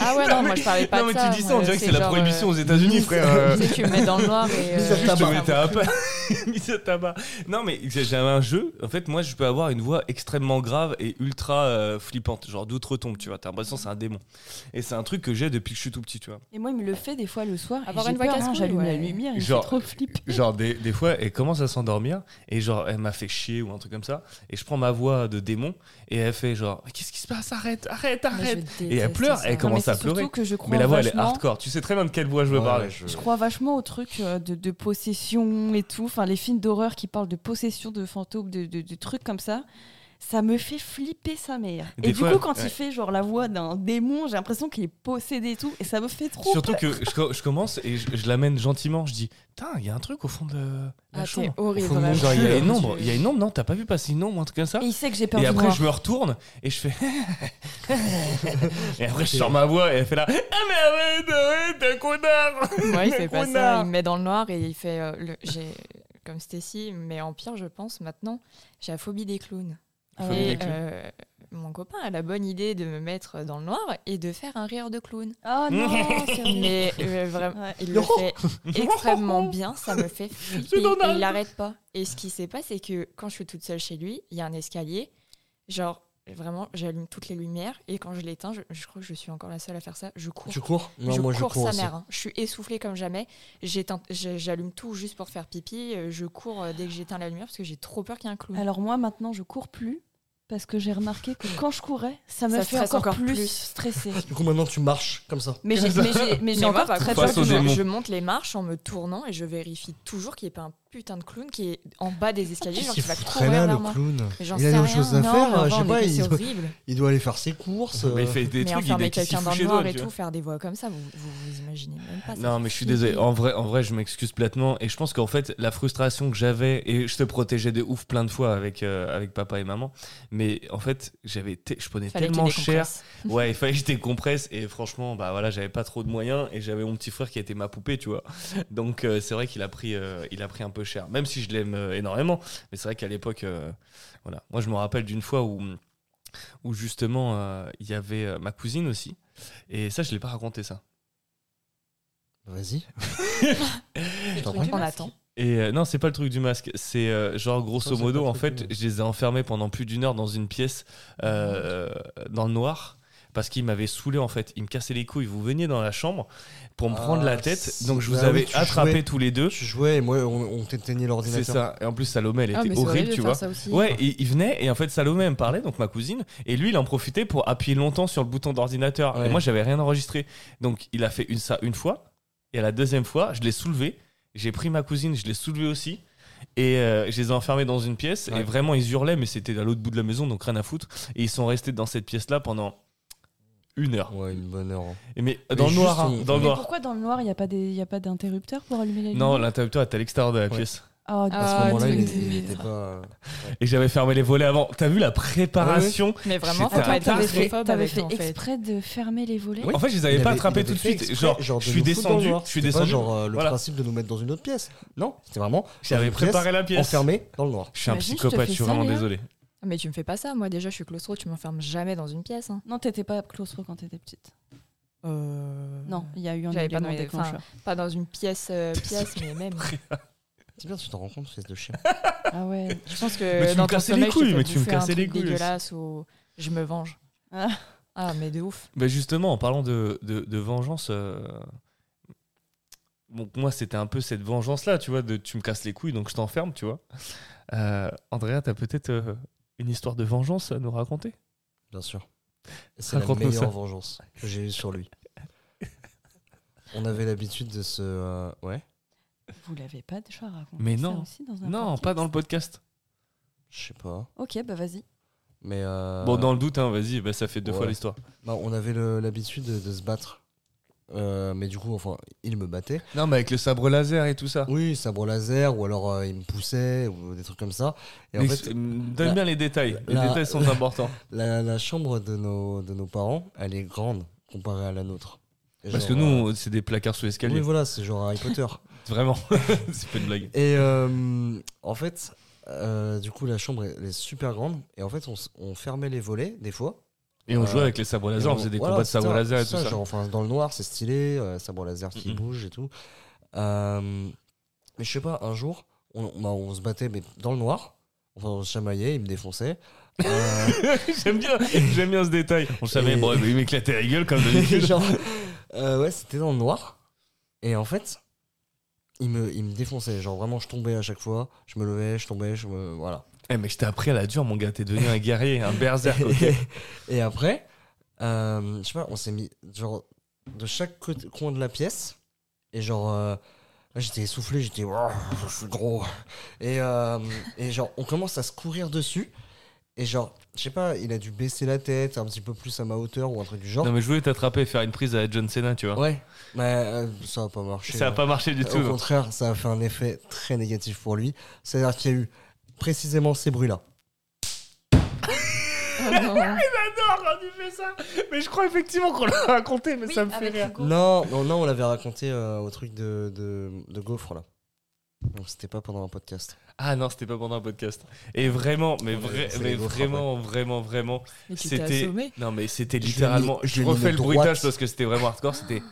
Speaker 3: Ah ouais, non, moi je
Speaker 1: (laughs)
Speaker 3: parlais pas
Speaker 1: non, mais
Speaker 3: de ça.
Speaker 1: tu dis ça, on
Speaker 3: moi,
Speaker 1: dirait que c'est la
Speaker 3: genre,
Speaker 1: prohibition
Speaker 3: euh,
Speaker 1: aux
Speaker 3: (laughs)
Speaker 1: États-Unis, frère. euh.
Speaker 3: Tu sais, tu me mets dans le noir
Speaker 1: (laughs)
Speaker 3: et. euh,
Speaker 4: Mise à
Speaker 1: Je te
Speaker 4: tabac.
Speaker 1: mettais (laughs) à part. Mise à tabac. Non, mais j'ai- j'avais un jeu. En fait, moi, je peux avoir une voix extrêmement grave et ultra euh, flippante, genre d'outre-tombe, tu vois. T'as l'impression que c'est un démon. Et c'est un truc que j'ai depuis que je suis tout petit, tu vois.
Speaker 2: Et moi, il me le fait des fois le soir. et
Speaker 3: Avoir
Speaker 2: j'ai
Speaker 3: une voix
Speaker 2: peur, hein,
Speaker 3: casse-couille,
Speaker 2: J'allume la
Speaker 3: ouais.
Speaker 2: lumière, il me
Speaker 1: Genre-
Speaker 2: fait trop flipper.
Speaker 1: Genre, des, des fois, elle commence à s'endormir et genre, elle m'a fait chier ou un truc comme ça. Et je prends ma voix de démon et elle fait genre, Mais qu'est-ce qui se passe Arrête, arrête, arrête. Et elle pleure, elle
Speaker 2: Non, mais
Speaker 1: commence à
Speaker 2: c'est surtout
Speaker 1: pleurer.
Speaker 2: que je crois
Speaker 1: Mais la voix, elle est
Speaker 2: vachement-
Speaker 1: hardcore. Tu sais très bien de quelle voix je veux
Speaker 4: Ouais,
Speaker 1: parler.
Speaker 4: je-
Speaker 2: Je crois vachement au truc euh, de, de possession et tout. Enfin, les films d'horreur qui parlent de possession, de fantômes, de, de- de trucs comme ça. Ça me fait flipper sa mère.
Speaker 1: Des
Speaker 2: et
Speaker 1: fois,
Speaker 2: du coup, quand
Speaker 1: ouais.
Speaker 2: il fait genre la voix d'un démon, j'ai l'impression qu'il est possédé et tout. Et ça me fait trop
Speaker 1: Surtout
Speaker 2: peur.
Speaker 1: que je, co- je commence et je, je l'amène gentiment. Je dis, putain, Ah, il y a un truc au fond de hein. la
Speaker 3: Ah,
Speaker 1: chambre.
Speaker 3: t'es horrible.
Speaker 4: Au fond de mon
Speaker 3: vraiment.
Speaker 4: genre,
Speaker 1: Il y a une
Speaker 3: Tu-
Speaker 1: ombre, il y a une ombre, non, t'as pas vu passer une ombre, un truc comme ça
Speaker 2: Et il sait que j'ai peur
Speaker 1: Et
Speaker 2: du
Speaker 1: après,
Speaker 2: noir.
Speaker 1: je me retourne et je fais. (laughs) et après, je sors ma voix et elle fait là. Ah, mais arrête, arrête, t'es un connard
Speaker 3: Moi, il fait pas ça.
Speaker 1: Connard.
Speaker 3: Il me met dans le noir et il fait. euh, le- j'ai- Comme Stacy, mais en pire, je pense maintenant, j'ai la phobie des clowns.
Speaker 2: Ah
Speaker 1: Phobie
Speaker 2: ouais.
Speaker 1: des
Speaker 3: Et euh, mon copain a la bonne idée de me mettre dans le noir et de faire un rire
Speaker 1: (laughs)
Speaker 3: de clown.
Speaker 2: (laughs) Ah non, c'est horrible.
Speaker 3: Mais euh, vraiment,
Speaker 2: Ouais.
Speaker 3: il
Speaker 2: (laughs)
Speaker 3: le fait extrêmement bien, ça me fait flipper.
Speaker 1: Donald.
Speaker 3: Et il n'arrête pas. Et ce qui s'est passé, c'est que quand je suis toute seule chez lui, il y a un escalier. Genre, vraiment, j'allume toutes les lumières et quand je l'éteins, je, je crois que je suis encore la seule à faire ça. Je cours.
Speaker 4: Tu cours Non,
Speaker 3: je
Speaker 4: moi je
Speaker 3: cours
Speaker 4: cours
Speaker 3: sa
Speaker 4: aussi.
Speaker 3: mère. hein. Je suis essoufflée comme jamais. J'éteins- j'ai- J'allume tout juste pour faire pipi. Euh, Je cours euh, dès que j'éteins la lumière parce que j'ai trop peur qu'il y ait un clown.
Speaker 2: Alors moi, maintenant, je cours plus. Parce que j'ai remarqué que quand je courais, ça me
Speaker 3: Ça
Speaker 2: fait
Speaker 3: stresse
Speaker 2: encore,
Speaker 3: encore
Speaker 2: plus,
Speaker 1: (laughs)
Speaker 3: plus.
Speaker 2: stresser.
Speaker 4: Du coup, maintenant tu marches comme ça.
Speaker 2: Mais j'ai- mais j'ai mais j'ai
Speaker 3: Mais moi,
Speaker 2: encore
Speaker 3: par
Speaker 2: très
Speaker 3: contre,
Speaker 1: Face
Speaker 2: peur du
Speaker 1: aux
Speaker 2: noir.
Speaker 1: démons.
Speaker 3: je, je monte les marches en me tournant et je vérifie toujours qu'il n'y ait pas un putain de clown qui est en bas des escaliers.
Speaker 4: Qu'est-ce
Speaker 3: Genre,
Speaker 4: qu'il
Speaker 3: qui va
Speaker 4: foutrait
Speaker 3: courir
Speaker 4: là,
Speaker 3: vers
Speaker 4: le
Speaker 3: moi.
Speaker 4: clown
Speaker 3: Mais j'en
Speaker 4: Il a
Speaker 3: sais
Speaker 4: des
Speaker 3: rien.
Speaker 4: choses à
Speaker 3: Non,
Speaker 4: faire,
Speaker 3: mais
Speaker 4: euh,
Speaker 3: on
Speaker 4: je
Speaker 3: va
Speaker 4: sais
Speaker 3: en
Speaker 4: pas,
Speaker 3: écouter,
Speaker 4: il
Speaker 3: C'est
Speaker 4: doit-
Speaker 3: horrible.
Speaker 4: Il doit aller faire ses courses.
Speaker 1: Mais il
Speaker 4: euh,
Speaker 1: fait des
Speaker 3: mais
Speaker 1: trucs, il
Speaker 3: enfermer
Speaker 1: est
Speaker 3: quelqu'un dans
Speaker 1: chez
Speaker 3: le
Speaker 1: toi.
Speaker 3: noir et
Speaker 1: tu
Speaker 3: tout,
Speaker 1: vois.
Speaker 3: faire des voix comme ça, vous vous, vous imaginez même pas. ça
Speaker 1: Non,
Speaker 3: fait
Speaker 1: mais je suis
Speaker 3: flipper.
Speaker 1: désolé. En vrai, en vrai, je m'excuse platement. Et je pense qu'en fait, la frustration que j'avais, et je te protégeais de ouf plein de fois avec, euh, avec papa et maman, mais en fait, j'avais, te- je prenais
Speaker 3: Fallait que tu
Speaker 1: tellement cher.
Speaker 3: décompresses.
Speaker 1: Ouais, il fallait que je décompresse et franchement, bah voilà, j'avais pas trop de moyens et j'avais mon petit frère qui était ma poupée, tu vois. Donc euh, c'est vrai qu'il a pris, euh, il a pris un peu cher, même si je l'aime euh, énormément. Mais c'est vrai qu'à l'époque, euh, voilà, moi je me rappelle d'une fois où, où justement euh, il y avait euh, ma cousine aussi et ça je l'ai pas raconté ça.
Speaker 4: Vas-y. Je t'en
Speaker 2: truc
Speaker 4: prie.
Speaker 2: du
Speaker 3: On
Speaker 2: masque.
Speaker 3: attend.
Speaker 1: Et euh, non, c'est pas le truc du masque. C'est euh, genre
Speaker 4: Ça,
Speaker 1: grosso
Speaker 4: c'est
Speaker 1: modo,
Speaker 4: pas le
Speaker 1: en
Speaker 4: truc du
Speaker 1: fait,
Speaker 4: masque.
Speaker 1: je les ai enfermés pendant plus d'une heure dans une pièce euh, dans le noir.
Speaker 6: parce qu'il m'avait saoulé en fait. Il me cassait les couilles. Vous veniez dans la chambre pour me
Speaker 4: Ah,
Speaker 6: prendre la tête.
Speaker 4: c'est-
Speaker 6: Donc je vous
Speaker 4: bah oui,
Speaker 6: avais
Speaker 4: tu
Speaker 6: attrapé
Speaker 4: jouais.
Speaker 6: tous les deux.
Speaker 4: Tu jouais et moi, on, on t'éteignait
Speaker 6: C'est
Speaker 4: l'ordinateur.
Speaker 6: ça. Et en plus, Salomé, elle
Speaker 3: Ah, mais
Speaker 6: était
Speaker 3: c'est
Speaker 6: horrible,
Speaker 3: horrible de
Speaker 6: tu
Speaker 3: faire
Speaker 6: vois.
Speaker 3: ça aussi.
Speaker 6: Ouais, et il venait et en fait Salomé elle me parlait, donc ma cousine, et lui il en profitait pour appuyer longtemps sur le bouton d'ordinateur.
Speaker 4: Ouais.
Speaker 6: Et moi j'avais rien enregistré. Donc il a fait une, ça une fois, et à la deuxième fois je l'ai soulevé, j'ai pris ma cousine, je l'ai soulevée aussi, et euh, je les ai enfermés dans une pièce,
Speaker 4: Ouais.
Speaker 6: et vraiment ils hurlaient, mais c'était à l'autre bout de la maison, donc rien à foutre. Et ils sont restés dans cette pièce là pendant une heure.
Speaker 4: Ouais, une bonne heure. hein.
Speaker 6: Et mais dans le
Speaker 4: juste,
Speaker 6: noir, hein,
Speaker 4: on-
Speaker 6: dans le
Speaker 2: Mais
Speaker 6: noir.
Speaker 2: pourquoi dans le noir, il n'y a pas des- y a pas d'interrupteur pour allumer la lumière
Speaker 6: Non, l'interrupteur était à l'extérieur de la
Speaker 4: Ouais.
Speaker 6: pièce.
Speaker 2: Ah,
Speaker 3: Ah,
Speaker 4: À ce moment-là, il
Speaker 3: tu-
Speaker 4: était- il était pas.
Speaker 6: Et j'avais fermé les volets avant. T'as vu la préparation
Speaker 3: Mais vraiment,
Speaker 6: J'étais
Speaker 3: faut
Speaker 6: à-
Speaker 3: pas être
Speaker 2: T'avais fait,
Speaker 3: claustrophobe
Speaker 2: t'avais
Speaker 3: avec
Speaker 2: fait
Speaker 3: eux, en fait.
Speaker 2: exprès de fermer les volets
Speaker 4: Oui.
Speaker 6: En fait, je les
Speaker 4: Il
Speaker 6: avais pas
Speaker 4: avait-
Speaker 6: attrapés
Speaker 4: il
Speaker 6: tout
Speaker 4: avait
Speaker 6: de
Speaker 4: fait
Speaker 6: suite.
Speaker 4: exprès,
Speaker 6: Genre,
Speaker 4: de
Speaker 6: je suis
Speaker 4: nous foutre dans le
Speaker 6: descendu,
Speaker 4: noir.
Speaker 6: je suis
Speaker 4: C'était pas
Speaker 6: descendu.
Speaker 4: genre euh, le
Speaker 6: Voilà.
Speaker 4: principe de nous mettre dans une autre pièce. Non, c'était vraiment.
Speaker 6: J'avais
Speaker 4: dans une pièce,
Speaker 6: préparé la pièce.
Speaker 4: Enfermé dans le noir.
Speaker 6: Je suis un
Speaker 2: Imagine, je te
Speaker 6: psychopathe,
Speaker 2: fais
Speaker 6: je suis
Speaker 2: ça,
Speaker 6: vraiment
Speaker 2: Léa.
Speaker 6: désolé.
Speaker 3: Ah, Mais tu me fais pas ça, moi déjà je suis claustro, tu m'enfermes jamais dans une pièce. hein.
Speaker 2: Non, t'étais pas claustro quand t'étais petite. Non, il y a eu un
Speaker 3: J'avais pas
Speaker 2: élément
Speaker 3: demandé, enfin,
Speaker 2: déclencheur.
Speaker 3: Pas dans une pièce, euh, pièce mais même.
Speaker 4: C'est bien, tu t'en rends compte, fils de chien.
Speaker 6: (laughs)
Speaker 2: Ah ouais.
Speaker 3: Je pense que
Speaker 6: Mais tu me
Speaker 3: dans ton
Speaker 6: cassais les
Speaker 3: sommeil, je te
Speaker 6: couilles,
Speaker 3: fais
Speaker 6: mais tu me
Speaker 3: bouffer un
Speaker 6: cassais les
Speaker 3: truc
Speaker 6: couilles aussi.
Speaker 3: dégueulasse ou je me venge.
Speaker 2: Ah.
Speaker 3: Ah, mais de ouf.
Speaker 6: Bah justement, en parlant de, de, de vengeance, euh, bon, moi c'était un peu cette vengeance-là, tu vois, de tu me casses les couilles, donc je t'enferme, tu vois. Euh, Andrea, t'as peut-être euh, une histoire de vengeance à nous raconter
Speaker 4: Bien sûr. C'est la
Speaker 6: Raconte-nous
Speaker 4: meilleure
Speaker 6: ça.
Speaker 4: vengeance que j'ai eue sur lui. On avait l'habitude de se. euh, Ouais,
Speaker 2: Vous l'avez pas déjà raconté
Speaker 6: Mais
Speaker 2: ça
Speaker 6: non.
Speaker 2: aussi dans un
Speaker 6: Non,
Speaker 2: podcast
Speaker 6: pas dans le podcast.
Speaker 4: je sais pas.
Speaker 2: Ok, bah vas-y.
Speaker 4: Mais. euh,
Speaker 6: Bon, dans le doute, hein, vas-y, bah, ça fait deux
Speaker 4: Ouais.
Speaker 6: fois l'histoire.
Speaker 4: bah, on avait le- l'habitude de, de se battre. Euh, mais du coup, enfin, il me battait.
Speaker 6: Non, mais avec le sabre laser et tout ça.
Speaker 4: Oui, sabre laser, ou alors euh, il me poussait, ou des trucs comme ça. Et en
Speaker 6: Mais
Speaker 4: fait,
Speaker 6: c'est- mm, Donne
Speaker 4: la-
Speaker 6: bien les détails, les
Speaker 4: la-
Speaker 6: détails sont
Speaker 4: (laughs) la-
Speaker 6: importants.
Speaker 4: la, la chambre de nos, de nos parents, elle est grande comparée à la nôtre. Et
Speaker 6: Parce que
Speaker 4: genre,
Speaker 6: nous,
Speaker 4: euh,
Speaker 6: on- c'est des placards sous
Speaker 4: oui,
Speaker 6: escalier.
Speaker 4: voilà, c'est genre Harry
Speaker 6: (laughs)
Speaker 4: Potter.
Speaker 6: Vraiment, (laughs) c'est pas une blague.
Speaker 4: Et euh, en fait, euh, du coup, la chambre elle est super grande. Et en fait, on, s- on fermait les volets des fois.
Speaker 6: Et on jouait
Speaker 4: Euh,
Speaker 6: avec les sabres laser,
Speaker 4: Et
Speaker 6: on faisait des
Speaker 4: voilà,
Speaker 6: combats de
Speaker 4: c'est
Speaker 6: sabres
Speaker 4: ça,
Speaker 6: laser et
Speaker 4: c'est
Speaker 6: tout ça.
Speaker 4: genre, enfin, dans le noir, c'est stylé, euh, sabre laser qui
Speaker 6: Mhm.
Speaker 4: bouge et tout. Euh, mais je sais pas, un jour, on, on- bah, on se battait mais dans le noir. Enfin, on se chamaillait, il me défonçait.
Speaker 6: (laughs)
Speaker 4: Euh,
Speaker 6: J'aime bien, j'aime bien ce détail. On savait,
Speaker 4: Et-
Speaker 6: bon, il m'éclatait la gueule comme
Speaker 4: Et
Speaker 6: d'habitude.
Speaker 4: (laughs) genre, euh, ouais, c'était dans le noir. Et en fait, il me, il me défonçait. Genre, vraiment, je tombais à chaque fois. Je me levais, je tombais, je me. Voilà.
Speaker 6: Eh, mais je t'ai appris à la dure, mon gars. T'es devenu un guerrier, un berserk.
Speaker 4: (laughs)
Speaker 6: ok.
Speaker 4: Et après, euh, je sais pas, on s'est mis, genre, de chaque côté- coin de la pièce. Et genre, euh, là, j'étais essoufflé, j'étais. Ouah, Je suis gros. Et, euh, et genre, on commence à se courir dessus. Et genre, je sais pas, il a dû baisser la tête un petit peu plus à ma hauteur ou un truc du genre.
Speaker 6: Non, mais je voulais t'attraper et faire une prise à John Cena, tu vois.
Speaker 4: Ouais, mais euh, ça a pas marché.
Speaker 6: ça a pas marché du tout. hein.
Speaker 4: Au contraire, ça a fait un effet très négatif pour lui. C'est-à-dire qu'il y a eu précisément ces bruits-là.
Speaker 6: J'adore quand tu fais ça. Mais je crois effectivement qu'on l'a raconté, mais ça me fait rire.
Speaker 4: Non, non, non, on l'avait raconté euh, au truc de, de, de Gaufre, là. Donc c'était pas pendant un
Speaker 3: (laughs)
Speaker 4: podcast.
Speaker 6: Ah non, c'était pas pendant un podcast. Et vraiment, mais,
Speaker 4: On avait
Speaker 6: vrai-
Speaker 4: lancé
Speaker 6: mais
Speaker 4: les gaufres
Speaker 6: vraiment, vraiment, vraiment,
Speaker 3: Mais tu t'es
Speaker 6: c'était.
Speaker 3: assommé.
Speaker 6: Non, mais c'était
Speaker 4: Je l'ai mis-
Speaker 6: littéralement.
Speaker 4: je
Speaker 6: Je,
Speaker 4: l'ai mis
Speaker 6: refais
Speaker 4: de
Speaker 6: le
Speaker 4: droite.
Speaker 6: bruitage parce que c'était vraiment hardcore. C'était.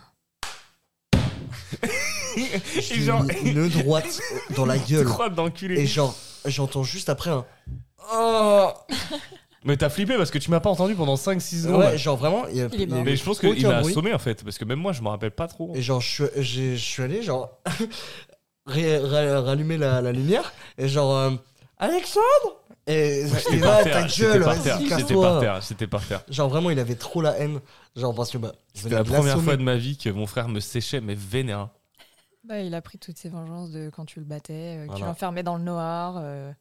Speaker 4: Je
Speaker 6: Et
Speaker 4: lui ai
Speaker 6: genre.
Speaker 4: mis une
Speaker 3: (laughs)
Speaker 4: droite dans la gueule.
Speaker 6: Croix d'enculé.
Speaker 4: Et genre, j'entends juste après hein. un. Oh
Speaker 6: Mais t'as flippé parce que tu m'as pas entendu pendant 5-6 secondes.
Speaker 4: Ouais, genre vraiment. Il y a-
Speaker 3: Il est
Speaker 4: il y a
Speaker 3: mort.
Speaker 4: eu
Speaker 6: Mais je pense
Speaker 4: aucun
Speaker 6: qu'il m'a
Speaker 4: bruit.
Speaker 6: assommé en fait, parce que même moi je me rappelle pas trop.
Speaker 4: Et genre, je, suis- j'ai- je suis allé, genre, (laughs) ré- ré- rallumer la, la lumière, et genre, euh, Alexandre Et
Speaker 6: J'étais
Speaker 4: il
Speaker 6: par
Speaker 4: va,
Speaker 6: terre,
Speaker 4: ta
Speaker 6: j'étais
Speaker 4: gueule,
Speaker 6: par
Speaker 4: vas-y, hein.
Speaker 6: terre, j'étais
Speaker 4: casse-toi.
Speaker 6: par terre, j'étais par terre.
Speaker 4: Genre, vraiment, il avait trop la haine. Genre, parce que bah, je
Speaker 6: C'était
Speaker 4: venais
Speaker 6: la
Speaker 4: de
Speaker 6: première
Speaker 4: l'assommer.
Speaker 6: fois de ma vie que mon frère me séchait, mais vénère.
Speaker 3: Bah, il a pris toutes ses vengeances de quand tu le battais, euh, que tu
Speaker 4: Voilà.
Speaker 3: l'enfermais dans le noir. euh.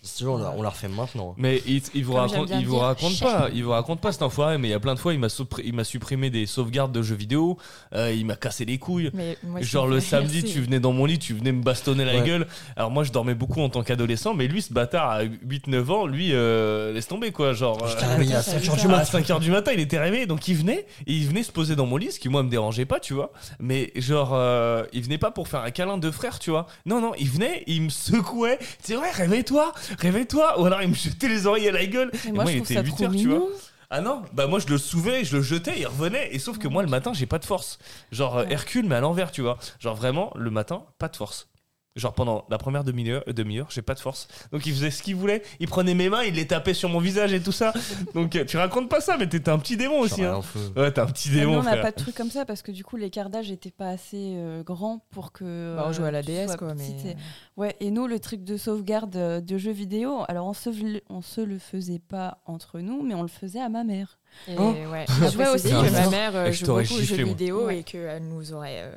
Speaker 4: Si tu veux, on la, on la refait maintenant. hein.
Speaker 6: Mais il, il vous
Speaker 3: Comme j'aime
Speaker 6: raconte,
Speaker 3: bien
Speaker 6: il vous
Speaker 3: dire,
Speaker 6: raconte
Speaker 3: chef.
Speaker 6: pas, il vous raconte pas cet enfoiré, mais il y a plein de fois il m'a suppré- il m'a supprimé des sauvegardes de jeux vidéo, euh, il m'a cassé les couilles.
Speaker 3: Mais moi, ce qui
Speaker 6: Genre
Speaker 3: me (laughs)
Speaker 6: le
Speaker 3: fait rire,
Speaker 6: samedi,
Speaker 3: c'est-
Speaker 6: tu venais dans mon lit, tu venais me bastonner la
Speaker 4: Ouais.
Speaker 6: gueule. Alors moi je dormais beaucoup en tant qu'adolescent, mais lui ce bâtard à 8-9 ans, lui euh, laisse tomber quoi, genre.
Speaker 4: Je
Speaker 6: euh,
Speaker 4: t'ai réveillé à
Speaker 3: attends, ça Ah,
Speaker 4: 5 heures du
Speaker 3: va
Speaker 6: à
Speaker 4: matin.
Speaker 6: 5h du matin, il était réveillé, donc il venait, et il venait se poser dans mon lit, ce qui moi me dérangeait pas, tu vois. Mais genre, euh, il venait pas pour faire un câlin de frère, tu vois. Non, non, il venait, il me secouait, tu sais, ouais, réveille-toi, réveille-toi, ou alors il me jetait les oreilles à la gueule.
Speaker 2: Mais moi,
Speaker 6: moi,
Speaker 2: je
Speaker 6: il
Speaker 2: trouve
Speaker 6: était
Speaker 2: ça trop
Speaker 6: 8 heures, tu
Speaker 2: mignon.
Speaker 6: Ah non, bah moi je le souvais, je le jetais, il revenait, et sauf que moi le matin, j'ai pas de force. Genre euh, Hercule, mais à l'envers, tu vois. Genre vraiment, le matin, pas de force. genre pendant la première demi-heure, euh, demi-heure, j'ai pas de force. Donc il faisait ce qu'il voulait, il prenait mes mains, il les tapait sur mon visage et tout ça. Donc euh, tu racontes pas ça, mais t'étais un petit démon aussi. hein. Ouais, t'es un petit
Speaker 2: Mais nous,
Speaker 6: démon,
Speaker 2: on n'a
Speaker 6: frère.
Speaker 2: pas de truc comme ça parce que du coup, l'écart d'âge n'était pas assez euh, grand pour que.
Speaker 3: Bah, on joue à la
Speaker 2: euh, tu
Speaker 3: DS,
Speaker 2: sois
Speaker 3: quoi, mais.
Speaker 2: petite et- Ouais, et nous, le truc de sauvegarde euh, de jeux vidéo, alors on se, le- on se le faisait pas entre nous, mais on le faisait à ma mère.
Speaker 3: Et
Speaker 4: Oh.
Speaker 6: (laughs)
Speaker 3: ouais.
Speaker 2: Je
Speaker 3: Après,
Speaker 2: jouais
Speaker 3: c'est
Speaker 2: aussi.
Speaker 3: dit que
Speaker 4: Ah,
Speaker 3: ma
Speaker 4: non.
Speaker 3: mère euh,
Speaker 6: Et je
Speaker 3: joue beaucoup
Speaker 6: t'aurais
Speaker 3: aux
Speaker 6: giflé,
Speaker 3: jeux
Speaker 6: moi.
Speaker 3: vidéo
Speaker 2: Ouais.
Speaker 3: et qu'elle nous aurait euh,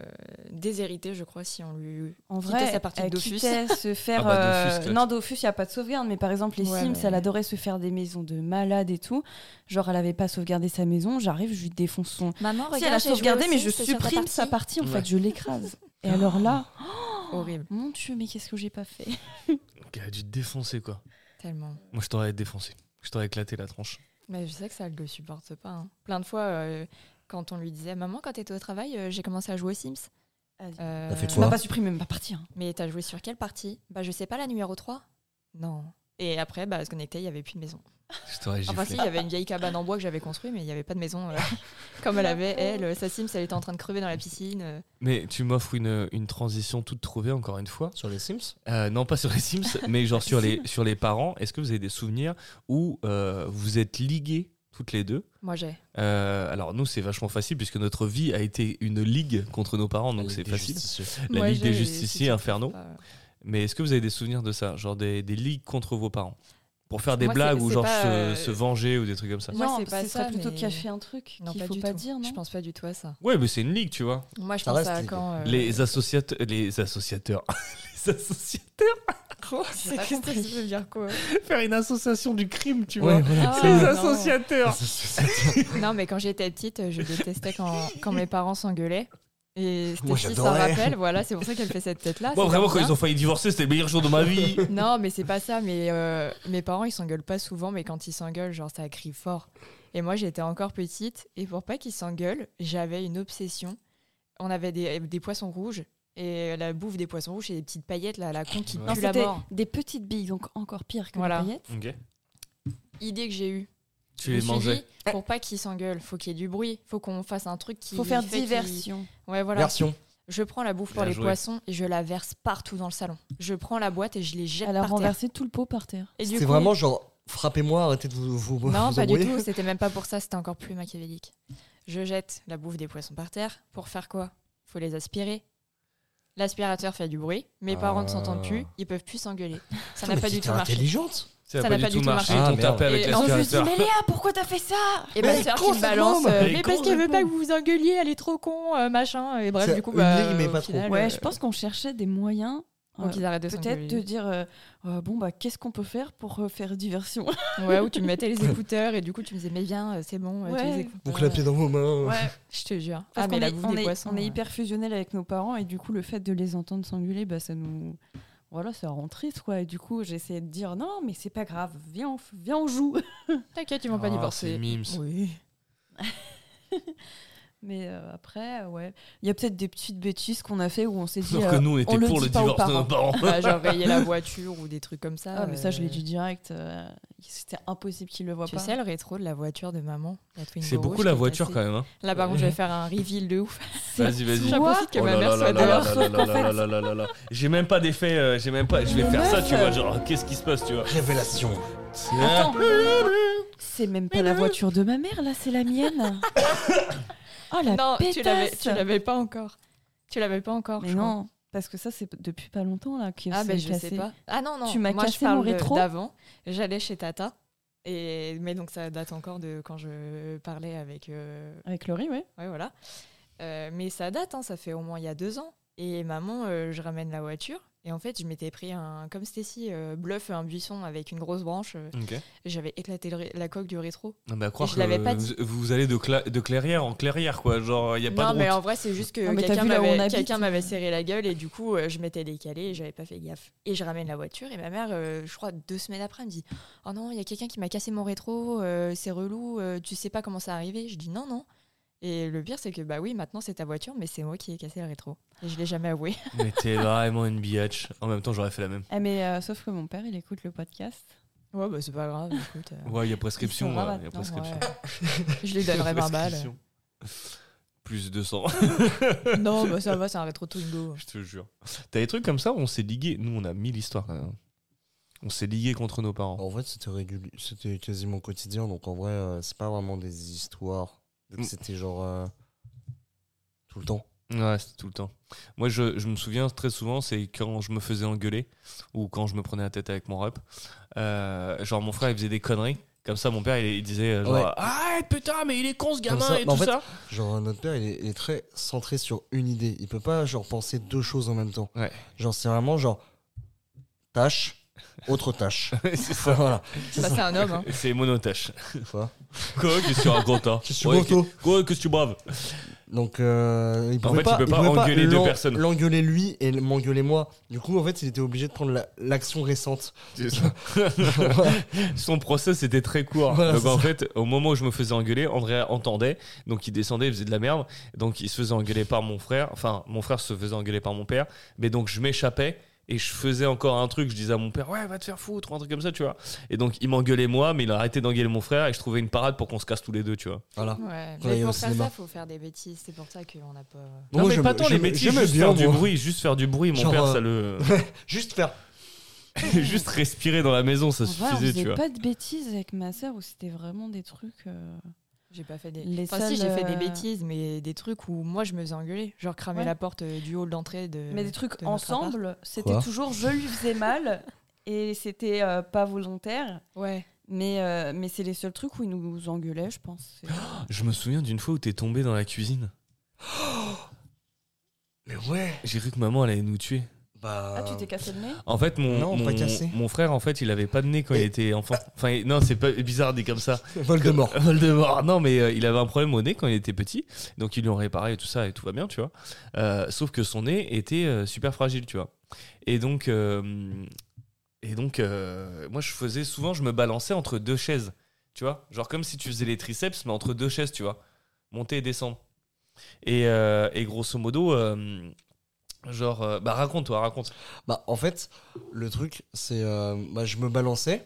Speaker 3: déshérité, je crois, si on lui.
Speaker 2: En
Speaker 3: Quittait
Speaker 2: vrai,
Speaker 3: sa partie de
Speaker 2: elle
Speaker 3: Dofus.
Speaker 2: quittait
Speaker 6: (laughs)
Speaker 2: se faire.
Speaker 6: Ah bah, Dofus,
Speaker 2: euh,
Speaker 6: classe.
Speaker 2: Non, Dofus, il n'y a pas de sauvegarde, mais par exemple, les
Speaker 3: Ouais,
Speaker 2: Sims,
Speaker 3: mais-
Speaker 2: elle adorait se faire des maisons de malades et tout. Genre, elle avait pas sauvegardé sa maison, j'arrive, je lui défonce son.
Speaker 3: Maman,
Speaker 2: Si, elle a sauvegardé, mais je supprime sa partie, en
Speaker 6: Ouais. Oh.
Speaker 2: fait, je l'écrase. Et alors là,
Speaker 3: Horrible,
Speaker 2: mon dieu, mais qu'est-ce que j'ai pas fait
Speaker 6: Il a dû te défoncer, quoi.
Speaker 3: tellement.
Speaker 6: Moi, je t'aurais défoncé. Je t'aurais éclaté la tronche.
Speaker 3: Mais je sais que ça ne le supporte pas. hein. Plein de fois, euh, quand on lui disait Maman, quand t'étais au travail, euh, j'ai commencé à jouer aux Sims.
Speaker 2: Vas-y.
Speaker 3: Euh,
Speaker 6: Bah,
Speaker 4: T'as fait
Speaker 2: Tu
Speaker 4: quoi
Speaker 2: m'as pas supprimé ma partie. hein.
Speaker 3: Mais t'as joué sur quelle partie Bah, je sais pas, la numéro 3 Non. Et après, bah, se connecter, il n'y avait plus de maison.
Speaker 6: Je t'aurais giflé.
Speaker 3: Enfin, si, il y avait une vieille cabane en bois que j'avais construite, mais il n'y avait pas de maison. (laughs) euh, comme elle avait, elle, sa Sims, elle était en train de crever dans la piscine. euh.
Speaker 6: Mais tu m'offres une, une transition toute trouvée, encore une fois.
Speaker 4: Sur les Sims
Speaker 6: Euh, non, pas sur
Speaker 3: (laughs)
Speaker 6: les Sims, mais genre sur les, sur les parents. Est-ce que vous avez des souvenirs où euh, vous êtes ligués toutes les deux
Speaker 3: Moi, j'ai.
Speaker 6: Euh, Alors, nous, c'est vachement facile puisque notre vie a été une ligue contre nos parents, donc c'est facile. La
Speaker 3: Moi,
Speaker 6: Ligue des
Speaker 3: j'ai-
Speaker 6: Justiciers, hein.
Speaker 3: c'est-
Speaker 6: Inferno.
Speaker 3: euh,
Speaker 6: Mais est-ce que vous avez des souvenirs de ça Genre des, des ligues contre vos parents Pour faire des
Speaker 3: Moi, c'est-
Speaker 6: blagues ou
Speaker 3: c'est
Speaker 6: genre
Speaker 3: pas,
Speaker 6: se,
Speaker 3: euh,
Speaker 6: se venger ou des trucs comme ça
Speaker 3: Moi,
Speaker 2: non,
Speaker 3: c'est pas
Speaker 2: ce
Speaker 3: ça,
Speaker 2: serait plutôt
Speaker 3: mais-
Speaker 2: cacher un truc
Speaker 3: Non,
Speaker 2: qu'il
Speaker 3: pas
Speaker 2: faut
Speaker 3: du
Speaker 2: pas
Speaker 3: tout.
Speaker 2: dire, non
Speaker 3: Je pense pas du tout à ça.
Speaker 6: Ouais, mais c'est une ligue, tu vois.
Speaker 3: Moi, je
Speaker 4: Ça
Speaker 3: pense
Speaker 4: reste
Speaker 3: à
Speaker 4: libre.
Speaker 3: quand. (laughs) euh,
Speaker 6: Les, associate- les associateurs. les associateurs
Speaker 3: J'ai pas compris ce que tu veux dire quoi.
Speaker 6: Faire une association du crime, tu vois.
Speaker 4: Ouais, voilà.
Speaker 3: Ah,
Speaker 6: les
Speaker 3: non.
Speaker 6: associateurs
Speaker 3: Non, mais quand j'étais petite, je détestais quand, quand mes parents s'engueulaient. Et
Speaker 4: Moi,
Speaker 3: Stacy s'en
Speaker 4: j'adorais.
Speaker 3: rappelle, voilà, c'est pour ça qu'elle fait cette tête-là.
Speaker 6: Moi,
Speaker 3: c'est
Speaker 6: vraiment,
Speaker 3: pas
Speaker 6: quand
Speaker 3: bien.
Speaker 6: ils ont failli divorcer, c'était le meilleur jour de ma vie.
Speaker 3: Non, mais c'est pas ça. Mais euh, mes parents, ils s'engueulent pas souvent, mais quand ils s'engueulent, genre ça crie fort. Et moi, j'étais encore petite, et pour pas qu'ils s'engueulent, j'avais une obsession. On avait des, des poissons rouges, et la bouffe des poissons rouges, et des petites paillettes là, à la con qui
Speaker 6: Ouais.
Speaker 2: Non,
Speaker 3: pue la
Speaker 2: c'était
Speaker 3: mort.
Speaker 2: des petites billes, donc encore pire que
Speaker 3: Voilà.
Speaker 2: les paillettes.
Speaker 3: Idée que j'ai eue.
Speaker 6: Tu
Speaker 3: Je me
Speaker 6: les
Speaker 3: suis
Speaker 6: mangeais.
Speaker 3: dit, Pour pas qu'ils s'engueulent, faut qu'il y ait du bruit, faut qu'on fasse un truc qui.
Speaker 2: Faut faire
Speaker 3: fait qu'ils-
Speaker 2: diversion.
Speaker 3: Ouais, voilà.
Speaker 4: Version.
Speaker 3: Je prends la bouffe pour
Speaker 6: Bien
Speaker 3: les
Speaker 6: joué.
Speaker 3: poissons et je la verse partout dans le salon. Je prends la boîte et je les jette
Speaker 2: Elle a
Speaker 3: par terre.
Speaker 2: renversé tout le pot par terre.
Speaker 3: Et du
Speaker 4: C'est
Speaker 3: coup-
Speaker 4: vraiment genre, frappez-moi, arrêtez de vous, vous,
Speaker 3: Non,
Speaker 4: vous
Speaker 3: pas du
Speaker 4: embrouiller.
Speaker 3: tout. C'était même pas pour ça. C'était encore plus machiavélique. Je jette la bouffe des poissons par terre. Pour faire quoi Faut les aspirer. L'aspirateur fait du bruit. Mes parents ne s'entendent plus. Ils peuvent plus s'engueuler. Ça n'a
Speaker 4: Ah. Mais
Speaker 3: pas du
Speaker 4: t'es
Speaker 3: tout marché.
Speaker 4: intelligente.
Speaker 6: Ça n'a pas du tout marché. Ils
Speaker 4: Ah,
Speaker 6: t'ont
Speaker 4: merde.
Speaker 6: tapé avec
Speaker 3: Et en
Speaker 2: On se dit,
Speaker 6: l'aspirateur.
Speaker 2: mais Léa, pourquoi t'as fait ça
Speaker 3: Et ma
Speaker 4: Mais
Speaker 3: soeur qui
Speaker 4: con,
Speaker 3: me
Speaker 4: cette
Speaker 3: balance.
Speaker 4: môme
Speaker 3: euh,
Speaker 6: Mais
Speaker 3: mais parce
Speaker 6: con,
Speaker 3: qu'elle
Speaker 2: cette
Speaker 3: veut pas que
Speaker 2: môme.
Speaker 3: vous vous engueuliez. Elle est trop con, euh, machin. Et bref,
Speaker 4: C'est
Speaker 3: du coup,
Speaker 4: une
Speaker 3: bah,
Speaker 4: ligne, mais
Speaker 3: au
Speaker 4: pas trop.
Speaker 3: final, euh,
Speaker 2: Ouais, je pense qu'on cherchait des moyens.
Speaker 3: Faut qu'ils arrêtent de
Speaker 2: Peut-être de
Speaker 3: s'engueuler.
Speaker 2: dire, euh, euh, bon, bah, qu'est-ce qu'on peut faire pour euh, faire diversion
Speaker 3: Ouais, ou tu me mettais les écouteurs et du coup, tu me disais, mais viens, euh, c'est bon. euh, tu
Speaker 2: Ouais.
Speaker 3: les écoutes
Speaker 4: Vous
Speaker 3: pas.
Speaker 4: clapez dans vos mains.
Speaker 2: Ouais,
Speaker 3: Je te jure.
Speaker 2: (laughs) Parce
Speaker 3: ah, mais
Speaker 2: qu'on
Speaker 3: la
Speaker 2: est,
Speaker 3: bouffe
Speaker 2: on
Speaker 3: des
Speaker 2: est-
Speaker 3: poissons.
Speaker 2: on est
Speaker 3: euh,
Speaker 2: hyper fusionnel avec nos parents et du coup le fait de les entendre s'engueuler, bah, ça nous... Voilà, ça rend triste quoi. Et du coup j'essayais de dire non mais c'est pas grave, viens on, f- viens on joue. (laughs)
Speaker 3: T'inquiète, ils vont pas
Speaker 6: Ah,
Speaker 3: divorcer.
Speaker 6: c'est mimes.
Speaker 3: Bah,
Speaker 6: (laughs)
Speaker 3: Oui.
Speaker 2: Mais euh, après, euh, ouais, il y a peut-être des petites bêtises qu'on a fait où on s'est dit...
Speaker 6: Alors
Speaker 2: euh,
Speaker 6: que nous, on était
Speaker 2: le
Speaker 6: pour le
Speaker 2: dit pas aux
Speaker 6: divorce de nos parents.
Speaker 3: Bah, genre rayer la voiture ou des trucs comme ça.
Speaker 2: ah mais ça je l'ai
Speaker 3: euh,
Speaker 2: dit direct, euh, c'était impossible qu'ils le voient
Speaker 3: Tu
Speaker 2: pas.
Speaker 3: (laughs) sais, le rétro de la voiture de maman. la Twingo
Speaker 6: C'est beaucoup
Speaker 3: rouge
Speaker 6: la
Speaker 3: qui est
Speaker 6: voiture
Speaker 3: cassée.
Speaker 6: quand même. hein.
Speaker 3: Là, par contre, je vais faire un reveal de ouf. (laughs)
Speaker 6: Vas-y, vas-y.
Speaker 3: J'en profite que
Speaker 6: Oh
Speaker 3: ma
Speaker 6: là
Speaker 3: mère
Speaker 6: là
Speaker 3: soit
Speaker 6: là là
Speaker 3: dehors.
Speaker 6: là là là là là là là. J'ai même pas d'effet, euh, j'ai même pas. Je vais
Speaker 2: Mais
Speaker 6: faire ça,
Speaker 2: meuf.
Speaker 6: tu vois. Genre, qu'est-ce qui se passe, tu vois
Speaker 4: Révélation.
Speaker 2: Attends, c'est même pas la voiture de ma mère là, c'est la (laughs) mienne. oh la
Speaker 3: Non, tu l'avais-
Speaker 2: pétasse
Speaker 3: tu l'avais pas encore. Tu l'avais pas encore.
Speaker 2: Mais
Speaker 3: je crois.
Speaker 2: non, parce que ça c'est p- depuis pas longtemps là que
Speaker 3: Ah,
Speaker 2: c'est
Speaker 3: ben je
Speaker 2: cassé.
Speaker 3: sais pas. Ah non, non.
Speaker 2: Tu m'as
Speaker 3: Moi, je
Speaker 2: cassé mon
Speaker 3: parle de-
Speaker 2: rétro.
Speaker 3: d'avant. J'allais chez Tata. Et... Mais donc, ça date encore de quand je parlais avec euh,
Speaker 2: Avec Laurie, ouais.
Speaker 3: Ouais, voilà. Euh, mais ça date, hein, ça fait au moins il y a deux ans. Et maman, euh, je ramène la voiture. Et en fait, je m'étais pris un, comme Stacy, euh, bluff, un buisson avec une grosse branche. euh,
Speaker 6: Ok.
Speaker 3: J'avais éclaté le ré- la coque du rétro.
Speaker 6: Non, mais à croire
Speaker 3: Je
Speaker 6: que
Speaker 3: l'avais pas
Speaker 6: vous, vous allez de, cla- de clairière en clairière, quoi. Genre, il a pas
Speaker 3: non,
Speaker 6: de
Speaker 3: mais
Speaker 6: route.
Speaker 3: en vrai, c'est juste que
Speaker 2: Non, mais t'as
Speaker 3: quelqu'un
Speaker 2: vu là où on
Speaker 3: m'avait
Speaker 2: habite
Speaker 3: quelqu'un m'avait serré la gueule et du coup, euh, je m'étais décalée et j'avais pas fait gaffe. Et je ramène la voiture et ma mère, euh, je crois, deux semaines après, elle me dit Oh non, il y a quelqu'un qui m'a cassé mon rétro, euh, c'est relou, euh, tu sais pas comment ça arrivé. Je dis Non, non. Et le pire, c'est que bah oui, maintenant c'est ta voiture, mais c'est moi qui ai cassé le rétro. Et je l'ai jamais avoué. (laughs)
Speaker 6: Mais t'es vraiment une biatch. En même temps, j'aurais fait la même.
Speaker 2: Ah, mais euh, sauf que mon père, il écoute le podcast.
Speaker 3: Ouais, bah c'est pas grave, écoute.
Speaker 6: (laughs)
Speaker 3: euh,
Speaker 6: Ouais, il y a prescription.
Speaker 2: Ils sont
Speaker 6: ouais,
Speaker 2: rabat-
Speaker 6: Il y a
Speaker 2: non,
Speaker 6: prescription.
Speaker 3: ouais. je lui donnerai 20 balles.
Speaker 6: Prescription. (laughs) plus (laughs) 200.
Speaker 3: (laughs) Non, bah ça va, c'est un rétro
Speaker 6: (laughs)
Speaker 3: Twingo.
Speaker 6: Je te jure. T'as des trucs comme ça où on s'est ligué. Nous, on a mille histoires. quand même. On s'est ligué contre nos parents.
Speaker 4: En fait, c'était réguli- c'était quasiment quotidien, donc en vrai, euh, c'est pas vraiment des histoires.
Speaker 6: Mm.
Speaker 4: C'était genre euh, tout le temps.
Speaker 6: Ouais, c'était tout le temps. Moi, je, je me souviens très souvent, c'est quand je me faisais engueuler ou quand je me prenais la tête avec mon rep. Euh, genre, mon frère, il faisait des conneries. Comme ça, mon père, il, il disait euh, genre,
Speaker 4: Ouais.
Speaker 6: Arrête, putain, mais il est con ce gamin
Speaker 4: ça,
Speaker 6: et
Speaker 4: mais en
Speaker 6: tout
Speaker 4: fait- (laughs)
Speaker 6: ça.
Speaker 4: Genre, euh, notre père, il est, il est très centré sur une idée. Il peut pas, genre, penser deux choses en même temps.
Speaker 6: Ouais.
Speaker 4: Genre, c'est vraiment genre tâche, autre (laughs) tâche. c'est ça. voilà.
Speaker 3: Ça, c'est un homme. hein.
Speaker 6: C'est monotache.
Speaker 4: Quoi
Speaker 6: Quoi Qu'est-ce que tu racontes hein
Speaker 4: Qu'est-ce que tu
Speaker 6: Ouais,
Speaker 4: racontes, toi
Speaker 6: qu'est- Quoi Qu'est-ce que tu braves
Speaker 4: Donc, euh, il pouvait
Speaker 6: fait,
Speaker 4: pas,
Speaker 6: tu peux
Speaker 4: il
Speaker 6: pas
Speaker 4: pouvait
Speaker 6: engueuler deux
Speaker 4: l'en-
Speaker 6: personnes.
Speaker 4: L'engueuler lui et le- m'engueuler moi. Du coup, en fait, il était obligé de prendre la- l'action récente.
Speaker 6: (laughs) Son procès c'était très court.
Speaker 4: Voilà,
Speaker 6: donc
Speaker 4: c'est
Speaker 6: en
Speaker 4: ça.
Speaker 6: fait, au moment où je me faisais engueuler, Andrea entendait, donc il descendait, il faisait de la merde, donc il se faisait engueuler par mon frère, enfin mon frère se faisait engueuler par mon père, mais donc je m'échappais et je faisais encore un truc, je disais à mon père ouais va te faire foutre ou un truc comme ça tu vois. Et donc il m'engueulait moi, mais il arrêtait d'engueuler mon frère et je trouvais une parade pour qu'on se casse tous les deux tu vois.
Speaker 4: Voilà.
Speaker 3: Ouais.
Speaker 4: il y a
Speaker 3: Mais
Speaker 4: au
Speaker 3: pour faire
Speaker 4: cinéma.
Speaker 3: ça, faut faire des bêtises. C'est pour ça qu'on n'a pas.
Speaker 6: Non,
Speaker 4: Moi,
Speaker 6: mais
Speaker 4: j'aime-
Speaker 6: pas tant les
Speaker 4: j'aime-
Speaker 6: métiers,
Speaker 4: j'aimais
Speaker 6: juste
Speaker 4: bien,
Speaker 6: faire du
Speaker 4: moi.
Speaker 6: bruit, juste faire du bruit. Mon
Speaker 4: Genre,
Speaker 6: père
Speaker 4: euh,
Speaker 6: ça (laughs) le
Speaker 4: Juste faire.
Speaker 6: juste respirer dans la maison ça
Speaker 2: En vrai, on
Speaker 6: suffisait tu
Speaker 2: faisait
Speaker 6: vois.
Speaker 2: pas de bêtises avec ma sœur où c'était vraiment des trucs. euh,
Speaker 3: J'ai pas fait des.
Speaker 2: Les
Speaker 3: enfin, si,
Speaker 2: seuls,
Speaker 3: j'ai fait des
Speaker 2: euh,
Speaker 3: bêtises, mais des trucs où moi je me faisais engueuler. Genre cramer
Speaker 2: Ouais.
Speaker 3: la porte euh, du hall d'entrée de.
Speaker 2: Mais des trucs
Speaker 3: de notre appart.
Speaker 2: ensemble, c'était
Speaker 4: Quoi
Speaker 2: toujours je lui faisais mal (laughs) et c'était euh, pas volontaire.
Speaker 3: Ouais.
Speaker 2: Mais, euh, mais c'est les seuls trucs où ils nous engueulaient, je pense. C'est-
Speaker 6: Je me souviens d'une fois où t'es tombé dans la cuisine.
Speaker 4: Mais ouais.
Speaker 6: J'ai cru que maman allait nous tuer.
Speaker 4: Bah.
Speaker 2: Ah, tu t'es cassé le nez
Speaker 6: En fait, mon,
Speaker 4: Non,
Speaker 6: mon,
Speaker 4: pas cassé.
Speaker 6: mon frère, en fait, il avait pas de nez quand il
Speaker 4: Et-
Speaker 6: était enfant. Enfin, il- non, c'est pas bizarre dit comme ça.
Speaker 4: Voldemort.
Speaker 6: (laughs) Voldemort. Non, mais euh, il avait un problème au nez quand il était petit. Donc, ils lui ont réparé et tout ça et tout va bien, tu vois. Euh, sauf que son nez était euh, super fragile, tu vois. Et donc, euh, et donc euh, moi, je faisais souvent, je me balançais entre deux chaises, tu vois. Genre comme si tu faisais les triceps, mais entre deux chaises, tu vois. Monter et descendre. Et, euh, et grosso modo, euh, genre, euh, bah raconte-toi, raconte.
Speaker 4: Bah, en fait, le truc, c'est. euh, bah, je me balançais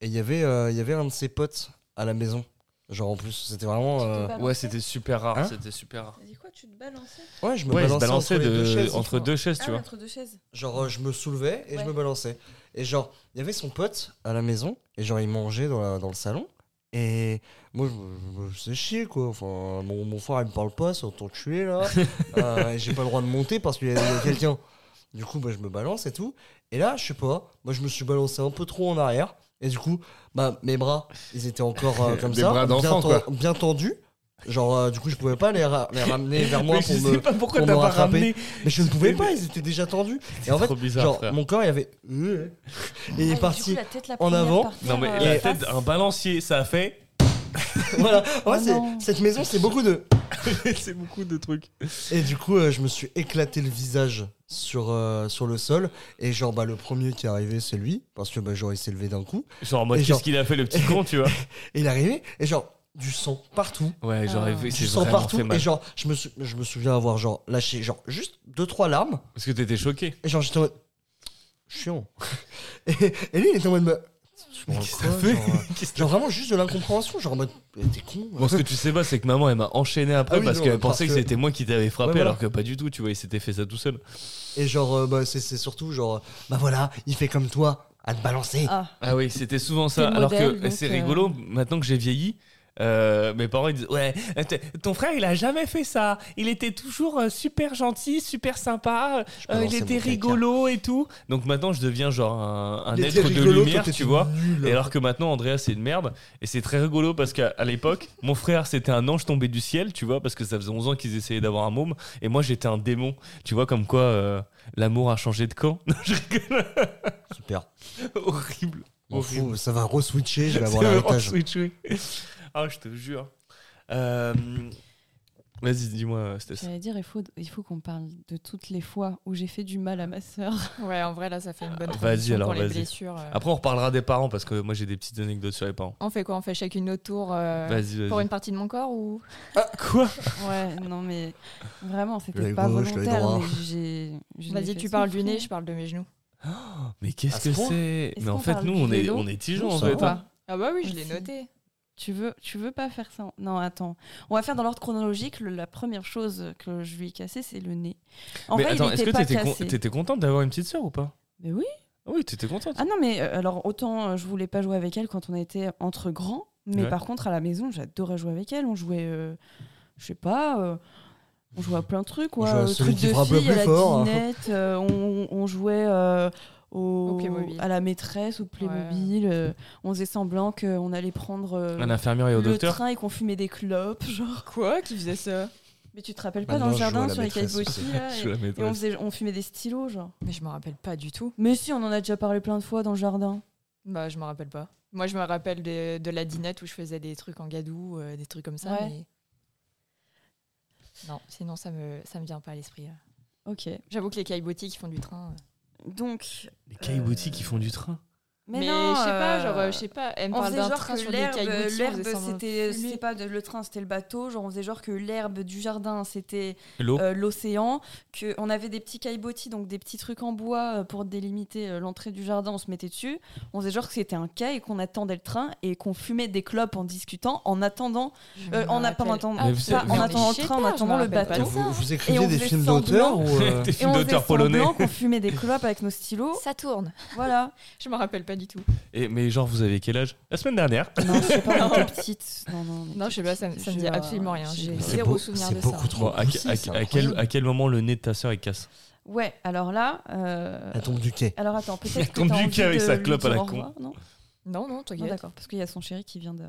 Speaker 4: et il y avait euh, il y avait un de ses potes à la maison. Genre, en plus, c'était vraiment. euh,
Speaker 2: Balançais
Speaker 6: Ouais, c'était super rare,
Speaker 4: Hein
Speaker 6: c'était super rare.
Speaker 2: T'as dit quoi Tu te balançais
Speaker 4: Ouais, je me
Speaker 6: Ouais, il se
Speaker 4: balançais,
Speaker 6: balançait
Speaker 4: entre les deux
Speaker 6: de-
Speaker 4: chaises.
Speaker 6: entre deux chaises,
Speaker 2: Ah,
Speaker 6: tu vois.
Speaker 2: entre deux chaises.
Speaker 4: Genre, euh, je me soulevais et
Speaker 2: Ouais.
Speaker 4: je me balançais. Et genre, il y avait son pote à la maison et genre, il mangeait dans, la- dans le salon. Et moi, je me- je me faisais chier, quoi. Enfin, mon, mon frère, il me parle pas, c'est en tué, là. Euh, et J'ai pas le droit de monter parce qu'il y a, il y a quelqu'un. Du coup, bah, je me balance et tout. Et là, je sais pas, moi, je me suis balancé un peu trop en arrière. Et du coup, bah, mes bras, ils étaient encore euh, comme
Speaker 6: (laughs) Des
Speaker 4: ça.
Speaker 6: bras
Speaker 4: bien,
Speaker 6: d'enfant,
Speaker 4: ten-
Speaker 6: quoi.
Speaker 4: bien tendus. Genre, euh, du coup, je pouvais pas les, ra- les ramener vers moi
Speaker 6: (laughs) Mais
Speaker 4: pour
Speaker 6: je
Speaker 4: me.
Speaker 6: sais pas pourquoi
Speaker 4: pour
Speaker 6: t'as
Speaker 4: me
Speaker 6: pas
Speaker 4: rattraper.
Speaker 6: ramené.
Speaker 4: Mais je ne pouvais pas, ils étaient déjà tendus. Et en fait,
Speaker 6: trop bizarre,
Speaker 4: genre,
Speaker 6: frère.
Speaker 4: mon corps, il avait. Et il
Speaker 2: Ah,
Speaker 4: est
Speaker 2: et
Speaker 4: parti.
Speaker 2: du coup, la tête, la
Speaker 4: en
Speaker 2: première
Speaker 4: avant.
Speaker 2: par terre,
Speaker 6: Non, mais
Speaker 2: euh,
Speaker 6: la
Speaker 2: la
Speaker 6: tête,
Speaker 2: face.
Speaker 6: un balancier, ça
Speaker 4: (laughs)
Speaker 6: a fait.
Speaker 4: voilà.
Speaker 2: Oh
Speaker 4: Ouais, c'est-
Speaker 2: non.
Speaker 4: cette maison, c'est beaucoup de.
Speaker 6: (laughs) c'est beaucoup de trucs.
Speaker 4: Et du coup, euh, je me suis éclaté le visage sur, euh, sur le sol. Et genre, bah, le premier qui est arrivé, c'est lui. Parce que bah, genre, il s'est levé d'un coup.
Speaker 6: Genre, en mode,
Speaker 4: Et genre-
Speaker 6: qu'est-ce qu'il a fait,
Speaker 4: (laughs)
Speaker 6: le petit con, tu vois
Speaker 4: Et il est arrivé. Et genre, du sang partout.
Speaker 6: Ouais, genre,
Speaker 3: Ah.
Speaker 6: c'est
Speaker 4: Du sang
Speaker 6: vraiment
Speaker 4: partout.
Speaker 6: fait mal.
Speaker 4: Et genre, je me, sou- je me souviens avoir genre, lâché genre, juste deux, trois larmes.
Speaker 6: Parce que t'étais choqué.
Speaker 4: Et genre, j'étais en mode. Chiant. (laughs) et, et lui, il était en mode. bah,
Speaker 6: Mais
Speaker 4: genre,
Speaker 6: (laughs) qu'est-ce
Speaker 4: quoi,
Speaker 6: que t'as fait
Speaker 4: genre, euh, Genre, vraiment juste de l'incompréhension. Genre en mode. eh, T'es con.
Speaker 6: Bon, ce que tu sais pas, c'est que maman, elle m'a enchaîné après
Speaker 4: Ah oui,
Speaker 6: parce
Speaker 4: non,
Speaker 6: qu'elle
Speaker 4: parce
Speaker 6: pensait que,
Speaker 4: que-
Speaker 6: c'était moi qui t'avais frappé,
Speaker 4: Ouais, voilà.
Speaker 6: alors que pas du tout, tu vois, il s'était fait ça tout seul.
Speaker 4: Et genre, euh, bah, c'est c'est surtout genre, bah voilà, il fait comme toi, à te balancer.
Speaker 2: Ah,
Speaker 6: Ah oui, c'était souvent
Speaker 3: T'es
Speaker 6: ça.
Speaker 3: le
Speaker 6: Alors
Speaker 3: modèle,
Speaker 6: que
Speaker 3: donc,
Speaker 6: c'est
Speaker 3: euh,
Speaker 6: rigolo, maintenant que j'ai vieilli. euh, mes parents ils disent ouais euh, t- ton frère il a jamais fait ça il était toujours euh, super gentil super sympa
Speaker 4: Je
Speaker 6: euh, il
Speaker 4: balançais
Speaker 6: était
Speaker 4: Ah mon caca.
Speaker 6: rigolo et tout donc maintenant je deviens genre un, un
Speaker 4: Il était
Speaker 6: être
Speaker 4: rigolo,
Speaker 6: de
Speaker 4: toi,
Speaker 6: lumière
Speaker 4: t'étais
Speaker 6: tu vois
Speaker 4: nul.
Speaker 6: et alors que maintenant Andrea c'est une merde et c'est très rigolo parce qu'à à l'époque mon frère c'était un ange tombé du ciel tu vois parce que ça faisait 11 ans qu'ils essayaient d'avoir un môme et moi j'étais un démon tu vois comme quoi euh, l'amour a changé de camp (laughs) Non, je rigole
Speaker 4: Super.
Speaker 6: (laughs) horrible
Speaker 4: M'en
Speaker 6: horrible
Speaker 4: fous, ça va re-switcher, hein, je vais avoir
Speaker 6: C'est
Speaker 4: l'héritage.
Speaker 6: vraiment switché. Ah, je te jure. Euh, Vas-y, dis-moi, euh, Stess.
Speaker 2: j'allais dire, il faut, il faut qu'on parle de toutes les fois où j'ai fait du mal à ma sœur.
Speaker 3: Ouais, en vrai, là, ça fait une bonne
Speaker 6: Ah, Vas-y,
Speaker 3: transition
Speaker 6: alors,
Speaker 3: pour les
Speaker 6: vas-y.
Speaker 3: blessures. euh.
Speaker 6: Après, on reparlera des parents parce que moi j'ai des petites anecdotes sur les parents.
Speaker 3: On fait quoi On fait chacune notre tour euh,
Speaker 6: Vas-y,
Speaker 3: pour
Speaker 6: vas-y.
Speaker 3: une partie de mon corps ou
Speaker 6: Quoi
Speaker 2: Ouais, non, mais vraiment, c'était
Speaker 4: L'œil
Speaker 2: pas
Speaker 4: gauche, l'œil
Speaker 2: volontaire.
Speaker 4: droit.
Speaker 2: mais j'ai- je l'ai
Speaker 3: Vas-y,
Speaker 2: fait
Speaker 3: tu parles du
Speaker 2: souffrir.
Speaker 3: nez, je parle de mes genoux.
Speaker 6: Mais
Speaker 4: À
Speaker 6: qu'est-ce
Speaker 4: ce
Speaker 6: que
Speaker 4: point
Speaker 6: c'est Mais
Speaker 2: qu'on
Speaker 6: en fait,
Speaker 2: parle
Speaker 6: nous
Speaker 2: du
Speaker 6: on est,
Speaker 2: vélo
Speaker 6: on est tigeons en
Speaker 4: Ça
Speaker 6: fait.
Speaker 4: va.
Speaker 6: hein.
Speaker 3: Ah bah oui, je l'ai
Speaker 2: Aussi.
Speaker 3: noté.
Speaker 2: Tu veux, tu veux pas faire ça en- Non, attends. On va faire dans l'ordre chronologique. Le- la première chose que je lui ai cassée, c'est le nez. En
Speaker 1: Mais
Speaker 2: vrai,
Speaker 1: attends,
Speaker 2: il
Speaker 1: est-ce
Speaker 2: était
Speaker 1: que
Speaker 2: pas
Speaker 1: t'étais con-
Speaker 2: cassé.
Speaker 1: t'étais contente d'avoir une petite sœur ou pas
Speaker 2: Mais oui.
Speaker 1: Ah Oui, t'étais contente.
Speaker 2: Ah non, mais euh, alors autant euh, je voulais pas jouer avec elle quand on était entre grands, mais
Speaker 1: Ouais.
Speaker 2: par contre à la maison, j'adorais jouer avec elle. On jouait, euh, je sais pas, euh, on jouait à plein de trucs, quoi.
Speaker 4: jouait à
Speaker 2: euh,
Speaker 4: celui
Speaker 2: trucs
Speaker 4: qui
Speaker 2: de
Speaker 4: frappe le
Speaker 2: filles, à
Speaker 4: plus
Speaker 2: la
Speaker 4: fort.
Speaker 2: dinette, euh, on, on jouait euh, au,
Speaker 3: Au Playmobil.
Speaker 2: à la maîtresse, au Playmobil. euh, on faisait semblant qu'on allait prendre euh,
Speaker 1: À l'infirmière et au
Speaker 2: le
Speaker 1: docteur.
Speaker 2: train et qu'on fumait des clopes, (laughs) genre.
Speaker 3: Quoi Qui faisait ça
Speaker 2: Mais tu te rappelles pas
Speaker 4: Maintenant,
Speaker 2: dans le jardin
Speaker 4: Bah je joue à la
Speaker 2: sur les cailles
Speaker 4: maîtresse aussi. (laughs)
Speaker 2: bottis, là,
Speaker 1: (laughs) Je
Speaker 2: et-
Speaker 1: suis la
Speaker 2: et on,
Speaker 1: maîtresse.
Speaker 2: faisait, on fumait des stylos, genre.
Speaker 3: Mais je me rappelle pas du tout.
Speaker 2: Mais si, on en a déjà parlé plein de fois dans le jardin.
Speaker 3: Bah, je me rappelle pas. Moi, je me rappelle de, de la dinette où je faisais des trucs en gadou, euh, des trucs comme ça.
Speaker 2: Ouais.
Speaker 3: mais- Non, sinon, ça me, ça me vient pas à l'esprit. là.
Speaker 2: Ok.
Speaker 3: J'avoue que les caillebotis qui font du train. euh.
Speaker 2: Donc,
Speaker 1: Les caillebotis qui font du train.
Speaker 3: Mais, je sais pas, genre, euh, je sais pas. Elle me
Speaker 2: on
Speaker 3: parle
Speaker 2: faisait
Speaker 3: d'un
Speaker 2: genre
Speaker 3: train sur
Speaker 2: que
Speaker 3: des
Speaker 2: l'herbe,
Speaker 3: caillebotis. on
Speaker 2: l'herbe
Speaker 3: faisait semblant de
Speaker 2: c'était,
Speaker 3: fumer.
Speaker 2: c'était pas de- le train, c'était le bateau. Genre on faisait genre que l'herbe du jardin c'était
Speaker 1: L'eau.
Speaker 2: euh, l'océan. Que on avait des petits caillebotis, donc des petits trucs en bois euh, pour délimiter euh, l'entrée du jardin. On se mettait dessus. On faisait genre que c'était un quai et qu'on attendait le train et qu'on fumait des clopes en discutant, en attendant,
Speaker 3: Je
Speaker 2: euh,
Speaker 3: me
Speaker 2: en, a- pas en
Speaker 3: rappelle
Speaker 2: attendant,
Speaker 1: Mais vous-
Speaker 2: pas
Speaker 1: vous-
Speaker 2: en
Speaker 1: mais
Speaker 2: attendant
Speaker 3: je
Speaker 2: le
Speaker 3: sais
Speaker 2: train, en
Speaker 3: pas, je
Speaker 2: attendant le
Speaker 3: me rappelle pas
Speaker 2: bateau.
Speaker 3: de
Speaker 4: Vous, vous
Speaker 2: Et
Speaker 4: écrivez
Speaker 2: on
Speaker 4: des
Speaker 2: faisait
Speaker 4: films d'auteur ou.
Speaker 6: (laughs)
Speaker 4: euh,
Speaker 1: Des
Speaker 2: Et
Speaker 1: films
Speaker 2: on
Speaker 1: d'auteur
Speaker 2: faisait
Speaker 1: polonais.
Speaker 2: semblant qu'on fumait des clopes avec nos stylos.
Speaker 3: Ça tourne. (laughs)
Speaker 2: Voilà.
Speaker 3: Je me rappelle pas du tout.
Speaker 1: Et, mais genre, vous avez quel âge La semaine dernière.
Speaker 2: Non, je sais pas, on était petites. Non, non, on
Speaker 3: Non,
Speaker 2: était
Speaker 3: je sais pas, ça me-
Speaker 2: petites.
Speaker 3: ça me
Speaker 2: Je-
Speaker 3: dit absolument rien.
Speaker 2: j'ai-
Speaker 3: J'ai-
Speaker 4: C'est
Speaker 3: Zéro
Speaker 4: beau-
Speaker 3: souvenir
Speaker 4: c'est
Speaker 3: de ça.
Speaker 4: beaucoup trop.
Speaker 1: Bon, à,
Speaker 4: poussé,
Speaker 1: à-
Speaker 4: c'est
Speaker 1: à quel,
Speaker 4: incroyable.
Speaker 1: à quel moment le nez de ta sœur est casse
Speaker 2: Ouais, alors là. euh,
Speaker 4: Elle tombe du quai.
Speaker 2: Alors attends,
Speaker 1: Elle
Speaker 2: peut-être que.
Speaker 1: tombe
Speaker 2: t'as
Speaker 1: du
Speaker 2: envie
Speaker 1: cul avec
Speaker 2: de
Speaker 1: sa
Speaker 2: lui
Speaker 1: clope à
Speaker 2: dire
Speaker 1: la
Speaker 2: au
Speaker 1: con.
Speaker 2: revoir, Non,
Speaker 3: Non, non,
Speaker 2: Non,
Speaker 3: t'inquiète.
Speaker 2: Oh, d'accord, parce qu'il y a son chéri qui vient de.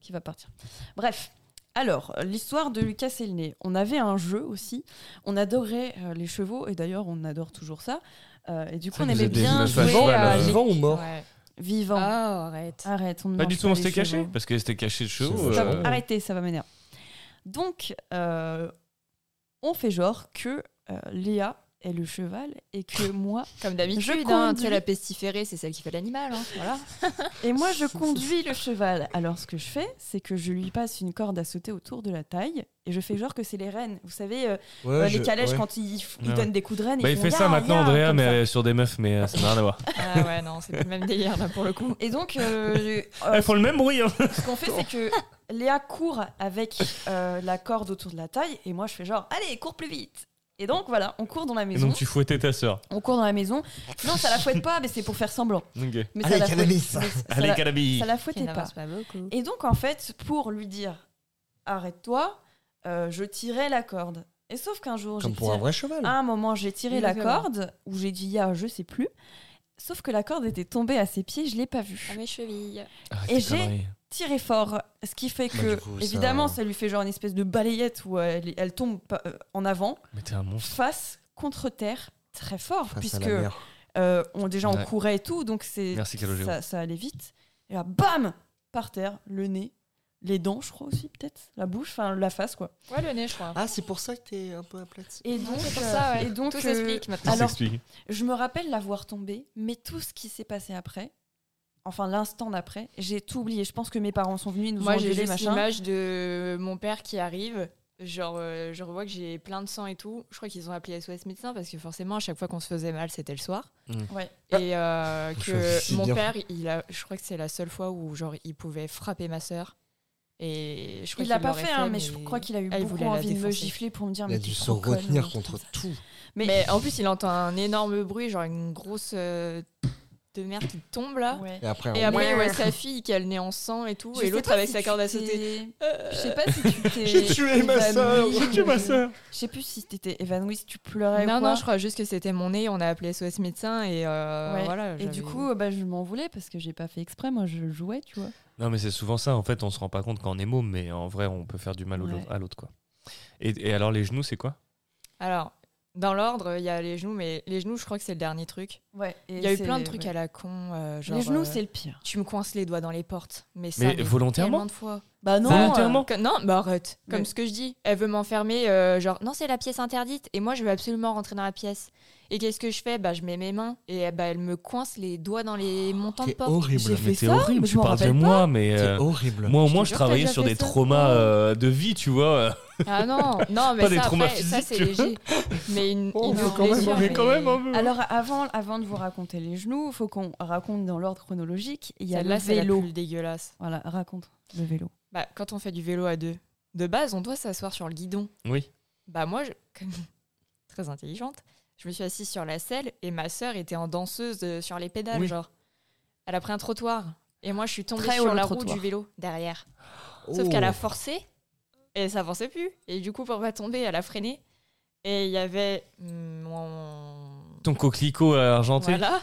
Speaker 2: qui va partir. Bref. Alors, euh, l'histoire de Lucas et le nez. On avait un jeu aussi. On adorait euh, les chevaux, et d'ailleurs, on adore toujours ça. Euh, et du coup, on
Speaker 1: vous
Speaker 2: aimait
Speaker 1: êtes des
Speaker 2: bien
Speaker 1: meufs à
Speaker 2: jouer
Speaker 1: cheval,
Speaker 2: à
Speaker 1: euh,
Speaker 2: les-
Speaker 4: Vivant ou mort
Speaker 3: Ouais.
Speaker 2: vivants.
Speaker 3: Ah, arrête.
Speaker 2: Arrête, on ne
Speaker 1: Pas
Speaker 2: mange
Speaker 1: du tout, on
Speaker 2: les
Speaker 1: s'était caché
Speaker 2: chevaux.
Speaker 1: parce que c'était caché de chevaux.
Speaker 4: C'est
Speaker 2: Stop,
Speaker 1: euh,
Speaker 4: vrai.
Speaker 2: arrêtez, ça Ah, va m'énerver. Donc, euh, on fait genre que euh, Léa est le cheval et que moi
Speaker 3: Comme d'habitude,
Speaker 2: Je
Speaker 3: hein,
Speaker 2: conduis.
Speaker 3: tu sais, la pestiférée, c'est celle qui fait l'animal. hein, (laughs) Voilà.
Speaker 2: et moi je conduis le cheval. Alors ce que je fais, c'est que je lui passe une corde à sauter autour de la taille et je fais genre que c'est les rennes. Vous savez, euh,
Speaker 4: Ouais,
Speaker 2: euh,
Speaker 4: je-
Speaker 2: les calèches
Speaker 4: ouais.
Speaker 2: quand ils, f- ils
Speaker 1: Ouais.
Speaker 2: donnent des coups de renne.
Speaker 1: Bah,
Speaker 2: ils
Speaker 1: il
Speaker 2: font
Speaker 1: fait ça
Speaker 2: ya,
Speaker 1: maintenant,
Speaker 2: ya,
Speaker 1: Andrea,
Speaker 2: comme
Speaker 1: mais
Speaker 2: ça.
Speaker 1: euh, sur des meufs, mais euh, ça n'a rien à voir.
Speaker 3: Ah ouais, non, c'est le même délire là pour le coup.
Speaker 2: Et
Speaker 1: (laughs)
Speaker 2: donc, euh, je- euh,
Speaker 1: Elles font le même bruit. hein.
Speaker 2: ce qu'on fait, c'est que Léa court avec euh, la corde autour de la taille et moi je fais genre allez cours plus vite. Et donc voilà, on court dans la
Speaker 1: Et
Speaker 2: maison.
Speaker 1: donc, tu fouettais ta sœur.
Speaker 2: On court dans la maison. Non, ça la fouette pas, mais c'est pour faire semblant.
Speaker 1: Ok.
Speaker 2: Mais
Speaker 4: Allez,
Speaker 2: ça la
Speaker 4: cannabis.
Speaker 2: fouette- mais ça
Speaker 1: Allez,
Speaker 2: la-
Speaker 1: Calabi.
Speaker 2: ça la fouettait pas.
Speaker 3: beaucoup.
Speaker 2: Et donc, en fait, pour lui dire arrête-toi, euh, je tirais la corde. Et sauf qu'un jour, j'ai
Speaker 4: Comme pour un
Speaker 2: tiré...
Speaker 4: vrai cheval.
Speaker 2: à un moment, j'ai tiré la
Speaker 3: Exactement.
Speaker 2: corde, ou j'ai dit ah, je sais plus. Sauf que la corde était tombée à ses pieds, je l'ai pas vue.
Speaker 3: mes chevilles.
Speaker 1: Ah,
Speaker 2: Et
Speaker 1: tes
Speaker 2: j'ai-
Speaker 1: conneries.
Speaker 2: Tiré fort, ce qui fait
Speaker 4: Bah,
Speaker 2: que,
Speaker 4: du coup, ça-
Speaker 2: évidemment, ça... lui fait genre une espèce de balayette où elle, est- elle tombe pas- euh, en avant,
Speaker 1: Mais t'es un monstre.
Speaker 2: face contre terre, très fort,
Speaker 4: Face à
Speaker 2: puisque
Speaker 4: la mer.
Speaker 2: euh, on, déjà on
Speaker 1: Ouais.
Speaker 2: courait et tout, donc c'est
Speaker 1: Merci, Calogero.
Speaker 2: ça, ça allait vite. Et là, bam Par terre, le nez, les dents, je crois aussi, peut-être, la bouche, enfin la face, quoi.
Speaker 3: Ouais, le nez, je crois.
Speaker 4: Ah, c'est pour ça que t'es un peu aplati.
Speaker 2: Et donc,
Speaker 3: c'est pour
Speaker 2: euh,
Speaker 3: ça, ouais.
Speaker 2: et donc
Speaker 3: Tout
Speaker 2: euh,
Speaker 3: s'explique maintenant.
Speaker 1: Ça
Speaker 2: alors-
Speaker 1: s'explique.
Speaker 2: je me rappelle l'avoir tombé, mais tout ce qui s'est passé après, enfin l'instant d'après, j'ai tout oublié. Je pense que mes parents sont venus, ils nous
Speaker 3: Moi,
Speaker 2: ont
Speaker 3: j'ai
Speaker 2: engueulés,
Speaker 3: juste
Speaker 2: machin.
Speaker 3: l'image de mon père qui arrive. Genre, euh, je revois que j'ai plein de sang et tout. Je crois qu'ils ont appelé SOS médecin parce que forcément, à chaque fois qu'on se faisait mal, c'était le soir.
Speaker 2: Ouais.
Speaker 3: Et euh,
Speaker 4: Mmh. Ah. Je
Speaker 3: que
Speaker 4: suis
Speaker 3: mon
Speaker 4: bien.
Speaker 3: père, il a, je crois que c'est la seule fois où genre il pouvait frapper ma sœur. Et je crois
Speaker 2: Il l'a
Speaker 3: qu'il
Speaker 2: pas
Speaker 3: l'aurait
Speaker 2: fait, hein, mais je crois qu'il a eu
Speaker 3: Ah, il
Speaker 2: beaucoup
Speaker 3: voulait la
Speaker 2: envie de me
Speaker 3: défoncer.
Speaker 2: gifler pour me dire.
Speaker 4: Il a
Speaker 2: mais
Speaker 4: dû
Speaker 2: t'es
Speaker 4: se
Speaker 2: trop conne,
Speaker 4: retenir
Speaker 2: mais
Speaker 4: contre
Speaker 2: putain, ça.
Speaker 4: tout.
Speaker 2: Mais,
Speaker 3: Mais en plus, il entend un énorme bruit, genre une grosse euh, de merde qui tombe là.
Speaker 2: Ouais.
Speaker 4: Et après,
Speaker 3: Et
Speaker 4: on-
Speaker 3: après,
Speaker 2: Ouais.
Speaker 3: ouais, sa fille qui a le nez en sang et tout,
Speaker 2: Je
Speaker 3: et
Speaker 2: ah, sais
Speaker 3: l'autre
Speaker 2: pas
Speaker 3: avec
Speaker 2: si
Speaker 3: sa
Speaker 2: tu
Speaker 3: corde à sauter. Euh.
Speaker 2: t'es- Je sais pas si tu t'es.
Speaker 4: (laughs) J'ai tué ma
Speaker 2: évanouie,
Speaker 4: sœur, j'ai
Speaker 1: Tu es ma sœur.
Speaker 2: Je sais plus si t'étais évanouie, si tu pleurais ou
Speaker 3: Non,
Speaker 2: quoi.
Speaker 3: non, je crois juste que c'était mon nez, on a appelé SOS médecin et euh,
Speaker 2: Ouais.
Speaker 3: voilà.
Speaker 2: Et
Speaker 3: j'avais-
Speaker 2: du coup, euh, bah, je m'en voulais parce que j'ai pas fait exprès. Moi, je jouais, tu vois.
Speaker 1: Non, mais c'est souvent ça. En fait, on se rend pas compte quand on est môme, mais en vrai, on peut faire du mal au-
Speaker 2: Ouais.
Speaker 1: à l'autre, quoi. Et, et alors, les genoux, c'est quoi
Speaker 3: Alors, dans l'ordre, il y a les genoux, mais les genoux, je crois que c'est le dernier truc.
Speaker 2: Ouais.
Speaker 3: Il y a eu plein de trucs à la con. euh, genre,
Speaker 2: Les genoux,
Speaker 3: euh,
Speaker 2: c'est le pire.
Speaker 3: Tu me coinces les doigts dans les portes. Mais, ça,
Speaker 1: Mais volontairement
Speaker 3: tellement de fois.
Speaker 2: Bah non.
Speaker 1: Volontairement
Speaker 3: Que- non, bah arrête. Comme
Speaker 2: Mais-
Speaker 3: ce que je dis, elle veut m'enfermer, euh, genre non, c'est la pièce interdite et moi je veux absolument rentrer dans la pièce. Et qu'est-ce que je fais Bah je mets mes mains et euh, bah elle me coince les doigts dans les montants de
Speaker 4: t'es
Speaker 3: porte.
Speaker 4: horrible.
Speaker 2: J'ai
Speaker 1: Mais
Speaker 2: fait
Speaker 1: t'es
Speaker 2: ça,
Speaker 1: horrible,
Speaker 2: mais je
Speaker 1: tu
Speaker 2: m'en
Speaker 1: parles de
Speaker 2: rappelle
Speaker 1: moi, mais.
Speaker 4: T'es
Speaker 1: euh,
Speaker 6: Bah,
Speaker 4: horrible.
Speaker 1: Moi, au
Speaker 3: Je
Speaker 1: moins,
Speaker 3: te
Speaker 1: je
Speaker 3: jure que
Speaker 1: travaillais
Speaker 3: j'ai
Speaker 1: sur
Speaker 3: fait
Speaker 1: des
Speaker 3: ça.
Speaker 1: traumas euh, de vie, tu vois.
Speaker 3: Ah non, non, mais ça,
Speaker 6: Pas des traumas
Speaker 3: après, ça, c'est
Speaker 6: physiques.
Speaker 3: léger. Mais une,
Speaker 4: Oh,
Speaker 3: une
Speaker 2: mais
Speaker 3: autre
Speaker 2: quand même, hein.
Speaker 3: blessure,
Speaker 2: Ah, mais
Speaker 6: quand même, un peu.
Speaker 2: Alors avant, avant de vous raconter les genoux, faut qu'on raconte dans l'ordre chronologique. Il y a le
Speaker 3: Celle-là, c'est la
Speaker 2: vélo.
Speaker 3: plus dégueulasse.
Speaker 2: Voilà, raconte le vélo.
Speaker 3: Bah, quand on fait du vélo à deux, de base, on doit s'asseoir sur le guidon.
Speaker 6: Oui.
Speaker 3: Bah moi, je- (laughs) comme très intelligente, je me suis assise sur la selle et ma sœur était en danseuse euh, sur les pédales,
Speaker 6: Oui.
Speaker 3: genre. Elle a pris un trottoir et moi, je suis tombée
Speaker 2: Très haut,
Speaker 3: sur
Speaker 2: le
Speaker 3: la roue
Speaker 2: trottoir.
Speaker 3: du vélo derrière.
Speaker 6: Oh.
Speaker 3: Sauf qu'elle a forcé et ça avançait plus. Et du coup, pour pas tomber, elle a freiné et il y avait hum, mon
Speaker 6: Ton coquelicot euh, argenté,
Speaker 3: voilà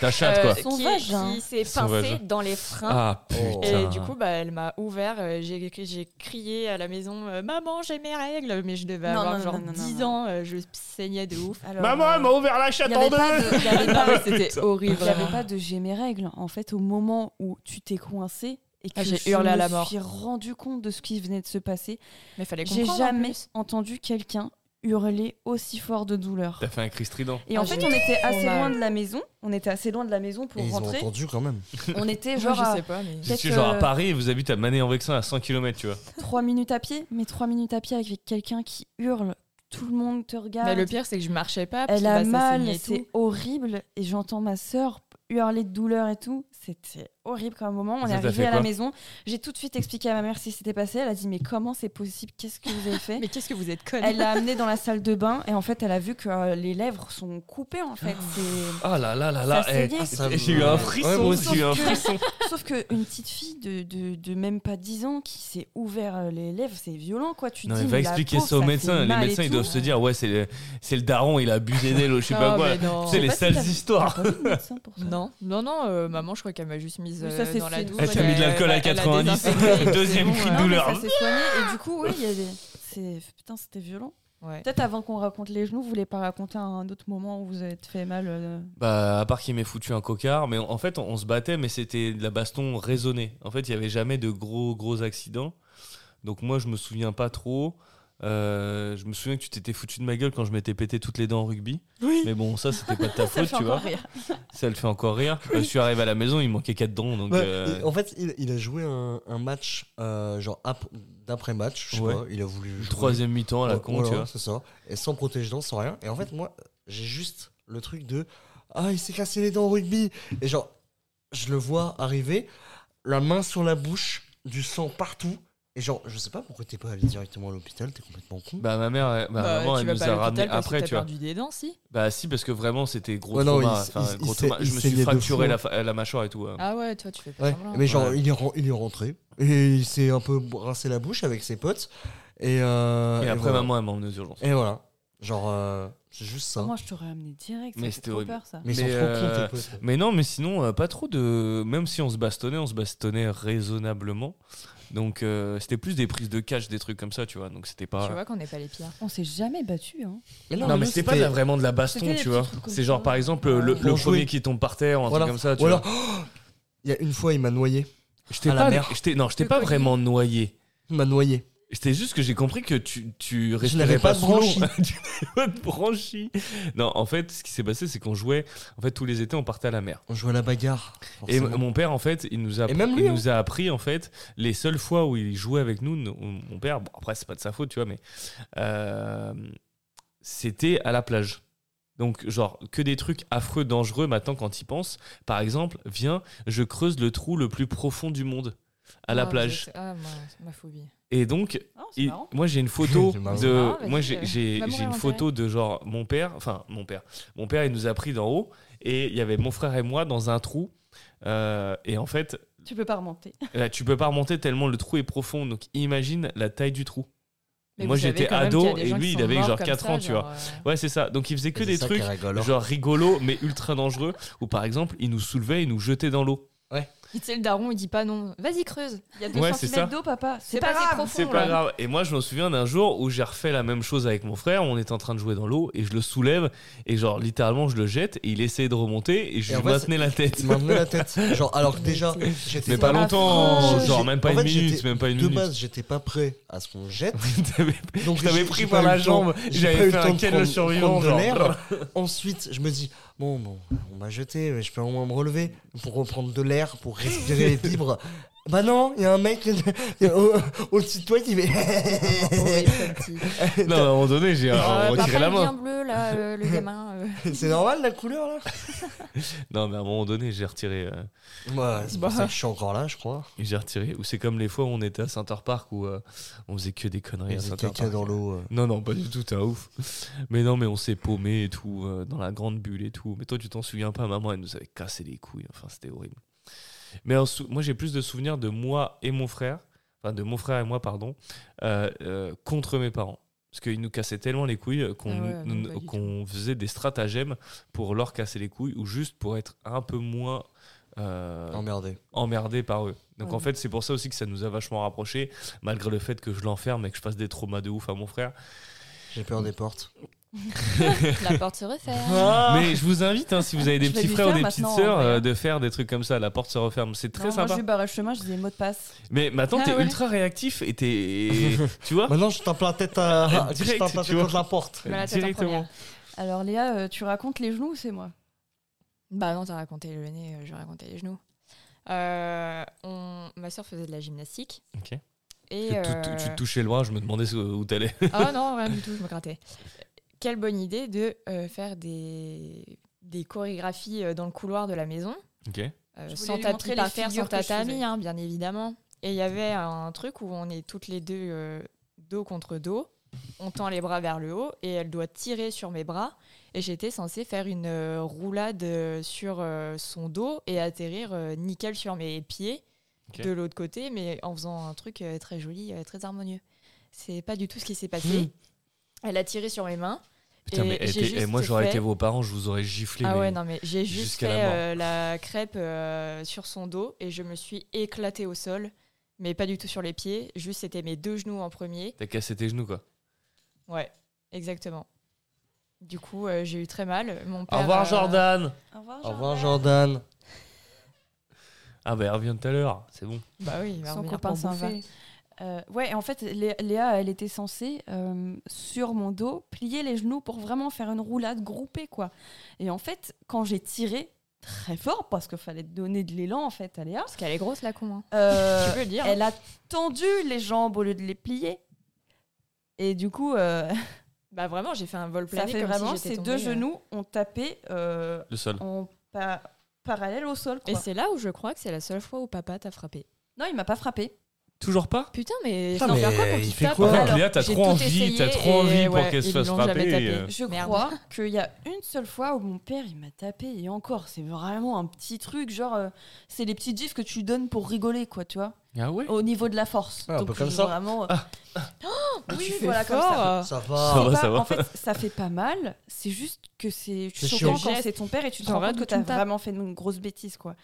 Speaker 6: ta chatte,
Speaker 3: euh,
Speaker 6: quoi.
Speaker 2: Son
Speaker 3: qui,
Speaker 2: vagin.
Speaker 3: qui s'est
Speaker 6: Son
Speaker 3: pincé
Speaker 6: vagin.
Speaker 3: dans les freins.
Speaker 6: Ah,
Speaker 4: Oh.
Speaker 6: putain.
Speaker 3: Et du coup, bah, elle m'a ouvert. euh, J'ai j'ai crié à la maison euh, Maman, j'ai mes règles. Mais je devais
Speaker 2: Non,
Speaker 3: avoir
Speaker 2: non,
Speaker 3: genre
Speaker 2: non, non,
Speaker 3: 10
Speaker 2: non.
Speaker 3: ans. euh, je saignais de
Speaker 6: (laughs)
Speaker 3: ouf.
Speaker 2: Alors,
Speaker 6: Maman,
Speaker 2: euh,
Speaker 6: elle m'a ouvert la
Speaker 2: il
Speaker 6: chatte
Speaker 2: n'y
Speaker 6: en
Speaker 2: avait
Speaker 6: deux
Speaker 2: pas de- il y avait
Speaker 3: Non,
Speaker 2: pas
Speaker 3: mais
Speaker 2: de-
Speaker 3: c'était horrible.
Speaker 2: il y avait
Speaker 3: vraiment.
Speaker 2: pas de j'ai mes règles. En fait, au moment où tu t'es coincé et que
Speaker 3: Ah, j'ai
Speaker 2: je
Speaker 3: hurlé à
Speaker 2: me
Speaker 3: la mort.
Speaker 2: suis rendu compte de ce qui venait de se passer,
Speaker 3: Mais fallait
Speaker 2: j'ai
Speaker 3: comprendre. en
Speaker 2: jamais
Speaker 3: plus.
Speaker 2: entendu quelqu'un hurler aussi fort de douleur.
Speaker 6: T'as fait un cri strident.
Speaker 2: Et en
Speaker 3: Ah,
Speaker 2: fait,
Speaker 3: j'ai
Speaker 2: on était
Speaker 3: trop
Speaker 2: assez
Speaker 3: mal.
Speaker 2: loin de la maison. On était assez loin de la maison pour
Speaker 4: Et ils ont
Speaker 2: rentrer.
Speaker 4: entendu quand même.
Speaker 2: On était
Speaker 3: Moi,
Speaker 2: genre
Speaker 3: (laughs) je
Speaker 2: à
Speaker 3: sais pas. Mais...
Speaker 6: Si tu es
Speaker 2: Peut-être,
Speaker 6: genre à
Speaker 2: euh,
Speaker 6: Paris et vous habitez à Manet-en-Vexin à 100 km, tu vois.
Speaker 2: 3 minutes à pied, mais 3 minutes à pied avec quelqu'un qui hurle, tout le monde te regarde.
Speaker 3: Mais le pire, c'est que je marchais pas. puis,
Speaker 2: elle a
Speaker 3: bah, ça saignait
Speaker 2: mal,
Speaker 3: et
Speaker 2: c'est
Speaker 3: tout.
Speaker 2: horrible. Et j'entends ma sœur hurler de douleur et tout. C'était horrible comme moment. On
Speaker 6: Ça
Speaker 2: est
Speaker 6: t'a fait
Speaker 2: arrivé à la
Speaker 6: quoi
Speaker 2: maison. J'ai tout de suite expliqué à ma mère ce qui s'était passé. Elle a dit Mais comment c'est possible Qu'est-ce que vous avez fait
Speaker 3: Mais qu'est-ce que vous êtes conne
Speaker 2: Elle l'a amenée dans la salle de bain et en fait, elle a vu que euh, les lèvres sont coupées en fait. C'est-
Speaker 6: Ah là là là là.
Speaker 2: Ça
Speaker 6: eh,
Speaker 2: saignait.
Speaker 4: Ça me-
Speaker 6: J'ai eu un frisson
Speaker 4: Ouais, moi
Speaker 6: aussi, hein. j'ai eu un
Speaker 2: Sauf que-
Speaker 6: frisson.
Speaker 2: Sauf qu'une petite fille de, de, de même pas 10 ans qui s'est ouvert euh, les lèvres, c'est violent quoi. Tu
Speaker 6: Non,
Speaker 2: dis,
Speaker 6: mais
Speaker 2: mais
Speaker 6: va
Speaker 2: la
Speaker 6: expliquer
Speaker 2: pauvre,
Speaker 6: ça aux
Speaker 2: fait
Speaker 6: médecins. Les
Speaker 2: mal et
Speaker 6: médecins, ils
Speaker 2: tout. hein.
Speaker 6: doivent se dire, ouais, c'est le, c'est le daron, il a abusé d'elle, ou je sais
Speaker 3: Non,
Speaker 6: pas
Speaker 3: mais
Speaker 6: quoi.
Speaker 3: non.
Speaker 6: Tu sais, les
Speaker 2: pas si
Speaker 6: sales
Speaker 2: t'as-
Speaker 6: histoires.
Speaker 2: T'as pas vu le Ah, bah médecin pour ça
Speaker 3: Non, non, non, euh, maman, je crois qu'elle m'a juste mise
Speaker 2: Oui, ça,
Speaker 3: euh,
Speaker 2: c'est-
Speaker 3: dans la
Speaker 2: c'est-
Speaker 3: douche.
Speaker 6: Elle t'a mis de l'alcool à
Speaker 3: Elle a
Speaker 6: 90.
Speaker 3: désinfecté,
Speaker 6: Deuxième
Speaker 3: c'est hein.
Speaker 6: cri de
Speaker 2: Non, mais
Speaker 6: douleur.
Speaker 2: ça s'est soigné et du coup, oui, il y avait. c'est- Putain, c'était violent.
Speaker 3: Ouais.
Speaker 2: Peut-être avant qu'on raconte les genoux, vous voulez pas raconter un autre moment où vous avez fait mal euh,
Speaker 6: Bah, à part qu'il m'ait foutu un cocard, mais en en fait, on, on se battait, mais c'était de la baston raisonnée. En fait, il n'y avait jamais de gros, gros accidents. Donc, moi, je me souviens pas trop. Euh, je me souviens que tu t'étais foutu de ma gueule quand je m'étais pété toutes les dents en rugby. Mais bon, ça, c'était pas de
Speaker 3: (laughs)
Speaker 6: ta faute, tu vois. Ça le fait encore rire. Euh, je suis arrivé à la maison, il manquait quatre dents, donc.
Speaker 4: Ouais,
Speaker 6: euh,
Speaker 4: il- En fait, il, il a joué un, un match, euh, genre ap- d'après-match, je sais
Speaker 6: Ouais.
Speaker 4: pas, il a voulu jouer.
Speaker 6: Troisième mi-temps à la
Speaker 4: Ouais,
Speaker 6: con,
Speaker 4: voilà,
Speaker 6: tu vois.
Speaker 4: C'est ça. Et sans protège-dents, sans rien. Et en fait, moi, j'ai juste le truc de Ah, il s'est cassé les dents au rugby. Et genre, je le vois arriver, la main sur la bouche, du sang partout. Et genre, je sais pas pourquoi t'es pas allé directement à l'hôpital, t'es complètement con.
Speaker 6: Bah, ma mère, elle- ma
Speaker 3: Bah,
Speaker 6: maman,
Speaker 3: tu
Speaker 6: elle
Speaker 3: vas
Speaker 6: nous
Speaker 3: pas à
Speaker 6: a
Speaker 3: l'hôpital
Speaker 6: ramené
Speaker 3: parce que
Speaker 6: après,
Speaker 3: t'as
Speaker 6: tu vois.
Speaker 3: perdu des dents, si
Speaker 6: Bah, si, parce que vraiment, c'était gros
Speaker 4: Ouais, non,
Speaker 6: trauma.
Speaker 4: il-
Speaker 6: Enfin,
Speaker 4: il-
Speaker 6: gros
Speaker 4: il
Speaker 6: trauma.
Speaker 4: s'est-
Speaker 6: Je
Speaker 4: il
Speaker 6: me suis
Speaker 4: saignait de
Speaker 6: fracturé
Speaker 4: fou.
Speaker 6: la, fa- la mâchoire et tout. hein.
Speaker 3: Ah ouais, toi, tu fais pas
Speaker 4: Ouais,
Speaker 3: semblant.
Speaker 4: mais genre,
Speaker 6: Ouais. Eh ben,
Speaker 4: Il, est, ren- il est rentré. Et il s'est un peu brassé la bouche avec ses potes. Et, euh,
Speaker 6: Et après,
Speaker 4: voilà.
Speaker 6: maman, elle m'a emmené aux urgences.
Speaker 4: Et voilà. Genre, euh, c'est juste ça.
Speaker 2: Moi, je t'aurais amené direct.
Speaker 6: Mais
Speaker 2: Mais
Speaker 6: c'était
Speaker 2: c'était trop
Speaker 6: horrible.
Speaker 2: peur ça.
Speaker 4: mais ils sont
Speaker 6: mais,
Speaker 4: trop
Speaker 6: euh,
Speaker 4: cons, tes potes.
Speaker 6: Mais non, mais sinon, euh, pas trop de. Même si on se bastonnait, on se bastonnait raisonnablement. Donc, euh, c'était plus des prises de cash, des trucs comme ça, tu vois. Donc, c'était pas.
Speaker 3: Tu vois qu'on n'est pas les pires.
Speaker 2: On s'est jamais battu. Hein.
Speaker 6: Non,
Speaker 4: mais
Speaker 6: mais
Speaker 4: nous,
Speaker 6: c'était pas de la- vraiment de la
Speaker 2: C'était
Speaker 6: baston,
Speaker 2: des
Speaker 6: tu
Speaker 2: petits
Speaker 6: vois.
Speaker 2: trucs comme
Speaker 6: C'est
Speaker 2: ça.
Speaker 6: genre, par exemple, le, le
Speaker 4: Pour jouer.
Speaker 6: premier qui tombe par terre, ou un
Speaker 4: Voilà.
Speaker 6: truc comme ça, tu
Speaker 4: Ou
Speaker 6: vois.
Speaker 4: alors, oh, il y a une fois, il m'a noyé.
Speaker 6: J'étais
Speaker 4: à la
Speaker 6: pas,
Speaker 4: mer.
Speaker 6: j'étais- non, j'étais
Speaker 3: Le
Speaker 6: pas
Speaker 3: collier.
Speaker 6: vraiment noyé.
Speaker 4: Il m'a noyé.
Speaker 6: C'était juste que j'ai compris que tu, tu respirais
Speaker 4: n'avais
Speaker 6: pas,
Speaker 4: pas de
Speaker 6: sous l'eau.
Speaker 4: branchie.
Speaker 6: Tu n'avais (laughs) pas de branchie. Non, en fait, ce qui s'est passé, c'est qu'on jouait. En fait, tous les étés, on partait à la mer.
Speaker 4: (laughs) On jouait à la bagarre.
Speaker 6: Et
Speaker 4: forcément.
Speaker 6: m- mon père, en fait, il nous a,
Speaker 4: Et même lui,
Speaker 6: il
Speaker 4: hein.
Speaker 6: nous a appris, en fait, les seules fois où il jouait avec nous, nous- mon père, bon, après, c'est pas de sa faute, tu vois, mais euh, c'était à la plage. Donc, genre, que des trucs affreux, dangereux, maintenant, quand il pense. Par exemple, viens, je creuse le trou le plus profond du monde à la
Speaker 3: Ah,
Speaker 6: plage.
Speaker 3: je sais- Ah, moi, c'est ma phobie.
Speaker 6: Et donc,
Speaker 2: Non, c'est
Speaker 6: et
Speaker 2: marrant.
Speaker 6: moi j'ai une photo
Speaker 4: (laughs) C'est marrant.
Speaker 6: de
Speaker 3: Ah, vas-y,
Speaker 6: moi j'ai
Speaker 3: euh,
Speaker 6: j'ai-
Speaker 3: va
Speaker 6: j'ai
Speaker 3: mourir
Speaker 6: une
Speaker 3: en
Speaker 6: photo de genre mon père enfin mon père mon père il nous a pris d'en haut et il y avait mon frère et moi dans un trou Euh, et en fait
Speaker 2: Tu peux pas remonter.
Speaker 6: là, tu peux pas remonter tellement le trou est profond donc imagine la taille du trou
Speaker 3: Mais
Speaker 6: Moi,
Speaker 3: vous savez
Speaker 6: j'étais
Speaker 3: quand même
Speaker 6: ado
Speaker 3: qu'il y a des
Speaker 6: et
Speaker 3: gens
Speaker 6: lui,
Speaker 3: qui
Speaker 6: il
Speaker 3: sont
Speaker 6: avait
Speaker 3: morts
Speaker 6: genre
Speaker 3: comme
Speaker 6: 4
Speaker 3: ça,
Speaker 6: ans, tu vois.
Speaker 3: genre, euh,
Speaker 6: ouais c'est ça donc il faisait que
Speaker 4: Et
Speaker 6: des
Speaker 4: c'est ça qui
Speaker 6: trucs
Speaker 4: est rigolo.
Speaker 6: genre rigolos mais ultra dangereux ou par exemple il nous soulevait il nous jetait dans l'eau
Speaker 3: Tu sais, le daron, il dit pas non. Vas-y, creuse.
Speaker 2: Il y a 2
Speaker 6: Ouais, c'est ça.
Speaker 2: cm d'eau, papa.
Speaker 3: C'est
Speaker 2: C'est pas,
Speaker 3: pas si
Speaker 2: grave.
Speaker 3: profond.
Speaker 6: C'est pas
Speaker 3: là.
Speaker 6: grave. Et moi, je me souviens d'un jour où j'ai refait la même chose avec mon frère. On était en train de jouer dans l'eau et je le soulève et genre littéralement je le jette et il essayait de remonter et je
Speaker 4: Et en
Speaker 6: lui
Speaker 4: fait,
Speaker 6: maintenais la tête.
Speaker 4: Il m'a emmené la tête. Genre, alors que déjà, j'étais.
Speaker 6: Mais pas longtemps,
Speaker 2: affreux.
Speaker 6: genre même pas
Speaker 4: En
Speaker 6: une
Speaker 4: fait,
Speaker 6: minute,
Speaker 4: j'étais-
Speaker 6: même pas une
Speaker 4: De
Speaker 6: minute.
Speaker 4: base, j'étais pas prêt à ce qu'on
Speaker 6: (laughs)
Speaker 4: jette.
Speaker 6: T'avais-
Speaker 4: Donc,
Speaker 6: je t'avais
Speaker 4: j'ai-
Speaker 6: pris
Speaker 4: j'ai
Speaker 6: par
Speaker 4: pas
Speaker 6: la
Speaker 4: eu le
Speaker 6: jambe,
Speaker 4: temps- j'ai pas eu
Speaker 6: j'avais
Speaker 4: le
Speaker 6: fait
Speaker 4: temps
Speaker 6: un
Speaker 4: de
Speaker 6: quel le
Speaker 4: prendre-
Speaker 6: survivant,
Speaker 4: prendre de
Speaker 6: genre.
Speaker 4: l'air. (laughs) Ensuite, je me dis, (laughs) bon, bon on m'a jeté, mais je peux au moins me relever pour reprendre de l'air, pour respirer libre. Bah non, il y a un mec au- au-dessus de toi qui fait.
Speaker 3: Horrible,
Speaker 4: (laughs)
Speaker 3: ce Oh,
Speaker 2: (laughs)
Speaker 3: petit.
Speaker 6: Non, à un moment donné,
Speaker 4: Ah,
Speaker 6: j'ai
Speaker 3: Euh,
Speaker 6: retiré
Speaker 3: papa,
Speaker 6: la
Speaker 3: il est bien
Speaker 6: main.
Speaker 3: bleu, là, euh,
Speaker 6: (laughs)
Speaker 3: le gamin. euh.
Speaker 4: C'est normal la couleur là
Speaker 6: Non, mais à un moment donné, j'ai retiré. euh,
Speaker 4: Ouais, c'est pour
Speaker 3: Bah.
Speaker 4: ça que je suis encore là, je crois.
Speaker 6: Et j'ai retiré. Ou c'est comme les fois où on était à Center Park où euh, on faisait que des
Speaker 4: Il
Speaker 6: conneries à
Speaker 4: y a
Speaker 6: Center
Speaker 4: quelqu'un
Speaker 6: Park.
Speaker 4: dans l'eau. euh.
Speaker 6: Non, non, pas du tout, t'es un ouf. Mais non, mais on s'est paumé et tout, euh, dans la grande bulle et tout. Mais toi, tu t'en souviens pas, maman, elle nous avait cassé les couilles. Enfin, c'était horrible. Mais en sou- moi, j'ai plus de souvenirs de moi et mon frère, enfin, de mon frère et moi, pardon, euh, euh, contre mes parents. Parce qu'ils nous cassaient tellement les couilles euh, qu'on
Speaker 3: Ah ouais, non,
Speaker 6: nous-
Speaker 3: pas du
Speaker 6: qu'on faisait des stratagèmes pour leur casser les couilles ou juste pour être un peu moins. euh,
Speaker 4: Emmerdé.
Speaker 6: emmerdé par eux. Donc
Speaker 3: Ouais.
Speaker 6: en fait, c'est pour ça aussi que ça nous a vachement rapprochés, malgré le fait que je l'enferme et que je passe des traumas de ouf à mon frère.
Speaker 4: J'ai peur des portes.
Speaker 3: La porte se referme.
Speaker 6: Mais je vous invite, hein, si vous
Speaker 3: (laughs)
Speaker 6: avez des
Speaker 2: Je vais
Speaker 6: petits
Speaker 2: lui
Speaker 6: frères ou
Speaker 2: faire
Speaker 6: des petites
Speaker 2: maintenant,
Speaker 6: sœurs,
Speaker 2: en vrai.
Speaker 6: euh, de faire des trucs comme ça. La porte se referme, c'est très
Speaker 2: Non, Moi,
Speaker 6: sympa.
Speaker 2: je lui barrais le chemin, je disais mot de passe.
Speaker 6: Mais maintenant,
Speaker 3: Ah
Speaker 6: t'es
Speaker 3: ouais.
Speaker 6: ultra réactif
Speaker 3: (laughs)
Speaker 6: et t'es, tu vois,
Speaker 4: (laughs) Maintenant, je tape la tête, (laughs) à...
Speaker 6: Euh,
Speaker 4: je
Speaker 6: direct,
Speaker 4: tape la
Speaker 6: tu
Speaker 4: tête
Speaker 6: vois.
Speaker 4: contre la porte.
Speaker 3: Voilà, t'es en
Speaker 6: directement.
Speaker 3: première.
Speaker 2: Alors, Léa, euh, tu racontes les genoux ou c'est moi
Speaker 3: Bah non, t'as raconté le nez, euh, j'ai raconté les genoux. Euh, on... Ma soeur faisait de la gymnastique.
Speaker 6: Ok.
Speaker 3: Et,
Speaker 6: (laughs) Tu, tu- tu
Speaker 3: euh,
Speaker 6: te touchais le bras, je me demandais ce-
Speaker 3: (laughs)
Speaker 6: où t'allais.
Speaker 3: Ah non, rien du tout, je me grattais. Quelle bonne idée de euh, faire des... des chorégraphies euh, dans le couloir de la maison,
Speaker 6: Ok.
Speaker 3: euh,
Speaker 2: Je voulais
Speaker 3: sans
Speaker 2: lui
Speaker 3: tapis
Speaker 2: montrer
Speaker 3: par
Speaker 2: les
Speaker 3: terre, sans
Speaker 2: figures que je
Speaker 3: tatami,
Speaker 2: faisais.
Speaker 3: hein, bien évidemment. Et il y avait un truc où on est toutes les deux euh, dos contre dos, on tend les bras vers le haut et elle doit tirer sur mes bras. Et j'étais censée faire une euh, roulade euh, sur euh, son dos et atterrir euh, nickel sur mes pieds
Speaker 6: Ok.
Speaker 3: de l'autre côté, mais en faisant un truc euh, très joli, euh, très harmonieux. C'est pas du tout ce qui s'est
Speaker 6: Hmm.
Speaker 3: passé. Elle a tiré sur mes mains.
Speaker 6: Putain,
Speaker 3: Et
Speaker 6: mais eh,
Speaker 3: j'ai
Speaker 6: t'es-
Speaker 3: juste
Speaker 6: eh, moi, j'aurais
Speaker 3: fait-
Speaker 6: été vos parents, je vous aurais giflé.
Speaker 3: Ah
Speaker 6: mais-
Speaker 3: ouais, non, mais j'ai juste
Speaker 6: jusqu'à
Speaker 3: fait
Speaker 6: la mort.
Speaker 3: euh, la, crêpe euh, sur son dos et je me suis éclatée au sol, mais pas du tout sur les pieds. Juste, c'était mes deux genoux en premier.
Speaker 6: T'as cassé tes genoux, quoi.
Speaker 3: Ouais, exactement. Du coup, euh, j'ai eu très mal. Mon père,
Speaker 6: Au revoir,
Speaker 3: euh,
Speaker 6: Jordan.
Speaker 2: Au revoir,
Speaker 4: Au revoir, Jordan.
Speaker 6: Ah bah, elle revient tout à l'heure, c'est bon.
Speaker 3: Bah oui, il va
Speaker 2: Son
Speaker 3: revenir
Speaker 2: copain
Speaker 3: pour
Speaker 2: s'en va.
Speaker 3: bouffer.
Speaker 2: Euh, ouais, et en fait, Lé- Léa, elle était censée, euh, sur mon dos, plier les genoux pour vraiment faire une roulade groupée, quoi. Et en fait, quand j'ai tiré très fort, parce qu'il fallait donner de l'élan, en fait, à Léa,
Speaker 3: Parce qu'elle est grosse, la con. hein.
Speaker 2: euh,
Speaker 3: (laughs) Tu peux le dire.
Speaker 2: elle a tendu les jambes au lieu de les plier. Et du coup, euh,
Speaker 3: Bah vraiment, j'ai fait un
Speaker 2: (laughs)
Speaker 3: vol
Speaker 2: ça
Speaker 3: plané
Speaker 2: fait
Speaker 3: comme si
Speaker 2: vraiment,
Speaker 3: j'étais
Speaker 2: ces
Speaker 3: tombée,
Speaker 2: deux
Speaker 3: euh.
Speaker 2: genoux ont tapé euh,
Speaker 6: Le sol.
Speaker 2: en pa- parallèle au sol,
Speaker 3: Et
Speaker 2: quoi.
Speaker 3: c'est là où je crois que c'est la seule fois où papa t'a frappé.
Speaker 2: Non, il m'a pas frappé.
Speaker 6: Toujours pas
Speaker 3: Putain, mais,
Speaker 4: Putain,
Speaker 3: faut en faire
Speaker 4: mais
Speaker 3: quoi quand
Speaker 4: il
Speaker 3: tu
Speaker 4: fait
Speaker 3: tapes
Speaker 4: quoi
Speaker 3: alors
Speaker 6: Léa, t'as
Speaker 3: J'ai
Speaker 6: trop
Speaker 3: tout
Speaker 6: envie,
Speaker 3: essayé
Speaker 6: t'as trop envie
Speaker 3: et
Speaker 6: pour
Speaker 3: ouais,
Speaker 6: qu'elle se
Speaker 3: ils
Speaker 6: fasse
Speaker 3: l'ont jamais
Speaker 6: frapper,
Speaker 3: tapé.
Speaker 6: euh.
Speaker 2: Je
Speaker 3: Merde.
Speaker 2: crois qu'il y a une seule fois où mon père il m'a tapé et encore c'est vraiment un petit truc genre euh, c'est les petits gifs que tu donnes pour rigoler quoi tu vois
Speaker 6: Ah ouais
Speaker 2: au niveau de la force
Speaker 4: Ah, un peu
Speaker 2: donc
Speaker 4: comme
Speaker 2: je-
Speaker 4: ça.
Speaker 2: vraiment euh, Oh,
Speaker 3: Mais
Speaker 2: oui,
Speaker 3: tu fais
Speaker 2: voilà, comme
Speaker 3: fort,
Speaker 2: ça.
Speaker 3: euh.
Speaker 4: Ah, bah, Ça
Speaker 2: c'est
Speaker 4: va.
Speaker 6: Ça va,
Speaker 2: pas-
Speaker 6: ça va.
Speaker 2: en fait ça fait pas mal c'est juste que c'est
Speaker 4: C'est
Speaker 2: choquant
Speaker 3: chiant.
Speaker 2: quand c'est ton père et tu te
Speaker 3: T'en
Speaker 2: rends compte
Speaker 3: rates
Speaker 2: que
Speaker 3: ou tu me
Speaker 2: t'as
Speaker 3: tapes.
Speaker 2: vraiment fait une grosse bêtise quoi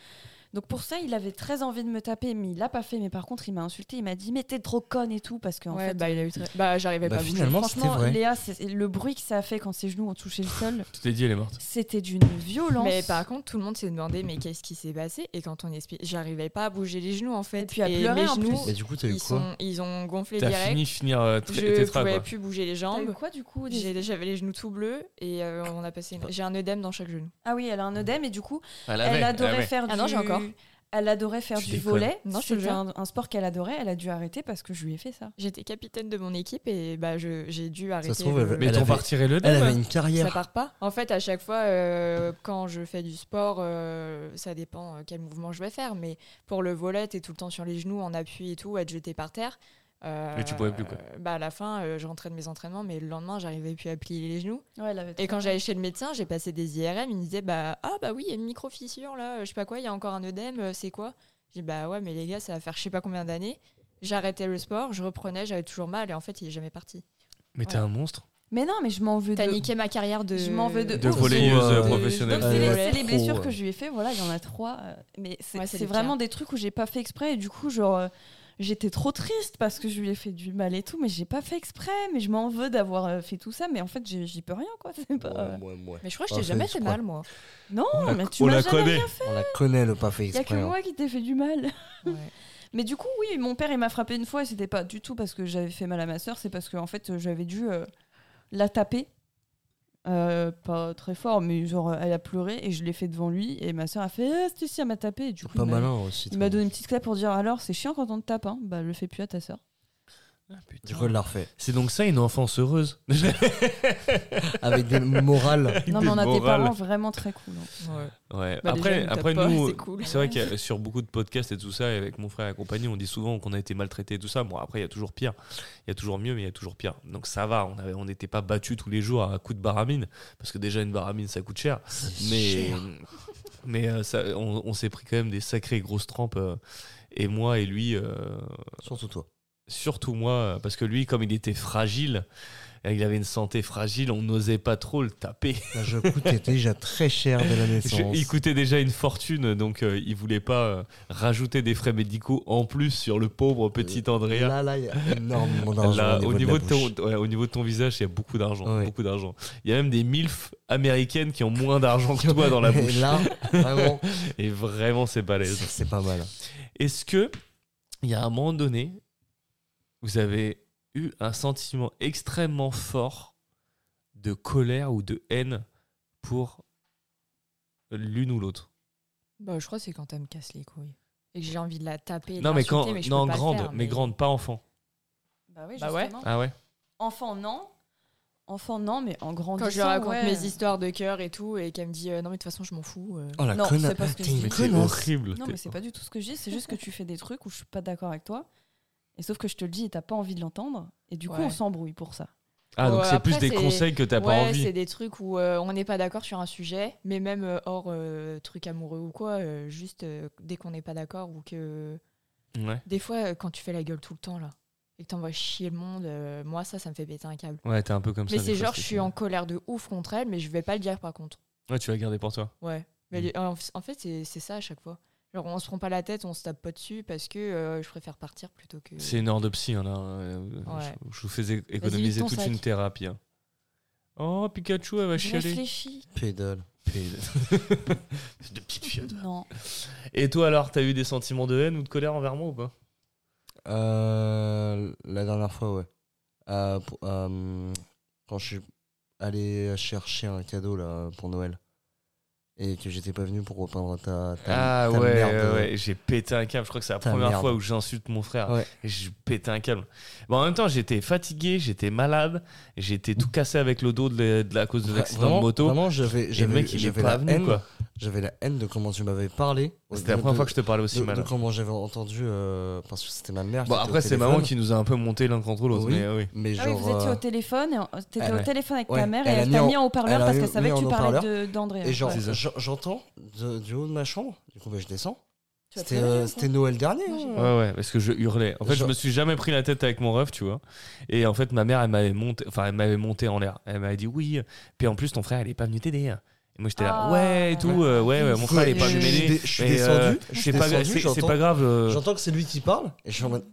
Speaker 2: donc pour ça il avait très envie de me taper mais il l'a pas fait mais par contre il m'a insulté il m'a dit mais t'es trop conne et tout parce que en
Speaker 3: Ouais,
Speaker 2: fait
Speaker 3: bah, il a eu très- bah, j'arrivais
Speaker 4: Bah,
Speaker 3: pas à bouger.
Speaker 4: finalement, c'était
Speaker 2: franchement
Speaker 4: vrai.
Speaker 2: Léa c'est- le bruit que ça a fait quand ses genoux ont touché le sol
Speaker 6: Tu t'es dit, elle est morte.
Speaker 2: c'était d'une violence
Speaker 3: Mais par contre, tout le monde s'est demandé mais qu'est-ce qui s'est passé Et quand on explique, j'arrivais pas à bouger les genoux en fait.
Speaker 2: Et puis à pleurer,
Speaker 3: mes
Speaker 2: en
Speaker 3: genoux,
Speaker 4: Mais du coup, t'as eu
Speaker 3: ils,
Speaker 4: quoi
Speaker 3: sont, ils ont gonflé
Speaker 6: T'as
Speaker 3: direct.
Speaker 6: fini finir euh,
Speaker 3: je
Speaker 6: tré- tétra,
Speaker 3: pouvais
Speaker 6: quoi.
Speaker 3: plus bouger les
Speaker 2: T'as eu
Speaker 3: jambes.
Speaker 2: quoi du coup des-
Speaker 3: J'ai- J'avais les genoux tout bleus et euh, on a
Speaker 4: Bah.
Speaker 3: passé. une- J'ai un œdème dans chaque genou.
Speaker 2: Ah oui, elle a un œdème et du coup,
Speaker 6: Elle
Speaker 2: elle adorait
Speaker 6: avait.
Speaker 2: faire
Speaker 3: Ah
Speaker 2: du
Speaker 3: non, j'ai encore.
Speaker 2: Elle adorait faire
Speaker 6: Tu
Speaker 2: du
Speaker 6: déconnes.
Speaker 2: volet.
Speaker 3: Non, je te le
Speaker 2: C'était
Speaker 3: jure.
Speaker 2: un, un sport qu'elle adorait. Elle a dû arrêter parce que je lui ai fait ça.
Speaker 3: J'étais capitaine de mon équipe et bah je- j'ai dû arrêter.
Speaker 4: trouve,
Speaker 3: le-
Speaker 6: Mais
Speaker 4: Elle
Speaker 6: t'en
Speaker 4: avait-
Speaker 6: partirais le
Speaker 4: Elle avait
Speaker 6: dème
Speaker 4: une
Speaker 3: ça
Speaker 4: carrière.
Speaker 3: part pas. En fait, à chaque fois, euh, quand je fais du sport, euh, ça dépend euh, quel mouvement je vais faire. Mais pour le volet, t'es tout le temps sur les genoux, en appui et tout, à te jeter par terre. Euh,
Speaker 6: Mais tu pouvais plus, quoi.
Speaker 3: Bah à la fin, euh, je rentrais de mes entraînements, mais le lendemain, j'arrivais plus à plier les genoux.
Speaker 2: Ouais, elle avait
Speaker 3: Et quand j'allais chez le médecin, j'ai passé des IRM, il me disait bah ah bah oui, il y a une micro fissure là, euh, je sais pas quoi, il y a encore un œdème, euh, c'est quoi J'ai dit, bah ouais, mais les gars, ça va faire je sais pas combien d'années. J'arrêtais le sport, je reprenais, j'avais toujours mal et en fait, il est jamais parti.
Speaker 6: Mais t'es un monstre.
Speaker 2: Mais non, mais je m'en veux
Speaker 3: T'as
Speaker 2: de.
Speaker 3: niqué ma carrière de
Speaker 2: Je m'en veux de
Speaker 6: De
Speaker 2: ouf.
Speaker 6: volleyeuse
Speaker 4: Euh,
Speaker 6: euh,
Speaker 4: de-
Speaker 2: Donc
Speaker 6: professionnelle.
Speaker 2: c'est les,
Speaker 4: Euh,
Speaker 2: c'est les
Speaker 4: pro,
Speaker 2: blessures
Speaker 4: ouais.
Speaker 2: que je lui ai fait. Voilà, il y en a trois. euh, Mais c'est
Speaker 3: Ouais, c'est
Speaker 2: c'est
Speaker 3: les
Speaker 2: vraiment des trucs où j'ai pas fait exprès. Et du coup, genre. euh, J'étais trop triste parce que je lui ai fait du mal et tout, mais j'ai pas fait exprès, mais je m'en veux d'avoir euh, fait tout ça, mais en fait j'ai- j'y peux rien quoi. c'est Pas...
Speaker 4: Ouais, ouais, ouais.
Speaker 3: Mais je crois que
Speaker 4: Ah,
Speaker 3: je t'ai
Speaker 4: ça,
Speaker 3: jamais
Speaker 4: je
Speaker 3: fait
Speaker 4: crois.
Speaker 3: mal moi.
Speaker 2: Non,
Speaker 6: la-
Speaker 2: mais tu
Speaker 6: on
Speaker 2: m'as
Speaker 6: la
Speaker 2: jamais
Speaker 6: connaît.
Speaker 2: rien fait.
Speaker 4: On la connaît, le pas fait
Speaker 2: Il y a que
Speaker 4: exprès. hein.
Speaker 2: moi qui t'ai fait du mal.
Speaker 3: Ouais.
Speaker 2: Mais du coup, oui, mon père, il m'a frappé une fois et c'était pas du tout parce que j'avais fait mal à ma sœur, c'est parce que en fait, j'avais dû euh, la taper Euh, pas très fort, mais genre elle a pleuré et je l'ai fait devant lui et ma soeur a fait ah, Stécie, elle m'a tapé et du coup
Speaker 4: Pas
Speaker 2: il m'a-
Speaker 4: malin aussi.
Speaker 2: il m'a donné une petite claque pour dire alors c'est chiant quand on te tape hein bah le fais plus à ta
Speaker 4: (laughs)
Speaker 2: soeur.
Speaker 3: Ah,
Speaker 4: Du coup, elle l'a refait.
Speaker 6: C'est donc ça une enfance heureuse. (laughs)
Speaker 4: Avec des
Speaker 2: (laughs)
Speaker 4: morales.
Speaker 2: Non mais on a des parents vraiment très cool. hein.
Speaker 6: Ouais.
Speaker 3: Bah,
Speaker 6: après,
Speaker 3: déjà, ils tapent
Speaker 6: après
Speaker 3: pas,
Speaker 6: nous,
Speaker 3: c'est cool.
Speaker 6: c'est vrai que sur beaucoup de podcasts et tout ça, et avec mon frère et compagnie, on dit souvent qu'on a été maltraité et tout ça. Bon, après, il y a toujours pire. Il y a toujours mieux, mais il y a toujours pire. Donc ça va, on avait- on n'était pas battus tous les jours à coups de baramine, parce que déjà, une baramine, ça coûte cher. Mais, (laughs) mais euh, ça, on, on s'est pris quand même des sacrées grosses trempes. euh, et moi et lui, euh,
Speaker 4: Surtout toi.
Speaker 6: surtout moi, euh, parce que lui, comme il était fragile, euh, il avait une santé fragile, on n'osait pas trop le taper.
Speaker 4: Là, je coûtais déjà très cher de la
Speaker 6: Je-
Speaker 4: naissance.
Speaker 6: il coûtait déjà une fortune, donc euh, il voulait pas euh, rajouter des frais médicaux en plus sur le pauvre petit Andrea.
Speaker 4: Euh, Là, là, il y a énormément d'argent.
Speaker 6: Là, au, niveau de
Speaker 4: la bouche.
Speaker 6: ton, ouais, au niveau de ton visage, il y a beaucoup d'argent.
Speaker 4: Ouais.
Speaker 6: Beaucoup d'argent. Il y a même des milfs américaines qui ont moins d'argent que
Speaker 4: (laughs)
Speaker 6: toi dans la
Speaker 4: Et
Speaker 6: bouche.
Speaker 4: là, vraiment,
Speaker 6: Et vraiment, c'est balèze.
Speaker 4: c'est pas mal.
Speaker 6: Est-ce que il y a un moment donné, vous avez eu un sentiment extrêmement fort de colère ou de haine pour l'une ou l'autre
Speaker 3: Bah, je crois que c'est quand elle me casse les couilles. Et que j'ai envie de la taper. de
Speaker 6: Non, mais quand
Speaker 3: l'insulter, mais je
Speaker 6: non
Speaker 3: peux pas le
Speaker 6: grande,
Speaker 3: faire,
Speaker 6: mais... grande, pas enfant.
Speaker 2: Bah oui
Speaker 3: Bah ouais.
Speaker 2: justement.
Speaker 6: Ah ouais.
Speaker 2: Enfant non. Enfant non mais en grandissant
Speaker 3: Quand je lui raconte
Speaker 2: ouais.
Speaker 3: mes histoires de cœur et tout, et qu'elle me dit euh, non, mais de toute façon, je m'en fous. euh.
Speaker 4: Oh la
Speaker 2: Non,
Speaker 4: connasse.
Speaker 2: c'est pas ce que
Speaker 4: T'es
Speaker 2: je
Speaker 4: une
Speaker 2: dis.
Speaker 6: Mais
Speaker 2: C'est
Speaker 6: c'est
Speaker 4: connasse.
Speaker 6: horrible.
Speaker 2: Non, mais c'est pas du tout ce que je dis, c'est juste que tu fais des trucs où je suis pas d'accord avec toi. Et sauf que je te le dis et t'as pas envie de l'entendre. Et du coup,
Speaker 3: Ouais.
Speaker 2: on s'embrouille pour ça.
Speaker 6: Ah, donc
Speaker 3: Ouais,
Speaker 6: c'est plus
Speaker 3: après,
Speaker 6: des
Speaker 3: c'est-
Speaker 6: conseils que t'as pas
Speaker 3: ouais,
Speaker 6: envie.
Speaker 3: c'est des trucs où euh, on n'est pas d'accord sur un sujet, mais même euh, hors euh, truc amoureux ou quoi, euh, juste euh, dès qu'on n'est pas d'accord ou que.
Speaker 6: Ouais.
Speaker 3: Des fois, euh, quand tu fais la gueule tout le temps, là, et que t'envoies chier le monde, euh, moi, ça, ça me fait péter un câble.
Speaker 6: Ouais, t'es un peu comme ça.
Speaker 3: mais
Speaker 6: des
Speaker 3: c'est
Speaker 6: fois,
Speaker 3: genre, je suis en colère de ouf contre elle, mais je vais pas le dire par contre.
Speaker 6: Ouais, tu vas garder pour toi.
Speaker 3: Ouais. Mais les- en, en fait, c'est c'est ça à chaque fois. Genre, on se prend pas la tête, on se tape pas dessus parce que euh, je préfère partir plutôt que.
Speaker 6: C'est une heure de psy, hein, là. Euh,
Speaker 3: Ouais.
Speaker 6: Je, je vous faisais économiser
Speaker 3: ton
Speaker 6: toute
Speaker 3: sac.
Speaker 6: une thérapie. hein. Oh, Pikachu, elle va chialer.
Speaker 2: Réfléchis.
Speaker 4: Pédale.
Speaker 6: De petite fiotte.
Speaker 2: Non.
Speaker 6: Et toi, alors, t'as eu des sentiments de haine ou de colère envers moi ou pas
Speaker 4: Euh, la dernière fois, ouais. Euh, pour- euh, quand je suis allé chercher un cadeau là, pour Noël et que j'étais pas venu pour repeindre ta, ta,
Speaker 6: Ah
Speaker 4: ta
Speaker 6: ouais,
Speaker 4: merde. euh,
Speaker 6: ouais, ouais, j'ai pété un câble. Je crois que c'est la
Speaker 4: Ta
Speaker 6: première
Speaker 4: merde.
Speaker 6: fois où j'insulte mon frère.
Speaker 4: Ouais.
Speaker 6: Et j'ai pété un câble. Bon, en même temps, j'étais fatigué, j'étais malade, j'étais tout cassé avec le dos de, la- de la à cause de
Speaker 4: Vra-
Speaker 6: l'accident
Speaker 4: vraiment-
Speaker 6: de moto.
Speaker 4: Vraiment, j'avais,
Speaker 6: et le
Speaker 4: j'avais,
Speaker 6: mec, il est
Speaker 4: j'avais
Speaker 6: pas
Speaker 4: la
Speaker 6: venu,
Speaker 4: haine.
Speaker 6: quoi.
Speaker 4: J'avais la haine de comment tu m'avais parlé.
Speaker 6: C'était la première fois que je te parlais aussi
Speaker 4: de,
Speaker 6: mal.
Speaker 4: de comment j'avais entendu euh, parce que c'était ma mère. qui
Speaker 6: Bon,
Speaker 4: était au
Speaker 6: après, c'est
Speaker 4: téléphone,
Speaker 6: maman qui nous a un peu monté l'un contre l'autre.
Speaker 4: Oui.
Speaker 6: Mais euh, oui.
Speaker 4: Mais
Speaker 2: Ah oui,
Speaker 4: genre,
Speaker 2: vous étiez
Speaker 4: euh,
Speaker 2: au téléphone, et en- t'étais
Speaker 6: elle-
Speaker 2: au téléphone avec
Speaker 4: ouais,
Speaker 2: ta mère et
Speaker 4: elle a
Speaker 2: elle
Speaker 4: mis
Speaker 2: t'a
Speaker 4: en-
Speaker 2: mis en haut-parleur
Speaker 4: elle a
Speaker 2: parce
Speaker 4: mis-
Speaker 2: qu'elle savait
Speaker 4: mis
Speaker 2: que tu
Speaker 4: en
Speaker 2: parlais
Speaker 4: haut-parleur.
Speaker 2: de- d'André.
Speaker 4: Et genre,
Speaker 2: Ouais.
Speaker 6: ça.
Speaker 4: je- j'entends de- du haut de ma chambre. Du coup, bah, je descends.
Speaker 2: Tu as
Speaker 4: C'était,
Speaker 2: pleuré,
Speaker 4: euh,
Speaker 2: ou
Speaker 4: c'était Noël dernier.
Speaker 2: Moi, j'ai-
Speaker 4: hein.
Speaker 6: Ouais, ouais, parce que je hurlais. En fait, je
Speaker 4: Genre-
Speaker 6: me suis jamais pris la tête avec mon ref, tu vois. Et en fait, ma mère, elle m'avait monté, enfin, elle m'avait monté en l'air. Elle m'avait dit oui. Puis en plus, ton frère, il est pas venu t'aider. hein. Et moi, j'étais là,
Speaker 2: Ah.
Speaker 6: ouais, et tout, euh, ouais, ouais, mon frère, il est pas
Speaker 4: Je-
Speaker 6: venu
Speaker 4: je suis
Speaker 6: m'aider.
Speaker 4: dé- je suis
Speaker 6: Et,
Speaker 4: descendu,
Speaker 6: euh,
Speaker 4: je suis
Speaker 6: c'est pas,
Speaker 4: descendu,
Speaker 6: c'est- c'est
Speaker 4: j'entends-
Speaker 6: pas grave. euh,
Speaker 4: J'entends que c'est lui qui parle et je suis en mode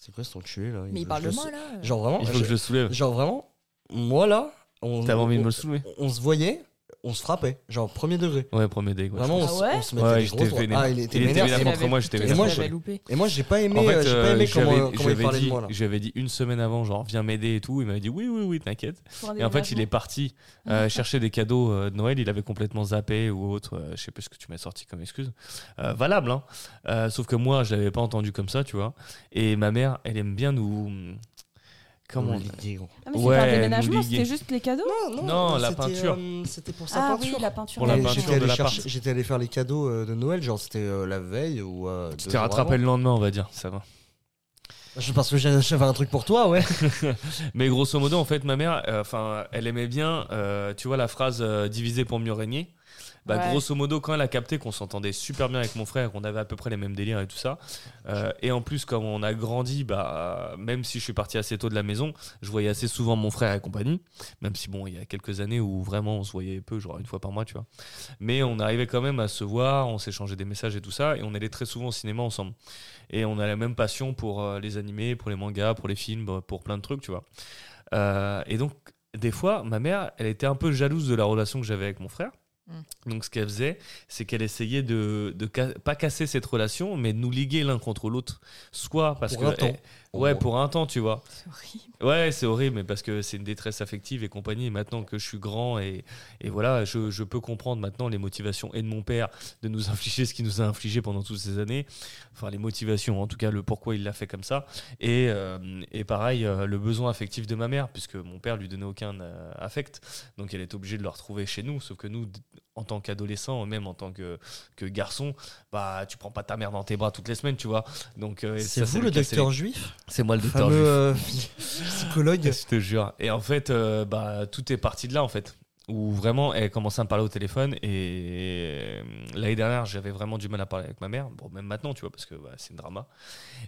Speaker 4: c'est quoi cet enculé là
Speaker 3: Mais il
Speaker 4: veut
Speaker 3: parle
Speaker 4: que
Speaker 3: de
Speaker 4: je
Speaker 3: moi,
Speaker 4: le-
Speaker 3: là. euh.
Speaker 4: Genre vraiment
Speaker 6: il faut que je le soulève.
Speaker 4: genre vraiment moi là on
Speaker 6: T'avais envie de
Speaker 4: on-
Speaker 6: me le soulever
Speaker 4: on se voyait, on se frappait, genre premier degré.
Speaker 6: Ouais, premier dégât.
Speaker 4: Vraiment on,
Speaker 2: Ah
Speaker 4: se-
Speaker 2: ouais
Speaker 4: on se mettait
Speaker 6: Ouais,
Speaker 4: des
Speaker 6: j'étais
Speaker 4: grosses
Speaker 6: vénère.
Speaker 4: Ah, il était
Speaker 6: Il était
Speaker 4: vénère.
Speaker 6: vénère
Speaker 4: c'est-
Speaker 6: contre moi, j'étais
Speaker 3: Et
Speaker 6: vénère.
Speaker 4: moi,
Speaker 3: j'avais
Speaker 4: j'ai-
Speaker 3: loupé.
Speaker 4: Et moi j'ai pas aimé
Speaker 6: En fait,
Speaker 4: euh, j'ai pas aimé
Speaker 6: euh,
Speaker 4: comment,
Speaker 6: j'avais-
Speaker 4: comment il
Speaker 6: j'avais
Speaker 4: parlait
Speaker 6: dit-
Speaker 4: de moi là.
Speaker 6: J'avais dit une semaine avant, genre viens m'aider et tout. Il m'avait dit oui, oui, oui, t'inquiète.
Speaker 2: pour un
Speaker 6: Et en fait, il est
Speaker 2: déménagement.
Speaker 6: parti euh, chercher des cadeaux euh, de Noël. Il avait complètement zappé ou autre. euh, je sais pas ce que tu m'as sorti comme excuse. Euh, valable, hein. Euh, sauf que moi, je l'avais pas entendu comme ça, tu vois. Et ma mère, elle aime bien nous. hum, Comment
Speaker 4: Nous, les gros.
Speaker 2: Ah, mais c'était
Speaker 6: Ouais,
Speaker 2: un
Speaker 6: nous
Speaker 2: déménagement,
Speaker 6: liguer.
Speaker 2: c'était juste les cadeaux.
Speaker 4: non,
Speaker 6: Non, la
Speaker 4: c'était,
Speaker 6: peinture.
Speaker 4: euh, C'était pour sa
Speaker 2: Ah oui,
Speaker 4: peinture.
Speaker 2: la peinture.
Speaker 6: Pour
Speaker 4: Et
Speaker 6: la
Speaker 2: ouais.
Speaker 6: peinture
Speaker 4: j'étais
Speaker 6: de
Speaker 4: allé
Speaker 6: la
Speaker 4: chercher-
Speaker 6: part.
Speaker 4: J'étais allé faire les cadeaux euh, de Noël, genre c'était euh, la veille ou. euh,
Speaker 6: Tu
Speaker 4: deux
Speaker 6: t'es
Speaker 4: jours
Speaker 6: rattrapé
Speaker 4: avant.
Speaker 6: le lendemain, on va dire. Ça va.
Speaker 4: Je- Parce que j'a- j'avais un truc pour toi, ouais.
Speaker 6: Mais grosso modo, en fait, ma mère, euh, enfin, elle aimait bien, euh, tu vois, la phrase euh, diviser pour mieux régner. Bah,
Speaker 3: Ouais.
Speaker 6: Grosso modo, quand elle a capté qu'on s'entendait super bien avec mon frère, qu'on avait à peu près les mêmes délires et tout ça, euh, et en plus, comme on a grandi, bah, même si je suis parti assez tôt de la maison, je voyais assez souvent mon frère et compagnie, même si bon, il y a quelques années où vraiment on se voyait peu, genre une fois par mois, tu vois. Mais on arrivait quand même à se voir, on s'échangeait des messages et tout ça, et on allait très souvent au cinéma ensemble. Et on a la même passion pour euh, les animés, pour les mangas, pour les films, bah, pour plein de trucs, tu vois. Euh, et donc, des fois, ma mère, elle était un peu jalouse de la relation que j'avais avec mon frère. Donc ce qu'elle faisait, c'est qu'elle essayait de, de ca- pas casser cette relation, mais de nous liguer l'un contre l'autre. Soit parce
Speaker 4: Pour
Speaker 6: que...
Speaker 4: un temps.
Speaker 6: eh, ouais, pour un temps, tu vois.
Speaker 3: C'est horrible.
Speaker 6: Ouais, c'est horrible, mais parce que c'est une détresse affective et compagnie. Et maintenant que je suis grand et, et voilà, je, je peux comprendre maintenant les motivations et de mon père de nous (laughs) infliger ce qu'il nous a infligé pendant toutes ces années. Enfin, les motivations, en tout cas, le pourquoi il l'a fait comme ça. Et, euh, et pareil, euh, le besoin affectif de ma mère, puisque mon père lui donnait aucun euh, affect. Donc elle est obligée de le retrouver chez nous. Sauf que nous, d- en tant qu'adolescents, même en tant que, que garçon, bah, tu prends pas ta mère dans tes bras toutes les semaines, tu vois. Donc, euh, et
Speaker 4: C'est
Speaker 6: ça,
Speaker 4: vous le
Speaker 6: cas, c'est-
Speaker 4: docteur juif
Speaker 6: C'est moi le
Speaker 4: Le
Speaker 6: docteur.
Speaker 4: fameux
Speaker 6: juif.
Speaker 4: euh, psychologue
Speaker 6: Je te jure. Et en fait, euh, bah, tout est parti de là, en fait. Où vraiment, elle commençait à me parler au téléphone. Et euh, l'année dernière, j'avais vraiment du mal à parler avec ma mère. Bon, même maintenant, tu vois, parce que bah, c'est un drama.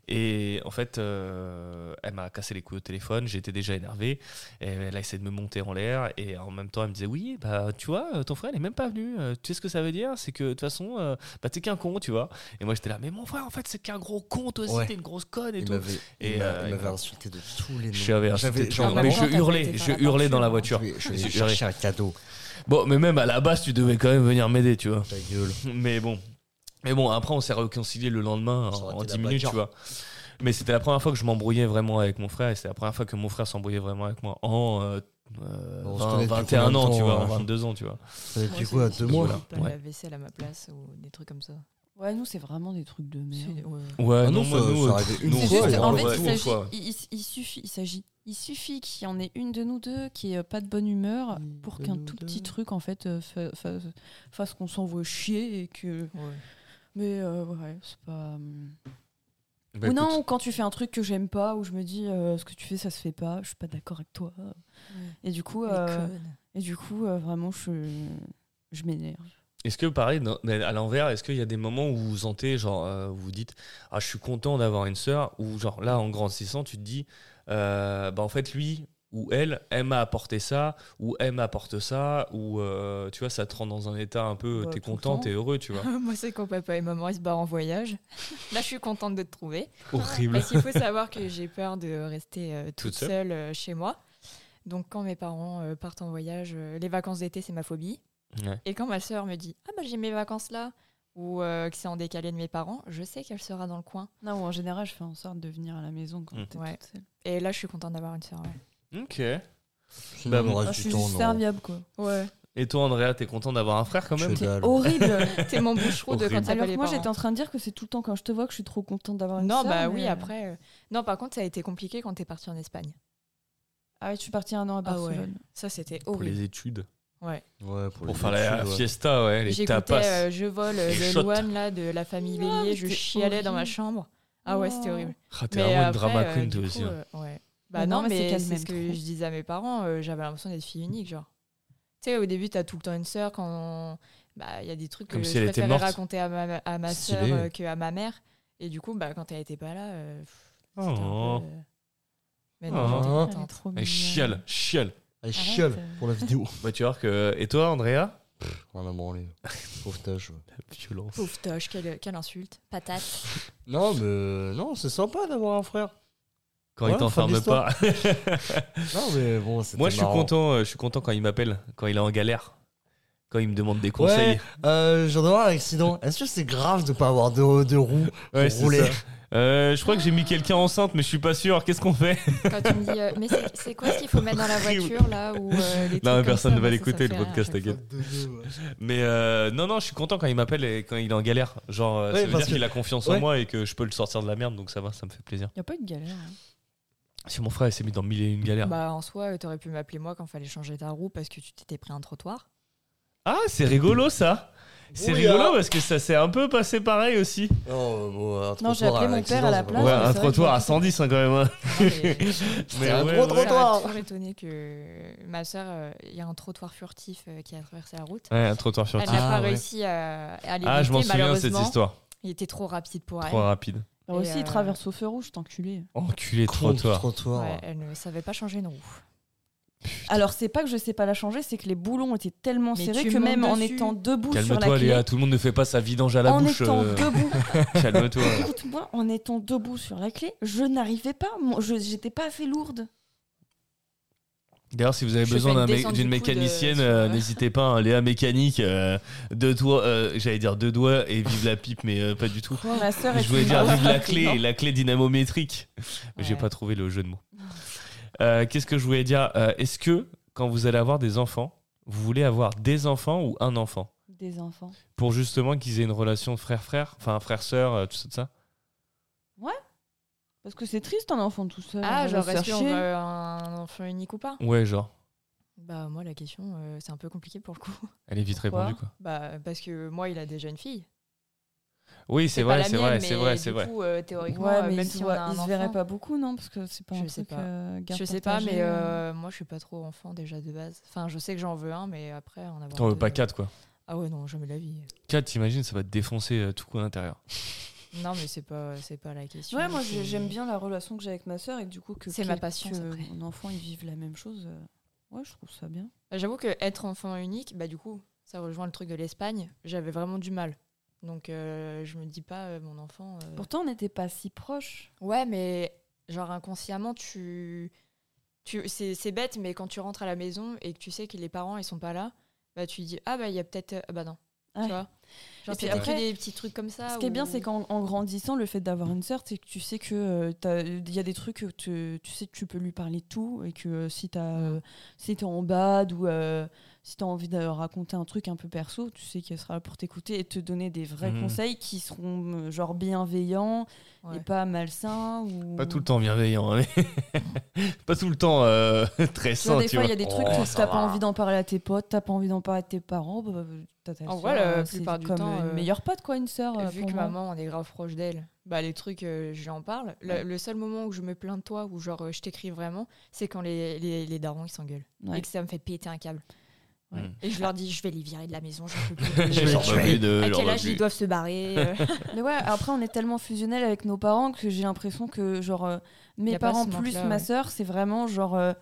Speaker 6: Et en fait, euh, elle m'a cassé les couilles au téléphone. J'étais déjà énervé. Et elle a essayé de me monter en l'air. Et en même temps, elle me disait Oui, bah, tu vois, euh, ton frère, il est même pas venu. Euh, Tu sais ce que ça veut dire C'est que de toute façon, euh, bah, t'es qu'un con, tu vois. Et moi, j'étais là Mais mon frère, en fait, c'est qu'un gros con, toi aussi,
Speaker 4: Ouais.
Speaker 6: t'es une grosse conne et
Speaker 4: Il
Speaker 6: tout.
Speaker 4: m'avait
Speaker 6: Et,
Speaker 4: il m'a-
Speaker 6: euh,
Speaker 4: il m'avait
Speaker 6: et-
Speaker 4: insulté de tous les noms.
Speaker 6: J'avais insulté tout le
Speaker 4: genre
Speaker 6: monde. Mais
Speaker 4: vraiment-
Speaker 6: je hurlais,
Speaker 3: t'as
Speaker 6: je
Speaker 3: pété
Speaker 6: hurlais dans
Speaker 3: par
Speaker 6: la
Speaker 3: la
Speaker 6: voiture.
Speaker 4: Je vais- je
Speaker 6: J'ai
Speaker 4: vais
Speaker 6: hurlé.
Speaker 4: chercher un cadeau.
Speaker 6: Bon, mais même à la base, tu devais quand même venir m'aider, tu vois.
Speaker 4: Ta gueule.
Speaker 6: Mais bon. Mais bon, après, on s'est réconcilié le lendemain en,
Speaker 4: Ça aurait
Speaker 6: en
Speaker 4: été
Speaker 6: 10
Speaker 4: la
Speaker 6: minutes, tu
Speaker 4: bagarre.
Speaker 6: vois. Mais c'était la première fois que je m'embrouillais vraiment avec mon frère et c'était la première fois que mon frère s'embrouillait vraiment avec moi en euh, euh,
Speaker 4: On se
Speaker 6: 20,
Speaker 4: connaît depuis
Speaker 6: 21
Speaker 4: combien de
Speaker 6: ans, tu
Speaker 4: temps,
Speaker 6: vois, en
Speaker 4: hein
Speaker 6: 22 ans, tu vois.
Speaker 4: Ça fait depuis quoi Deux
Speaker 6: deux
Speaker 4: mois
Speaker 6: mois.
Speaker 3: Pas
Speaker 6: Ouais.
Speaker 3: la vaisselle à ma place ou des trucs comme ça.
Speaker 2: Ouais, nous, c'est vraiment des trucs de merde.
Speaker 3: C'est- ouais.
Speaker 6: Ouais,
Speaker 4: Ah
Speaker 6: non,
Speaker 4: non,
Speaker 6: moi,
Speaker 4: ça-
Speaker 6: nous,
Speaker 4: ça
Speaker 6: euh,
Speaker 4: arrivait une
Speaker 6: nous,
Speaker 2: C'est
Speaker 4: fois,
Speaker 6: ouais,
Speaker 2: juste,
Speaker 4: ouais,
Speaker 2: en
Speaker 6: ouais,
Speaker 2: fait,
Speaker 6: ouais,
Speaker 2: il
Speaker 6: une
Speaker 2: s'agit-
Speaker 6: fois.
Speaker 2: il, il- il suffit, il s'agit, il suffit qu'il y en ait une de nous deux qui ait pas de bonne humeur
Speaker 4: Une
Speaker 2: Bah, pour
Speaker 4: de
Speaker 2: qu'un
Speaker 4: nous
Speaker 2: tout
Speaker 4: deux.
Speaker 2: petit truc en fait euh, fa- fa- fasse qu'on s'envoie chier et que.
Speaker 3: Ouais.
Speaker 2: Mais euh, ouais, c'est pas. hum.
Speaker 6: Bah,
Speaker 2: ou non,
Speaker 6: écoute,
Speaker 2: ou quand tu fais un truc que j'aime pas, où je me dis euh, ce que tu fais ça se fait pas, je suis pas d'accord avec toi. Et du coup,
Speaker 3: Les
Speaker 2: euh,
Speaker 3: connes.
Speaker 2: et du coup, euh, vraiment, je je m'énerve.
Speaker 6: Est-ce que, pareil, dans- mais à l'envers, est-ce qu'il y a des moments où vous sentez, genre, euh, vous vous dites, ah, je suis content d'avoir une sœur, ou genre, là, en grandissant, tu te dis, euh, bah, en fait, lui ou elle, elle m'a apporté ça, ou elle m'apporte ça, ou, euh, tu vois, ça te rend dans un état un peu, euh,
Speaker 2: Bah,
Speaker 6: t'es
Speaker 2: tout le
Speaker 6: content,
Speaker 2: temps.
Speaker 6: t'es
Speaker 3: (laughs)
Speaker 6: heureux, tu vois.
Speaker 3: (laughs) Moi, c'est quand papa et maman ils se barrent en voyage. Là, je suis contente de te trouver.
Speaker 6: Horrible. (laughs)
Speaker 3: Parce qu'il faut savoir que j'ai peur de rester euh, toute,
Speaker 6: Toute seule.
Speaker 3: seule, euh, chez moi. Donc quand mes parents euh, partent en voyage, euh, les vacances d'été, c'est ma phobie.
Speaker 6: Ouais.
Speaker 3: Et quand ma sœur me dit Ah bah j'ai mes vacances là ou euh, que c'est en décalé de mes parents, je sais qu'elle sera dans le coin.
Speaker 2: Non, ou en général, je fais en sorte de venir à la maison quand
Speaker 6: Mm.
Speaker 2: t'es
Speaker 3: Ouais.
Speaker 2: toute seule.
Speaker 3: Et là, je suis contente d'avoir une sœur. Ouais.
Speaker 6: Ok.
Speaker 4: Sinon,
Speaker 6: Bah,
Speaker 4: le
Speaker 2: Ah,
Speaker 4: reste
Speaker 2: je
Speaker 4: du
Speaker 2: suis
Speaker 4: temps,
Speaker 2: juste
Speaker 4: non.
Speaker 2: serviable quoi.
Speaker 6: Et toi, Andrea, t'es content d'avoir un frère quand
Speaker 4: Que
Speaker 6: même
Speaker 4: dalle.
Speaker 6: (laughs)
Speaker 2: Horrible.
Speaker 3: T'es mon boucherou de quand
Speaker 6: Horrible.
Speaker 3: ça
Speaker 2: Alors que
Speaker 3: les
Speaker 2: moi,
Speaker 3: parents.
Speaker 2: j'étais en train de dire que c'est tout le temps quand je te vois que je suis trop contente d'avoir une
Speaker 3: Non,
Speaker 2: sœur,
Speaker 3: bah
Speaker 2: mais-
Speaker 3: oui, après. euh, Non, par contre, ça a été compliqué quand t'es parti en Espagne.
Speaker 2: Ah ouais, je suis partie un an à
Speaker 3: Ah ouais.
Speaker 2: Barcelone.
Speaker 3: Ça, c'était
Speaker 6: Pour
Speaker 3: horrible.
Speaker 6: les études.
Speaker 3: Ouais.
Speaker 4: Ouais, pour,
Speaker 6: Pour
Speaker 4: les
Speaker 6: faire la
Speaker 4: études, ouais.
Speaker 6: fiesta, ouais, les
Speaker 3: J'écoutais
Speaker 6: tapas.
Speaker 3: euh, Je vole
Speaker 6: Les
Speaker 3: de
Speaker 6: shots.
Speaker 3: Loane, là, de la famille
Speaker 2: Ah, mais
Speaker 3: Bélier, je
Speaker 2: c'était
Speaker 3: chialais dans ma
Speaker 2: horrible.
Speaker 3: chambre. Ah ouais, c'était
Speaker 2: Oh.
Speaker 3: horrible.
Speaker 6: Ah, t'es vraiment une
Speaker 3: après,
Speaker 6: drama
Speaker 3: euh,
Speaker 6: queen,
Speaker 3: du
Speaker 6: toi
Speaker 3: coup,
Speaker 6: aussi. hein.
Speaker 3: euh, ouais. Bah
Speaker 2: Mais
Speaker 3: non,
Speaker 2: non, mais c'est
Speaker 3: mais
Speaker 2: qu'elle
Speaker 3: c'est
Speaker 2: m'aime
Speaker 3: ce que
Speaker 2: trop.
Speaker 3: je disais à mes parents, euh, j'avais l'impression d'être fille unique, genre. Tu sais, au début, t'as tout le temps une sœur quand bah il y a des trucs que
Speaker 6: Comme si
Speaker 3: je
Speaker 6: elle était
Speaker 3: préférais
Speaker 6: morte.
Speaker 3: raconter à ma, à ma sœur
Speaker 4: Stylé.
Speaker 3: euh, que à ma mère. Et du coup, bah quand elle était pas là, euh, pff, c'était un peu,
Speaker 6: Oh.
Speaker 3: euh, Mais non,
Speaker 6: Oh.
Speaker 3: j'étais
Speaker 4: Ah,
Speaker 2: Elle est
Speaker 3: contente.
Speaker 2: trop
Speaker 6: Mais
Speaker 2: mignonne.
Speaker 6: chiale, chiale.
Speaker 4: Allez, chiale
Speaker 3: euh.
Speaker 4: pour la vidéo.
Speaker 6: Bah, tu vois que. Et toi, Andrea
Speaker 4: On a branlé. Pauvre tâche. ouais.
Speaker 6: Violence.
Speaker 3: Pauvre Toche, quelle, quelle insulte. Patate.
Speaker 4: Non, mais euh, non, c'est sympa d'avoir un frère.
Speaker 6: Quand
Speaker 4: Ouais,
Speaker 6: il
Speaker 4: fin de
Speaker 6: t'enferme pas.
Speaker 4: l'histoire. Non, mais bon, c'était
Speaker 6: Moi, je suis
Speaker 4: marrant.
Speaker 6: content. euh, Je suis content quand il m'appelle, quand il est en galère, quand il me demande des
Speaker 4: Ouais,
Speaker 6: conseils.
Speaker 4: euh, j'en ai un accident. Est-ce que c'est grave de pas avoir de, de roues pour
Speaker 6: Ouais, c'est
Speaker 4: rouler
Speaker 6: ça. (laughs) Euh, je crois que j'ai mis quelqu'un enceinte, mais je suis pas sûr. Qu'est-ce qu'on fait
Speaker 3: Quand tu me dis, euh, mais c'est- c'est quoi ce qu'il faut mettre
Speaker 6: (laughs)
Speaker 3: dans la voiture là ou euh, les trucs
Speaker 6: Non, mais
Speaker 3: comme
Speaker 6: personne
Speaker 3: ça,
Speaker 6: ne va
Speaker 3: moi, ça, ça
Speaker 6: l'écouter
Speaker 3: me fait
Speaker 6: le
Speaker 3: rire à
Speaker 6: podcast,
Speaker 3: chaque fois.
Speaker 6: t'inquiète. Mais euh, non, non, je suis content quand il m'appelle et quand il est en galère. Genre, euh,
Speaker 4: Ouais,
Speaker 6: ça veut
Speaker 4: parce que-
Speaker 6: dire qu'il a confiance en
Speaker 4: ouais.
Speaker 6: moi et que je peux le sortir de la merde, donc ça va, ça me fait plaisir.
Speaker 2: Y a pas eu de galère. hein.
Speaker 6: Si mon frère il s'est mis dans mille et une galères.
Speaker 3: Bah, en soi, euh, t'aurais pu m'appeler moi quand fallait changer ta roue parce que tu t'étais pris un trottoir.
Speaker 6: Ah, c'est rigolo ça. C'est
Speaker 4: Oui,
Speaker 6: rigolo
Speaker 4: hein.
Speaker 6: parce que ça s'est un peu passé pareil aussi.
Speaker 4: Non, euh, bon, un
Speaker 2: Non, j'ai
Speaker 4: trottoir
Speaker 2: appelé mon
Speaker 4: l'accident,
Speaker 2: père à la
Speaker 4: c'est pas
Speaker 2: place. Ah,
Speaker 6: ouais,
Speaker 4: mal.
Speaker 2: mais
Speaker 6: un
Speaker 2: c'est vrai
Speaker 6: trottoir
Speaker 2: que-
Speaker 6: à 110 hein, quand même. hein.
Speaker 3: Non, mais-
Speaker 6: Mais
Speaker 4: un
Speaker 6: ouais,
Speaker 4: gros
Speaker 6: ouais.
Speaker 4: trottoir.
Speaker 3: Ça m'a toujours étonné que ma soeur, il y a un trottoir furtif euh, qui a traversé la route.
Speaker 6: Ouais, un trottoir
Speaker 3: Elle
Speaker 6: sur
Speaker 3: n'a
Speaker 6: Ah,
Speaker 3: pas
Speaker 4: ouais.
Speaker 3: réussi à, à l'éviter,
Speaker 6: je m'en souviens de cette
Speaker 3: malheureusement.
Speaker 6: histoire.
Speaker 3: Il était trop rapide pour elle.
Speaker 6: Trop rapide.
Speaker 2: Alors
Speaker 3: Et
Speaker 2: aussi, il
Speaker 3: euh,
Speaker 2: traverse au feu rouge, cet enculé.
Speaker 6: Enculé de
Speaker 4: Con,
Speaker 6: trottoir.
Speaker 4: trottoir.
Speaker 3: Ouais, elle ne savait pas changer une roue.
Speaker 2: Alors, c'est pas que je sais pas la changer, c'est que les boulons étaient tellement
Speaker 3: Mais
Speaker 2: serrés
Speaker 3: tu
Speaker 2: que même
Speaker 3: montes
Speaker 2: en
Speaker 3: dessus.
Speaker 2: étant debout sur la
Speaker 6: Calme-toi,
Speaker 2: clé,
Speaker 6: Léa. Tout le monde ne fait pas sa vidange à la
Speaker 2: en
Speaker 6: bouche.
Speaker 2: étant
Speaker 6: euh,
Speaker 2: debout,
Speaker 6: (laughs) Calme-toi.
Speaker 2: écoute-moi, en étant debout sur la clé, je n'arrivais pas, moi, je j'étais pas assez lourde.
Speaker 6: D'ailleurs, si vous avez
Speaker 3: Je
Speaker 6: besoin
Speaker 3: fais une
Speaker 6: d'un mé-
Speaker 3: descente
Speaker 6: d'une
Speaker 3: du coude, euh,
Speaker 6: mécanicienne,
Speaker 3: sur-
Speaker 6: euh, n'hésitez pas. hein, Léa Mécanique, euh, deux doigts, euh, j'allais dire deux doigts et vive la pipe, mais euh, pas du tout.
Speaker 3: Oh.
Speaker 2: Ma sœur est
Speaker 6: Je voulais
Speaker 2: une
Speaker 6: dire
Speaker 2: grande
Speaker 3: (laughs)
Speaker 6: vive la
Speaker 2: fille,
Speaker 6: clé,
Speaker 2: non.
Speaker 6: la clé dynamométrique. Mais J'ai
Speaker 3: Ouais.
Speaker 6: pas trouvé le jeu de mots. Euh, Qu'est-ce que je voulais dire Euh, Est-ce que quand vous allez avoir des enfants, vous voulez avoir des enfants ou un enfant
Speaker 2: Des enfants.
Speaker 6: pour justement qu'ils aient une relation de frère-frère, enfin frère-sœur, euh, tout ça, tout ça
Speaker 2: Parce que c'est triste un enfant tout seul.
Speaker 3: Ah, genre, est-ce qu'on
Speaker 2: chercher.
Speaker 3: veut un enfant unique ou pas
Speaker 6: Ouais, genre,
Speaker 3: Bah, moi, la question, euh, c'est un peu compliqué pour le coup. (laughs)
Speaker 6: elle est vite
Speaker 2: Pourquoi
Speaker 6: répondue quoi.
Speaker 3: Bah, parce que moi, il a déjà une fille.
Speaker 6: Oui, c'est vrai,
Speaker 3: pas la
Speaker 6: c'est
Speaker 3: mienne,
Speaker 6: vrai, c'est
Speaker 3: mais
Speaker 6: vrai,
Speaker 3: du
Speaker 6: c'est vrai.
Speaker 3: coup, euh, théoriquement,
Speaker 2: Ouais,
Speaker 3: euh,
Speaker 2: mais
Speaker 3: même
Speaker 2: ils,
Speaker 3: si
Speaker 2: se
Speaker 3: on
Speaker 2: voient-
Speaker 3: a un
Speaker 2: ils se verraient
Speaker 3: enfant-
Speaker 2: pas beaucoup, non Parce que c'est pas un
Speaker 3: Je sais
Speaker 2: truc,
Speaker 3: pas.
Speaker 2: euh, garde
Speaker 3: Je sais pas, mais
Speaker 2: partagée, euh.
Speaker 3: euh, moi je suis pas trop enfant déjà de base. Enfin, je sais que j'en veux un, mais après en avoir.
Speaker 6: T'en veux
Speaker 3: deux-
Speaker 6: pas quatre quoi.
Speaker 3: Ah ouais, non, jamais la vie.
Speaker 6: 4, Euh, t'imagines, ça va te défoncer euh, tout à l'intérieur.
Speaker 3: Non, mais c'est pas, c'est pas la question.
Speaker 2: Ouais, moi
Speaker 3: C'est-
Speaker 2: j'ai- j'aime bien la relation que j'ai avec ma sœur et du coup que
Speaker 3: C'est ma
Speaker 2: quel-
Speaker 3: patience,
Speaker 2: que
Speaker 3: après.
Speaker 2: mon enfant ils vivent la même chose. euh, Ouais, je trouve ça bien.
Speaker 3: Bah, J'avoue que être enfant unique, bah du coup, ça rejoint le truc de l'Espagne. J'avais vraiment du mal. Donc euh, je me dis pas euh, mon enfant. euh,
Speaker 2: Pourtant, on n'était pas si proches.
Speaker 3: Ouais, mais genre inconsciemment, tu. tu... C'est c'est bête, mais quand tu rentres à la maison et que tu sais que les parents ils sont pas là, bah tu dis Ah bah il y a peut-être. Ah bah non.
Speaker 2: Ouais.
Speaker 3: Tu vois Genre,
Speaker 2: Et puis
Speaker 3: c'est que
Speaker 2: après,
Speaker 3: des petits trucs comme ça.
Speaker 2: Ce qui est bien,
Speaker 3: où-
Speaker 2: c'est qu'en en grandissant, le fait d'avoir une sœur, c'est que tu sais que euh, t'as- il y a des trucs que tu, tu sais que tu peux lui parler de tout et que euh, si t'as euh, si t'es en bad ou euh, si t'as envie de raconter un truc un peu perso, tu sais qu'elle sera là pour t'écouter et te donner des vrais
Speaker 6: Mhm.
Speaker 2: conseils qui seront euh, genre bienveillants et
Speaker 3: Ouais.
Speaker 2: pas malsains ou
Speaker 6: Pas tout le temps bienveillant, hein, mais (laughs) pas tout le temps euh, (laughs) très
Speaker 2: Tu vois,
Speaker 6: sain,
Speaker 2: des
Speaker 6: tu
Speaker 2: fois,
Speaker 6: vois.
Speaker 2: il y a des trucs
Speaker 6: Oh,
Speaker 2: que
Speaker 6: ça
Speaker 2: t'as
Speaker 6: va.
Speaker 2: pas envie d'en parler à tes potes, t'as pas envie d'en parler à tes parents. bah, bah, t'as ta
Speaker 3: En
Speaker 2: sœur,
Speaker 3: vrai, la
Speaker 2: euh, c'est
Speaker 3: plupart du
Speaker 2: comme
Speaker 3: temps,
Speaker 2: une
Speaker 3: euh,
Speaker 2: meilleure pote, quoi, une sœur. euh,
Speaker 3: Vu
Speaker 2: pour
Speaker 3: que
Speaker 2: moi.
Speaker 3: maman, on est grave proche d'elle, bah, les trucs, euh, je lui en parle. Le,
Speaker 2: Ouais.
Speaker 3: le seul moment où je me plains de toi, ou genre euh, je t'écris vraiment, c'est quand les, les, les darons ils s'engueulent.
Speaker 2: Ouais.
Speaker 3: Et que ça me fait péter un câble.
Speaker 6: Ouais.
Speaker 3: Et je leur dis, je vais les virer de la maison, je
Speaker 6: (laughs)
Speaker 3: peux plus.
Speaker 6: J'en
Speaker 3: Genre,
Speaker 6: peux plus de-
Speaker 3: à
Speaker 6: j'en
Speaker 3: quel
Speaker 6: peux
Speaker 3: âge
Speaker 6: plus.
Speaker 3: ils doivent se barrer
Speaker 6: (laughs)
Speaker 3: euh,
Speaker 2: Mais ouais, après, on est tellement fusionnel avec nos parents que j'ai l'impression que, genre, euh, mes
Speaker 3: Y a pas
Speaker 2: parents
Speaker 3: ce
Speaker 2: plus
Speaker 3: manque-là,
Speaker 2: ma
Speaker 3: ouais.
Speaker 2: sœur, c'est vraiment genre. euh,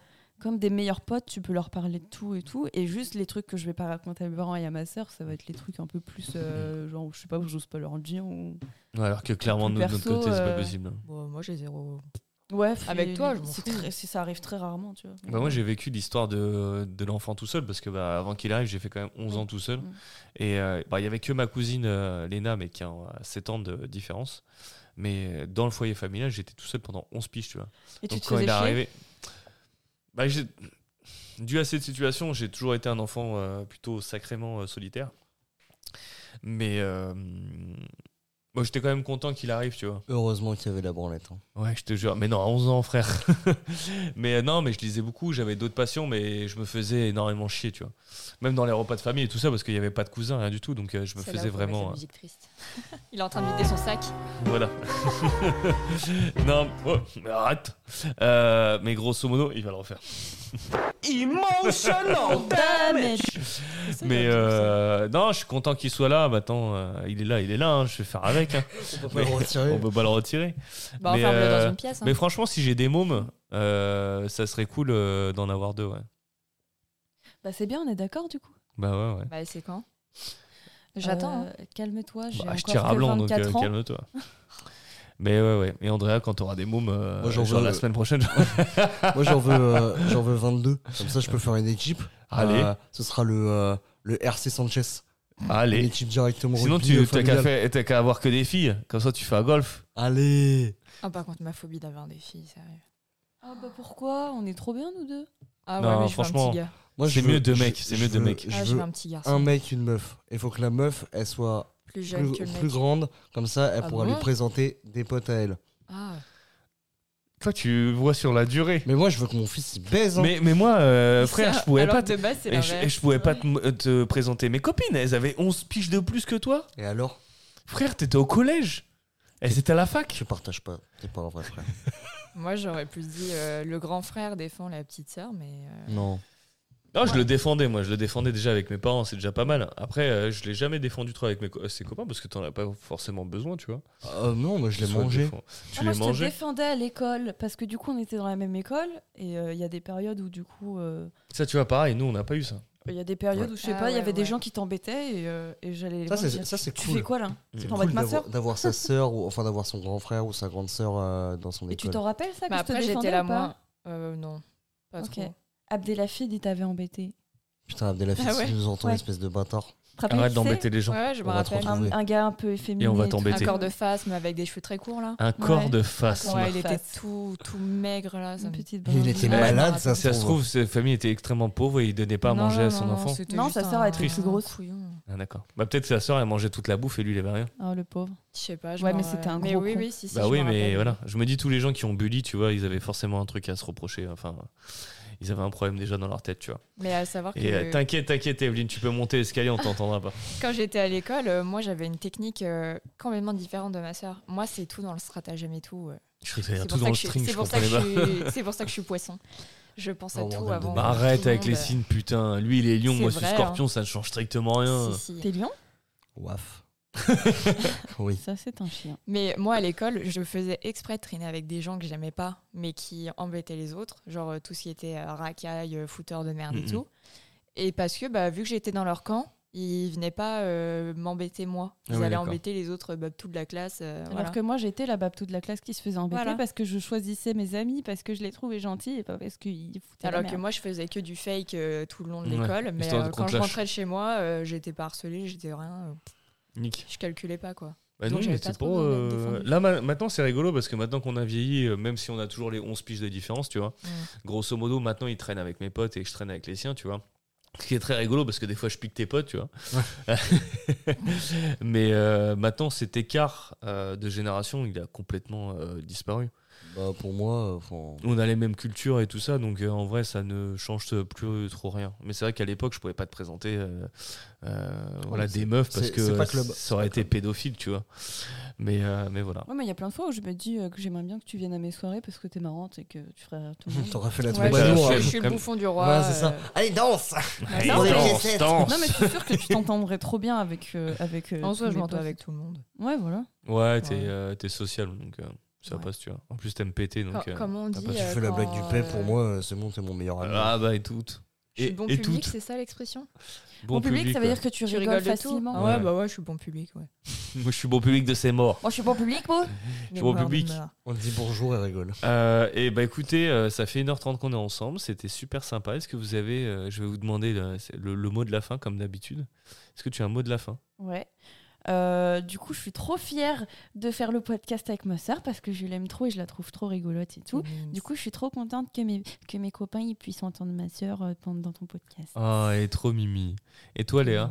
Speaker 2: comme des meilleurs potes, tu peux leur parler de tout et tout. Et juste les trucs que je vais pas raconter à mes parents et à ma sœur, ça va être les trucs un peu plus, euh, genre, je sais pas, j'ose pas leur dire. Ou...
Speaker 6: Ouais, alors que clairement,
Speaker 2: Plus
Speaker 6: nous, de notre
Speaker 2: perso,
Speaker 6: côté, c'est pas
Speaker 2: euh,
Speaker 6: possible.
Speaker 3: Bon, moi, j'ai zéro.
Speaker 2: Ouais,
Speaker 3: Avec
Speaker 2: fait-
Speaker 3: toi, je m'en
Speaker 2: c'est
Speaker 3: fous.
Speaker 2: très- c'est- Ça arrive très rarement, tu vois.
Speaker 6: Bah, moi, j'ai vécu l'histoire de, de l'enfant tout seul parce que bah, avant qu'il arrive, j'ai fait quand même 11 ans tout seul.
Speaker 2: Mm.
Speaker 6: Et euh, bah, il y avait que ma cousine euh, Léna, mais qui a euh, 7 ans de différence. Mais euh, dans le foyer familial, j'étais tout seul pendant 11 piges, tu vois.
Speaker 2: Et tu
Speaker 6: Donc,
Speaker 2: te
Speaker 6: quand
Speaker 2: faisais
Speaker 6: il est
Speaker 2: chier
Speaker 6: arrivé. Bah, j'ai- Dû à cette situation, j'ai toujours été un enfant euh, plutôt sacrément euh, solitaire. Mais. euh, moi, j'étais quand même content qu'il arrive, tu vois.
Speaker 4: Heureusement qu'il y avait la branlette. hein.
Speaker 6: Ouais, je te jure. Mais non, à 11 ans, frère. (laughs) mais euh, non, mais je lisais beaucoup, j'avais d'autres passions, mais je me faisais énormément chier, tu vois. Même dans les repas de famille et tout ça, parce qu'il n'y avait pas de cousins, rien du tout. Donc, euh, (laughs) je me
Speaker 3: C'est là
Speaker 6: faisais
Speaker 3: où faut mettre
Speaker 6: vraiment.
Speaker 3: la musique triste. (laughs) il est en train de vider son sac.
Speaker 6: Voilà. (laughs) non, oh, mais arrête. Euh, mais grosso modo, il va le refaire.
Speaker 3: C'est ça,
Speaker 6: Ah, Mais
Speaker 3: le truc,
Speaker 6: euh, non, je suis content qu'il soit là. Maintenant, euh, il est là, il est là. hein, je vais faire avec. hein.
Speaker 4: On peut
Speaker 6: Mais-
Speaker 4: pas le retirer.
Speaker 6: On peut pas le retirer.
Speaker 3: ça. Bah,
Speaker 6: mais,
Speaker 3: enferme-le
Speaker 6: euh,
Speaker 3: dans une pièce. hein.
Speaker 6: Mais franchement, si j'ai des mômes, euh, ça serait cool euh, d'en avoir deux. Ouais.
Speaker 2: Bah, c'est bien, on est d'accord du coup.
Speaker 6: Bah ouais, ouais.
Speaker 3: Bah, c'est quand J'attends. hein.
Speaker 2: Euh, Calme-toi, j'ai
Speaker 6: Bah, je
Speaker 2: encore
Speaker 6: tire à
Speaker 2: que
Speaker 6: blanc, donc
Speaker 2: 24
Speaker 6: euh,
Speaker 2: ans.
Speaker 6: calme-toi. Mais ouais, ouais. Et Andrea, quand t'auras des mômes, euh,
Speaker 4: Moi, j'en
Speaker 6: genre
Speaker 4: veux.
Speaker 6: la semaine prochaine,
Speaker 4: (laughs) Moi j'en veux, euh, j'en veux 22. Comme ça je peux faire une équipe.
Speaker 6: allez,
Speaker 4: Euh, ce sera le, euh, le RC Sanchez. Une
Speaker 6: allez.
Speaker 4: équipe directement.
Speaker 6: Sinon,
Speaker 4: rugby,
Speaker 6: tu
Speaker 4: euh,
Speaker 6: t'as qu'à
Speaker 4: familiale.
Speaker 6: faire- t'as qu'à avoir que des filles. Comme ça, tu fais un golf.
Speaker 4: Allez
Speaker 3: Ah, par contre, ma phobie d'avoir des filles, sérieux.
Speaker 2: Ah bah pourquoi On est trop bien nous deux.
Speaker 3: Ah,
Speaker 6: Non,
Speaker 3: ouais, mais je veux un
Speaker 6: franchement,
Speaker 3: petit gars.
Speaker 4: Moi,
Speaker 6: C'est
Speaker 4: je
Speaker 6: mieux
Speaker 4: veux-
Speaker 6: deux
Speaker 4: je-
Speaker 6: mecs, c'est
Speaker 4: je
Speaker 6: mieux deux
Speaker 4: veux-
Speaker 6: mecs.
Speaker 3: Ah,
Speaker 4: Je
Speaker 3: je veux
Speaker 4: veux
Speaker 3: un petit garçon.
Speaker 4: un mec, une meuf. Il faut que la meuf, elle soit
Speaker 3: plus jeune
Speaker 4: plus,
Speaker 3: que le mec.
Speaker 4: plus grande. Comme ça, elle
Speaker 3: Ah
Speaker 4: pourra
Speaker 3: bon
Speaker 4: lui présenter des potes à elle.
Speaker 3: Ah,
Speaker 6: Euh, Toi, tu vois sur la durée.
Speaker 4: Mais moi, je veux que mon fils il baise. hein.
Speaker 6: Mais, mais moi, euh,
Speaker 3: C'est
Speaker 6: frère,
Speaker 3: un-
Speaker 6: je pouvais
Speaker 3: alors
Speaker 6: pas.
Speaker 3: que de base, c'est
Speaker 6: Et je, et
Speaker 3: l'inverse.
Speaker 6: je pouvais pas te, m- te présenter mes copines, elles avaient 11 piges de plus que toi.
Speaker 4: Et alors
Speaker 6: Frère, t'étais au collège. Elles étaient à la fac.
Speaker 4: Tu partages pas. T'es pas un vrai frère.
Speaker 3: Moi, j'aurais plus dit euh, le grand frère défend la petite sœur, mais euh,
Speaker 4: (laughs) Non.
Speaker 6: Non, je le défendais, moi, je le défendais déjà avec mes parents, c'est déjà pas mal. Après, euh, je l'ai jamais défendu trop avec mes co- euh, ses copains parce que t'en as pas forcément besoin, tu vois.
Speaker 4: Euh, non, moi, je l'ai
Speaker 6: Soit
Speaker 4: mangé.
Speaker 6: défend- Tu
Speaker 2: Ah, moi
Speaker 6: l'as
Speaker 2: je te
Speaker 6: mangé.
Speaker 2: défendais à l'école parce que du coup on était dans la même école et euh, il y a des périodes où du coup euh,
Speaker 6: Ça, tu vois, pareil, nous, on n'a pas eu ça.
Speaker 2: il y a des périodes où je sais
Speaker 3: Ah
Speaker 2: pas, il y
Speaker 3: ouais,
Speaker 2: avait des
Speaker 3: ouais.
Speaker 2: gens qui t'embêtaient et, euh, et j'allais les
Speaker 4: Ça,
Speaker 2: voir et
Speaker 4: c'est
Speaker 2: dire,
Speaker 4: ça, c'est
Speaker 2: tu
Speaker 4: cool.
Speaker 2: fais quoi là
Speaker 6: Mm.
Speaker 4: C'est
Speaker 6: T'en
Speaker 2: vas
Speaker 4: cool
Speaker 2: être ma
Speaker 4: d'avoir-
Speaker 2: sœur (laughs)
Speaker 4: d'avoir sa sœur ou enfin d'avoir son grand frère ou sa grande sœur euh, dans son
Speaker 2: Et tu
Speaker 4: école.
Speaker 2: t'en rappelles ça que
Speaker 3: mais
Speaker 2: je te
Speaker 3: Bah, après,
Speaker 2: défendais
Speaker 3: j'étais la
Speaker 2: ou pas
Speaker 3: moins. euh, non, pas
Speaker 2: Ok.
Speaker 3: trop.
Speaker 2: Abdelafid, il t'avait embêté.
Speaker 4: Putain, Abdelafid,
Speaker 3: Ah
Speaker 4: si
Speaker 3: ouais.
Speaker 4: tu nous entends,
Speaker 2: Ouais.
Speaker 4: espèce de bâtard.
Speaker 2: Tu
Speaker 3: Ah,
Speaker 2: te rappelles
Speaker 6: Arrête
Speaker 2: qui
Speaker 6: d'embêter les gens.
Speaker 3: Ouais, je me
Speaker 4: On va te
Speaker 3: rappelle.
Speaker 2: c'est un,
Speaker 4: d'embêter.
Speaker 2: un gars un peu efféminé.
Speaker 6: Et on va
Speaker 2: tout.
Speaker 3: Un
Speaker 6: t'embêter.
Speaker 3: corps de face, mais avec des cheveux très courts là.
Speaker 6: Un corps de face.
Speaker 2: Ouais.
Speaker 3: Ouais, il était
Speaker 2: Face.
Speaker 3: tout, tout maigre là. Ça
Speaker 2: Une
Speaker 3: me-
Speaker 2: petite
Speaker 4: Il
Speaker 2: brindille.
Speaker 4: était
Speaker 3: Ouais,
Speaker 4: malade,
Speaker 3: non,
Speaker 4: ça se
Speaker 6: Ça se
Speaker 4: trouve.
Speaker 6: trouve, cette famille était extrêmement pauvre et il donnait pas à
Speaker 3: Non,
Speaker 6: manger
Speaker 3: non,
Speaker 6: à son
Speaker 3: non,
Speaker 6: enfant.
Speaker 3: c'était
Speaker 2: Non,
Speaker 3: juste
Speaker 2: sa sœur,
Speaker 3: un-
Speaker 2: elle était
Speaker 6: Triste.
Speaker 2: plus grosse.
Speaker 3: couillon.
Speaker 6: Ah, d'accord. Bah, peut-être sa sœur, elle mangeait toute la bouffe et lui, il avait rien.
Speaker 2: Oh, le pauvre.
Speaker 3: Je sais pas. je
Speaker 2: Ouais,
Speaker 3: m'en
Speaker 2: mais c'était un
Speaker 3: rappelle.
Speaker 2: gros
Speaker 3: Mais oui,
Speaker 2: con.
Speaker 3: oui, si, si,
Speaker 6: Bah
Speaker 3: je
Speaker 6: oui,
Speaker 3: m'en
Speaker 6: mais
Speaker 3: rappelle.
Speaker 6: voilà. Je me dis, tous les gens qui ont bully, tu vois, ils avaient forcément un truc à se reprocher. Enfin, ils avaient un problème déjà dans leur tête, tu vois.
Speaker 3: Mais à savoir que
Speaker 6: Et euh, t'inquiète, t'inquiète, Evelyne, tu peux monter l'escalier, on t'entendra pas.
Speaker 3: quand j'étais à l'école, euh, moi j'avais une technique euh, complètement différente de ma sœur. Moi, c'est tout dans le stratagème et tout. euh.
Speaker 6: Je crois que t'allais dire
Speaker 3: C'est
Speaker 6: tout
Speaker 3: pour
Speaker 6: dans
Speaker 3: ça
Speaker 6: le
Speaker 3: que je suis-
Speaker 6: string,
Speaker 3: c'est
Speaker 6: je
Speaker 3: pour ça que
Speaker 6: comprenais pas.
Speaker 3: je
Speaker 6: (laughs)
Speaker 3: suis- c'est pour ça que je suis poisson. Je pense à
Speaker 4: Oh,
Speaker 3: tout
Speaker 4: bordel de
Speaker 3: avant.
Speaker 6: Bah, arrête
Speaker 3: tout le
Speaker 6: avec les
Speaker 3: monde.
Speaker 6: signes, putain. Lui, il est lion,
Speaker 3: C'est
Speaker 6: moi, je suis
Speaker 3: vrai, hein.
Speaker 6: scorpion, ça ne change strictement rien.
Speaker 3: Si, si.
Speaker 2: T'es lion (laughs)
Speaker 4: Waf. oui.
Speaker 2: Ça, c'est un chien.
Speaker 3: Mais moi, à l'école, je faisais exprès de traîner avec des gens que j'aimais pas, mais qui embêtaient les autres, genre euh, tout ce qui était euh, racaille, euh, fouteur de merde
Speaker 6: Mhm.
Speaker 3: et tout. Et parce que, bah, vu que j'étais dans leur camp, ils venaient pas euh, m'embêter moi.
Speaker 6: Ah
Speaker 3: Ils
Speaker 6: oui,
Speaker 3: allaient
Speaker 6: d'accord.
Speaker 3: embêter les autres, bah, toute la classe. euh,
Speaker 2: Alors
Speaker 3: voilà.
Speaker 2: que moi, j'étais la babtou de la classe qui se faisait embêter
Speaker 3: Voilà.
Speaker 2: parce que je choisissais mes amis, parce que je les trouvais gentils et pas parce qu'ils foutaient la
Speaker 3: Alors que
Speaker 2: merde.
Speaker 3: moi, je faisais que du fake euh, tout le long de
Speaker 6: Ouais,
Speaker 3: l'école, mais
Speaker 6: histoire de
Speaker 3: euh,
Speaker 6: qu'on
Speaker 3: quand
Speaker 6: te
Speaker 3: je
Speaker 6: lâche.
Speaker 3: rentrais de chez moi, euh, j'étais pas harcelée, j'étais rien, euh,
Speaker 6: Nick.
Speaker 3: je calculais pas quoi.
Speaker 6: Bah
Speaker 3: Donc
Speaker 6: non,
Speaker 3: j'avais
Speaker 6: mais
Speaker 3: pas
Speaker 6: c'est pas.
Speaker 3: trop besoin d'être
Speaker 6: euh,
Speaker 3: défendu.
Speaker 6: Là, ma- maintenant, c'est rigolo parce que maintenant qu'on a vieilli, euh, même si on a toujours les 11 piges de différence, tu vois,
Speaker 3: Mm.
Speaker 6: grosso modo, maintenant, ils traînent avec mes potes et je traîne avec les siens, tu vois. Ce qui est très rigolo parce que des fois, je pique tes potes, tu vois. (laughs) mais euh, maintenant, cet écart euh, de génération, il a complètement euh, disparu.
Speaker 4: Bah, pour moi, euh, faut-
Speaker 6: On a les mêmes cultures et tout ça, donc euh, en vrai, ça ne change plus trop rien. Mais c'est vrai qu'à l'époque, je pouvais pas te présenter euh, euh, voilà,
Speaker 4: mais c'est-
Speaker 6: des meufs parce
Speaker 4: c'est-
Speaker 6: que
Speaker 4: c'est pas
Speaker 6: euh,
Speaker 4: club.
Speaker 6: ça aurait été pédophile, tu vois. Mais, euh, mais voilà.
Speaker 2: Ouais, mais il y a plein de fois où je me dis euh, que j'aimerais bien que tu viennes à mes soirées parce que t'es marrante et que tu ferais rire tout le monde.
Speaker 4: (laughs) t'aurais fait la
Speaker 3: Ouais,
Speaker 6: bah,
Speaker 3: je,
Speaker 6: non,
Speaker 4: troubadour.
Speaker 3: je-
Speaker 6: ouais.
Speaker 4: hein.
Speaker 3: je suis le
Speaker 6: Comme-
Speaker 3: bouffon du roi.
Speaker 4: Ouais, c'est ça.
Speaker 3: euh,
Speaker 4: (laughs)
Speaker 2: (laughs)
Speaker 4: Allez, danse
Speaker 3: Ouais,
Speaker 6: Hey,
Speaker 3: non, mais-
Speaker 6: danse,
Speaker 4: c'est-
Speaker 6: danse.
Speaker 2: non, mais je suis sûre que tu t'entendrais trop bien avec. euh, avec euh,
Speaker 3: En soi,
Speaker 2: tous
Speaker 3: je
Speaker 2: mes
Speaker 3: m'entends
Speaker 2: potes.
Speaker 3: avec tout le monde.
Speaker 2: Ouais, voilà.
Speaker 6: Ouais, t'es
Speaker 3: Ouais.
Speaker 6: euh, t'es social, donc euh, ça
Speaker 3: Ouais.
Speaker 6: passe, tu vois. En plus, t'aimes péter, donc.
Speaker 3: Com-
Speaker 6: euh,
Speaker 3: Comment on dit
Speaker 6: t'as pas-
Speaker 4: Tu
Speaker 3: euh,
Speaker 4: fais la blague du
Speaker 3: quand,
Speaker 4: paix
Speaker 3: euh,
Speaker 4: pour moi, euh, c'est bon, t'es mon meilleur ami.
Speaker 6: Ah bah, et toutes.
Speaker 3: Je suis
Speaker 6: Et-
Speaker 3: bon
Speaker 6: et
Speaker 3: public,
Speaker 6: toutes.
Speaker 3: c'est ça l'expression
Speaker 6: Bon,
Speaker 2: Au public, ça veut
Speaker 6: ouais.
Speaker 2: dire que tu,
Speaker 3: Tu
Speaker 2: rigoles,
Speaker 3: rigoles de tout
Speaker 2: facilement.
Speaker 3: Ah ouais,
Speaker 6: Ouais.
Speaker 3: bah ouais, je suis bon public, ouais.
Speaker 6: Moi, je suis bon public de ces morts.
Speaker 2: Moi, je suis bon public, moi.
Speaker 3: Je
Speaker 6: suis bon public.
Speaker 4: On dit bonjour et rigole.
Speaker 6: Euh, et bah, écoutez, euh, ça fait 1h30 qu'on est ensemble. C'était super sympa. Est-ce que vous avez. euh, je vais vous demander le, c'est le- le mot de la fin, comme d'habitude. Est-ce que tu as un mot de la fin
Speaker 2: Ouais. Euh, du coup, je suis trop fière de faire le podcast avec ma sœur parce que je l'aime trop et je la trouve trop rigolote et tout.
Speaker 3: Mmh.
Speaker 2: Du coup, je suis trop contente que mes, que mes copains ils puissent entendre ma sœur euh, pendant dans ton podcast.
Speaker 6: Ah, elle est trop mimi. Et toi, Léa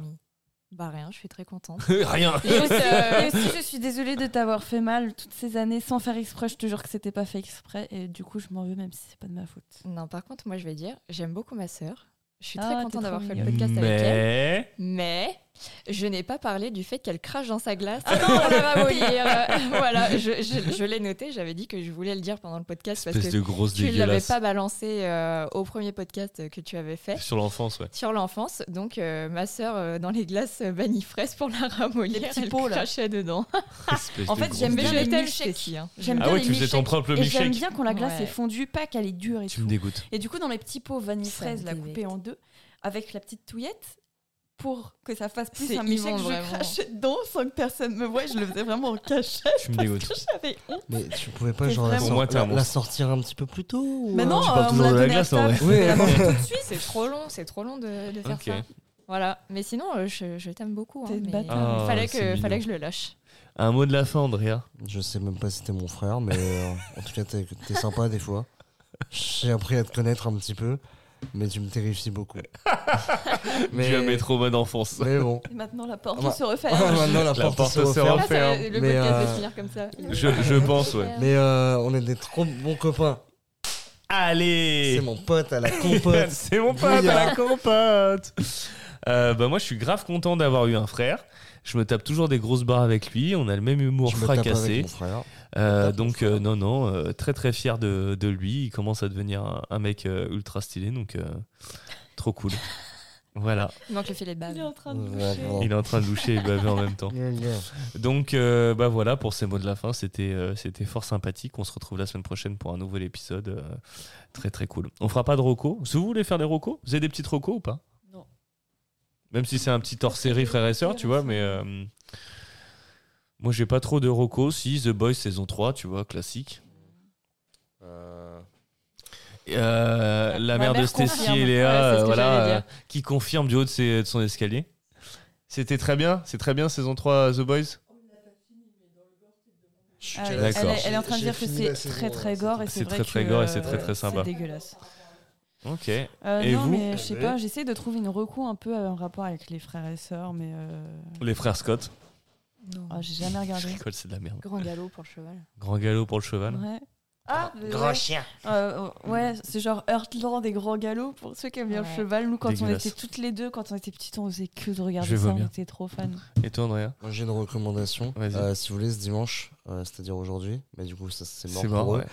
Speaker 3: Bah rien, je suis très (laughs) contente.
Speaker 6: (laughs) Rien
Speaker 2: Et aussi,
Speaker 3: euh,
Speaker 2: et aussi, (laughs) je suis désolée de t'avoir fait mal toutes ces années sans faire exprès. Je te jure que c'était pas fait exprès et du coup, je m'en veux même si c'est pas de ma faute.
Speaker 3: Non, par contre, moi je vais dire, j'aime beaucoup ma sœur. Je suis
Speaker 2: Ah,
Speaker 3: très
Speaker 2: t'es
Speaker 3: contente
Speaker 2: trop
Speaker 3: d'avoir fait le
Speaker 2: mignonne.
Speaker 3: podcast avec elle.
Speaker 6: Mais.
Speaker 3: Mais je n'ai pas parlé du fait qu'elle crache dans sa glace. (laughs) on la Ah va mourir. (laughs) voilà, je, je- je l'ai noté, j'avais dit que je voulais le dire pendant le podcast parce
Speaker 6: Espèce
Speaker 3: que
Speaker 6: de grosse
Speaker 3: tu ne l'avais
Speaker 6: dégueulasse.
Speaker 3: pas balancé euh, au premier podcast que tu avais fait.
Speaker 6: Sur l'enfance, ouais.
Speaker 3: sur l'enfance. Donc, euh, ma sœur, euh, dans les glaces euh, banifraises pour la ramollir,
Speaker 2: Les petits
Speaker 3: elle
Speaker 2: pots, là.
Speaker 3: crachait dedans.
Speaker 6: Espèce
Speaker 2: En
Speaker 6: de
Speaker 2: fait,
Speaker 6: grosse
Speaker 2: j'aime
Speaker 3: Mais
Speaker 2: bien
Speaker 3: je
Speaker 6: dégueulasse.
Speaker 2: les
Speaker 3: l'étais
Speaker 2: milkshakes.
Speaker 3: aussi. hein.
Speaker 2: J'aime
Speaker 6: Ah
Speaker 2: bien
Speaker 6: ouais,
Speaker 2: les
Speaker 6: tu faisais ton
Speaker 2: milkshakes.
Speaker 6: propre
Speaker 2: Et j'aime
Speaker 6: milkshake.
Speaker 2: bien quand la glace
Speaker 3: Ouais.
Speaker 2: est fondue, pas qu'elle est dure et
Speaker 6: Tu
Speaker 2: tout.
Speaker 6: me dégoûtes.
Speaker 2: Et du coup, dans les petits pots vanille
Speaker 3: Ça
Speaker 2: fraise,
Speaker 3: me
Speaker 2: la
Speaker 3: dégoûte.
Speaker 2: couper en deux, avec la petite touillette, pour que ça fasse plus
Speaker 3: C'est
Speaker 2: un méchant
Speaker 3: immonde,
Speaker 2: que je
Speaker 3: vraiment.
Speaker 2: crachais dedans sans que personne me voie. Je le faisais vraiment en cachette
Speaker 6: Tu me
Speaker 2: parce
Speaker 6: dégoûtes.
Speaker 2: que j'avais honte.
Speaker 4: Mais tu pouvais pas,
Speaker 2: T'es
Speaker 4: genre, la,
Speaker 2: vraiment-
Speaker 4: sor-
Speaker 6: Moi, t'es un
Speaker 4: la-
Speaker 6: monstre.
Speaker 4: la sortir un petit peu plus tôt ou,
Speaker 2: Mais
Speaker 4: euh,
Speaker 2: non,
Speaker 6: tu
Speaker 2: euh,
Speaker 6: parles
Speaker 2: on me
Speaker 6: toujours
Speaker 2: l'a
Speaker 6: de la
Speaker 2: donné à
Speaker 6: glace, en
Speaker 2: table.
Speaker 6: vrai.
Speaker 2: je vais la
Speaker 4: Oui.
Speaker 2: manger tout
Speaker 6: (laughs)
Speaker 2: de suite.
Speaker 3: C'est trop long, c'est trop long de, de faire
Speaker 6: Ok.
Speaker 3: ça. Voilà. Mais sinon, euh, je, je t'aime beaucoup. hein,
Speaker 2: T'es une
Speaker 3: mais
Speaker 2: bâtarde.
Speaker 6: Ah,
Speaker 3: fallait,
Speaker 6: c'est
Speaker 3: que,
Speaker 6: mignon.
Speaker 3: fallait que je le lâche.
Speaker 6: Un mot de la fin, Andrea.
Speaker 4: Je sais même pas si t'es mon frère, mais euh, en tout cas, t'es t'es sympa des fois. J'ai appris à te connaître un petit peu, mais tu me terrifies beaucoup.
Speaker 6: Tu vas mettre au mode enfance.
Speaker 4: mais bon.
Speaker 2: Et maintenant, la porte
Speaker 4: Ah bah.
Speaker 2: se refait.
Speaker 4: (laughs) Maintenant, la,
Speaker 6: La
Speaker 4: porte,
Speaker 6: porte
Speaker 4: se
Speaker 6: se
Speaker 4: referme.
Speaker 3: Ah,
Speaker 6: referme.
Speaker 3: ça,
Speaker 6: faire,
Speaker 3: le
Speaker 4: mais,
Speaker 3: podcast va
Speaker 4: euh,
Speaker 3: finir comme ça.
Speaker 6: Je, je pense, ouais.
Speaker 4: Mais euh, on est des trop bons copains. C'est
Speaker 6: Allez
Speaker 4: mon pote à la
Speaker 1: (laughs)
Speaker 4: compote.
Speaker 6: C'est mon pote,
Speaker 4: Brouillard.
Speaker 6: la compote Euh, bah moi je suis grave content d'avoir eu un frère. Je me tape toujours des grosses barres avec lui. On a le même humour
Speaker 4: Je me tape
Speaker 6: fracassé.
Speaker 4: avec mon frère.
Speaker 6: Euh,
Speaker 4: tape
Speaker 6: donc
Speaker 4: mon
Speaker 6: euh,
Speaker 4: frère.
Speaker 6: non non, euh, très très fier de, de lui. Il commence à devenir un, un mec euh, ultra stylé. Donc euh, trop
Speaker 4: (laughs)
Speaker 6: cool. Voilà.
Speaker 3: Il manque le filet de base.
Speaker 2: Il est en train de
Speaker 4: Ouais,
Speaker 2: boucher.
Speaker 4: bon.
Speaker 6: Il est en train de loucher et baver en même temps. Donc euh, bah voilà pour ces mots de la fin, c'était euh, c'était fort sympathique. On se retrouve la semaine prochaine pour un nouvel épisode euh, très très cool. On fera pas de rocos. Si vous voulez faire des rocos, vous avez des petites rocos ou pas
Speaker 2: Non.
Speaker 6: Même si c'est un petit hors série frère et sœur, tu vois, mais euh, moi j'ai pas trop de rocos. Si The Boys saison 3, tu vois, classique.
Speaker 4: Euh,
Speaker 6: Euh,
Speaker 1: la, la mère de Stacy
Speaker 3: confirme.
Speaker 1: et Léa,
Speaker 3: Ouais, c'est ce
Speaker 1: euh,
Speaker 3: que
Speaker 1: voilà,
Speaker 3: j'allais
Speaker 1: euh,
Speaker 3: dire.
Speaker 1: qui confirme du haut de, ses- de son escalier. C'était très bien, c'est très bien saison 3 The Boys.
Speaker 4: Je suis
Speaker 2: Ah, elle,
Speaker 4: calé.
Speaker 1: D'accord.
Speaker 2: est- elle est en train de
Speaker 4: J'ai
Speaker 2: dire que
Speaker 4: fini
Speaker 2: c'est
Speaker 4: la saison, hein,
Speaker 2: très
Speaker 4: ouais,
Speaker 2: très gore et
Speaker 1: C'est
Speaker 2: c'est vrai
Speaker 1: très, très
Speaker 2: que,
Speaker 1: gore et c'est
Speaker 2: euh,
Speaker 1: très, très sympa.
Speaker 2: C'est dégueulasse.
Speaker 1: Ok.
Speaker 2: Euh,
Speaker 1: Et
Speaker 2: non
Speaker 1: vous
Speaker 2: mais je sais
Speaker 4: Oui.
Speaker 2: pas, j'essaie de trouver une recours un peu euh, en rapport avec les frères et sœurs, mais euh,
Speaker 1: Les frères Scott.
Speaker 2: ah, j'ai jamais
Speaker 1: Je
Speaker 2: regardé.
Speaker 1: rigole, c'est de la merde.
Speaker 3: Grand galop pour le cheval.
Speaker 1: Grand galop pour le cheval.
Speaker 2: Ouais. Ah, mais ouais.
Speaker 4: chien.
Speaker 2: Euh, ouais, c'est genre Heartland et Grand Galop pour ceux qui aiment bien le
Speaker 3: Ouais.
Speaker 2: cheval. Nous, quand on
Speaker 1: Dégueulasse.
Speaker 2: était toutes les deux, quand on était petites, on faisait que de regarder
Speaker 1: Je vais
Speaker 2: ça. On
Speaker 1: vomir.
Speaker 2: était trop fans.
Speaker 1: Et toi, Andrea
Speaker 4: Moi j'ai une recommandation.
Speaker 1: Vas-y.
Speaker 4: Euh, si vous voulez, ce dimanche, euh, c'est-à-dire aujourd'hui, mais du coup ça c'est mort.
Speaker 1: C'est
Speaker 4: pour
Speaker 1: mort,
Speaker 4: eux.
Speaker 1: ouais.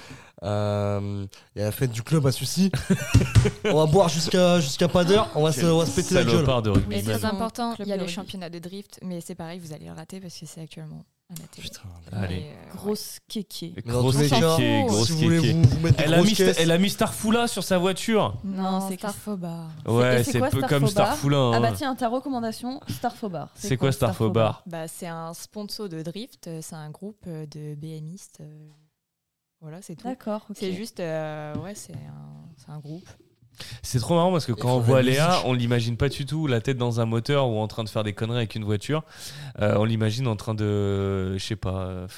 Speaker 4: Euh, Il y a la fête du club à Sucy. (laughs) on va boire jusqu'à jusqu'à pas d'heure. On va se on va se péter la gueule.
Speaker 1: Salopard de rugby.
Speaker 3: Mais
Speaker 2: c'est
Speaker 1: man.
Speaker 3: très
Speaker 2: Club
Speaker 3: important, il y a
Speaker 2: de
Speaker 3: les
Speaker 2: rugby.
Speaker 3: championnats de drift, mais c'est pareil, vous allez le rater parce que c'est actuellement à la télé.
Speaker 4: Putain.
Speaker 1: Allez.
Speaker 3: Mais, euh,
Speaker 2: Grosse kéké.
Speaker 4: Mais dans tous
Speaker 1: Grosse
Speaker 4: les cas,
Speaker 1: kéké,
Speaker 3: si
Speaker 1: grosse
Speaker 4: si vous voulez
Speaker 1: kéké.
Speaker 4: vous, vous mettre des
Speaker 1: Elle a,
Speaker 4: grosses
Speaker 1: mis,
Speaker 4: caisses,
Speaker 1: elle a mis Starfoula sur sa voiture.
Speaker 3: ouais.
Speaker 2: Non,
Speaker 3: Non,
Speaker 2: c'est
Speaker 3: c'est Starfoba.
Speaker 1: Ouais,
Speaker 2: et c'est
Speaker 1: c'est
Speaker 2: quoi,
Speaker 1: peu
Speaker 2: Star
Speaker 1: comme
Speaker 2: Fobar
Speaker 1: Starfoula.
Speaker 2: Ah
Speaker 1: hein.
Speaker 2: bah tiens, ta recommandation, Starfobar.
Speaker 1: c'est quoi Starfobar
Speaker 3: Bah, c'est un sponsor de drift, euh, c'est un groupe euh, de BMistes. euh, Voilà, c'est tout.
Speaker 2: D'accord. ok.
Speaker 3: C'est juste, euh, ouais, c'est un, c'est un groupe.
Speaker 1: C'est trop marrant parce que quand
Speaker 4: faut
Speaker 1: on
Speaker 4: de la
Speaker 1: voit
Speaker 4: musique.
Speaker 1: Léa, on l'imagine pas du tout la tête dans un moteur ou en train de faire des conneries avec une voiture. Euh, on l'imagine en train de, je sais pas, euh,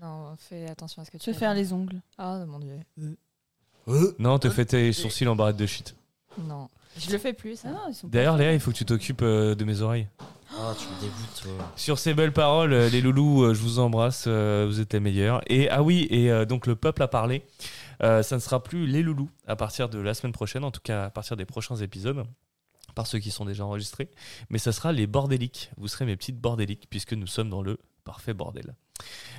Speaker 3: Non, fais attention à ce que tu
Speaker 2: Se
Speaker 3: vas
Speaker 2: faire
Speaker 3: dire.
Speaker 2: les ongles.
Speaker 3: Ah mon dieu.
Speaker 4: euh,
Speaker 1: non, te fais tes sourcils en barrette de shit.
Speaker 3: Non, je le fais plus. hein. ça.
Speaker 2: Ah, ils sont
Speaker 1: D'ailleurs, Léa, il faut que tu t'occupes euh, de mes oreilles.
Speaker 4: Ah, tu me dégoûtes. toi.
Speaker 1: Sur ces belles paroles, euh, les loulous, euh, je vous embrasse, euh, vous êtes les meilleurs. Et ah oui, et euh, donc le peuple a parlé. Euh, ça ne sera plus les loulous à partir de la semaine prochaine, en tout cas à partir des prochains épisodes, par ceux qui sont déjà enregistrés. Mais ça sera les bordéliques. Vous serez mes petites bordéliques, puisque nous sommes dans le parfait bordel.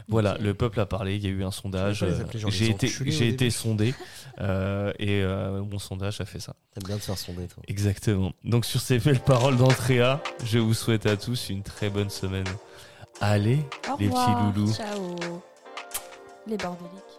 Speaker 1: Voilà,
Speaker 3: Ok.
Speaker 1: le peuple a parlé, il y a eu un sondage.
Speaker 4: Tu veux pas les
Speaker 1: euh,
Speaker 4: appeler genre
Speaker 1: J'ai
Speaker 4: les
Speaker 1: été,
Speaker 4: enculés au
Speaker 1: j'ai été
Speaker 4: début (laughs)
Speaker 1: sondé, euh, et euh, mon sondage a fait ça.
Speaker 4: T'aimes bien te faire sonder toi.
Speaker 1: Exactement. Donc sur ces belles paroles d'Andrea, je vous souhaite à tous une très bonne semaine. Allez
Speaker 2: Au
Speaker 1: les petits
Speaker 2: revoir.
Speaker 1: loulous.
Speaker 3: Ciao.
Speaker 2: Les bordéliques.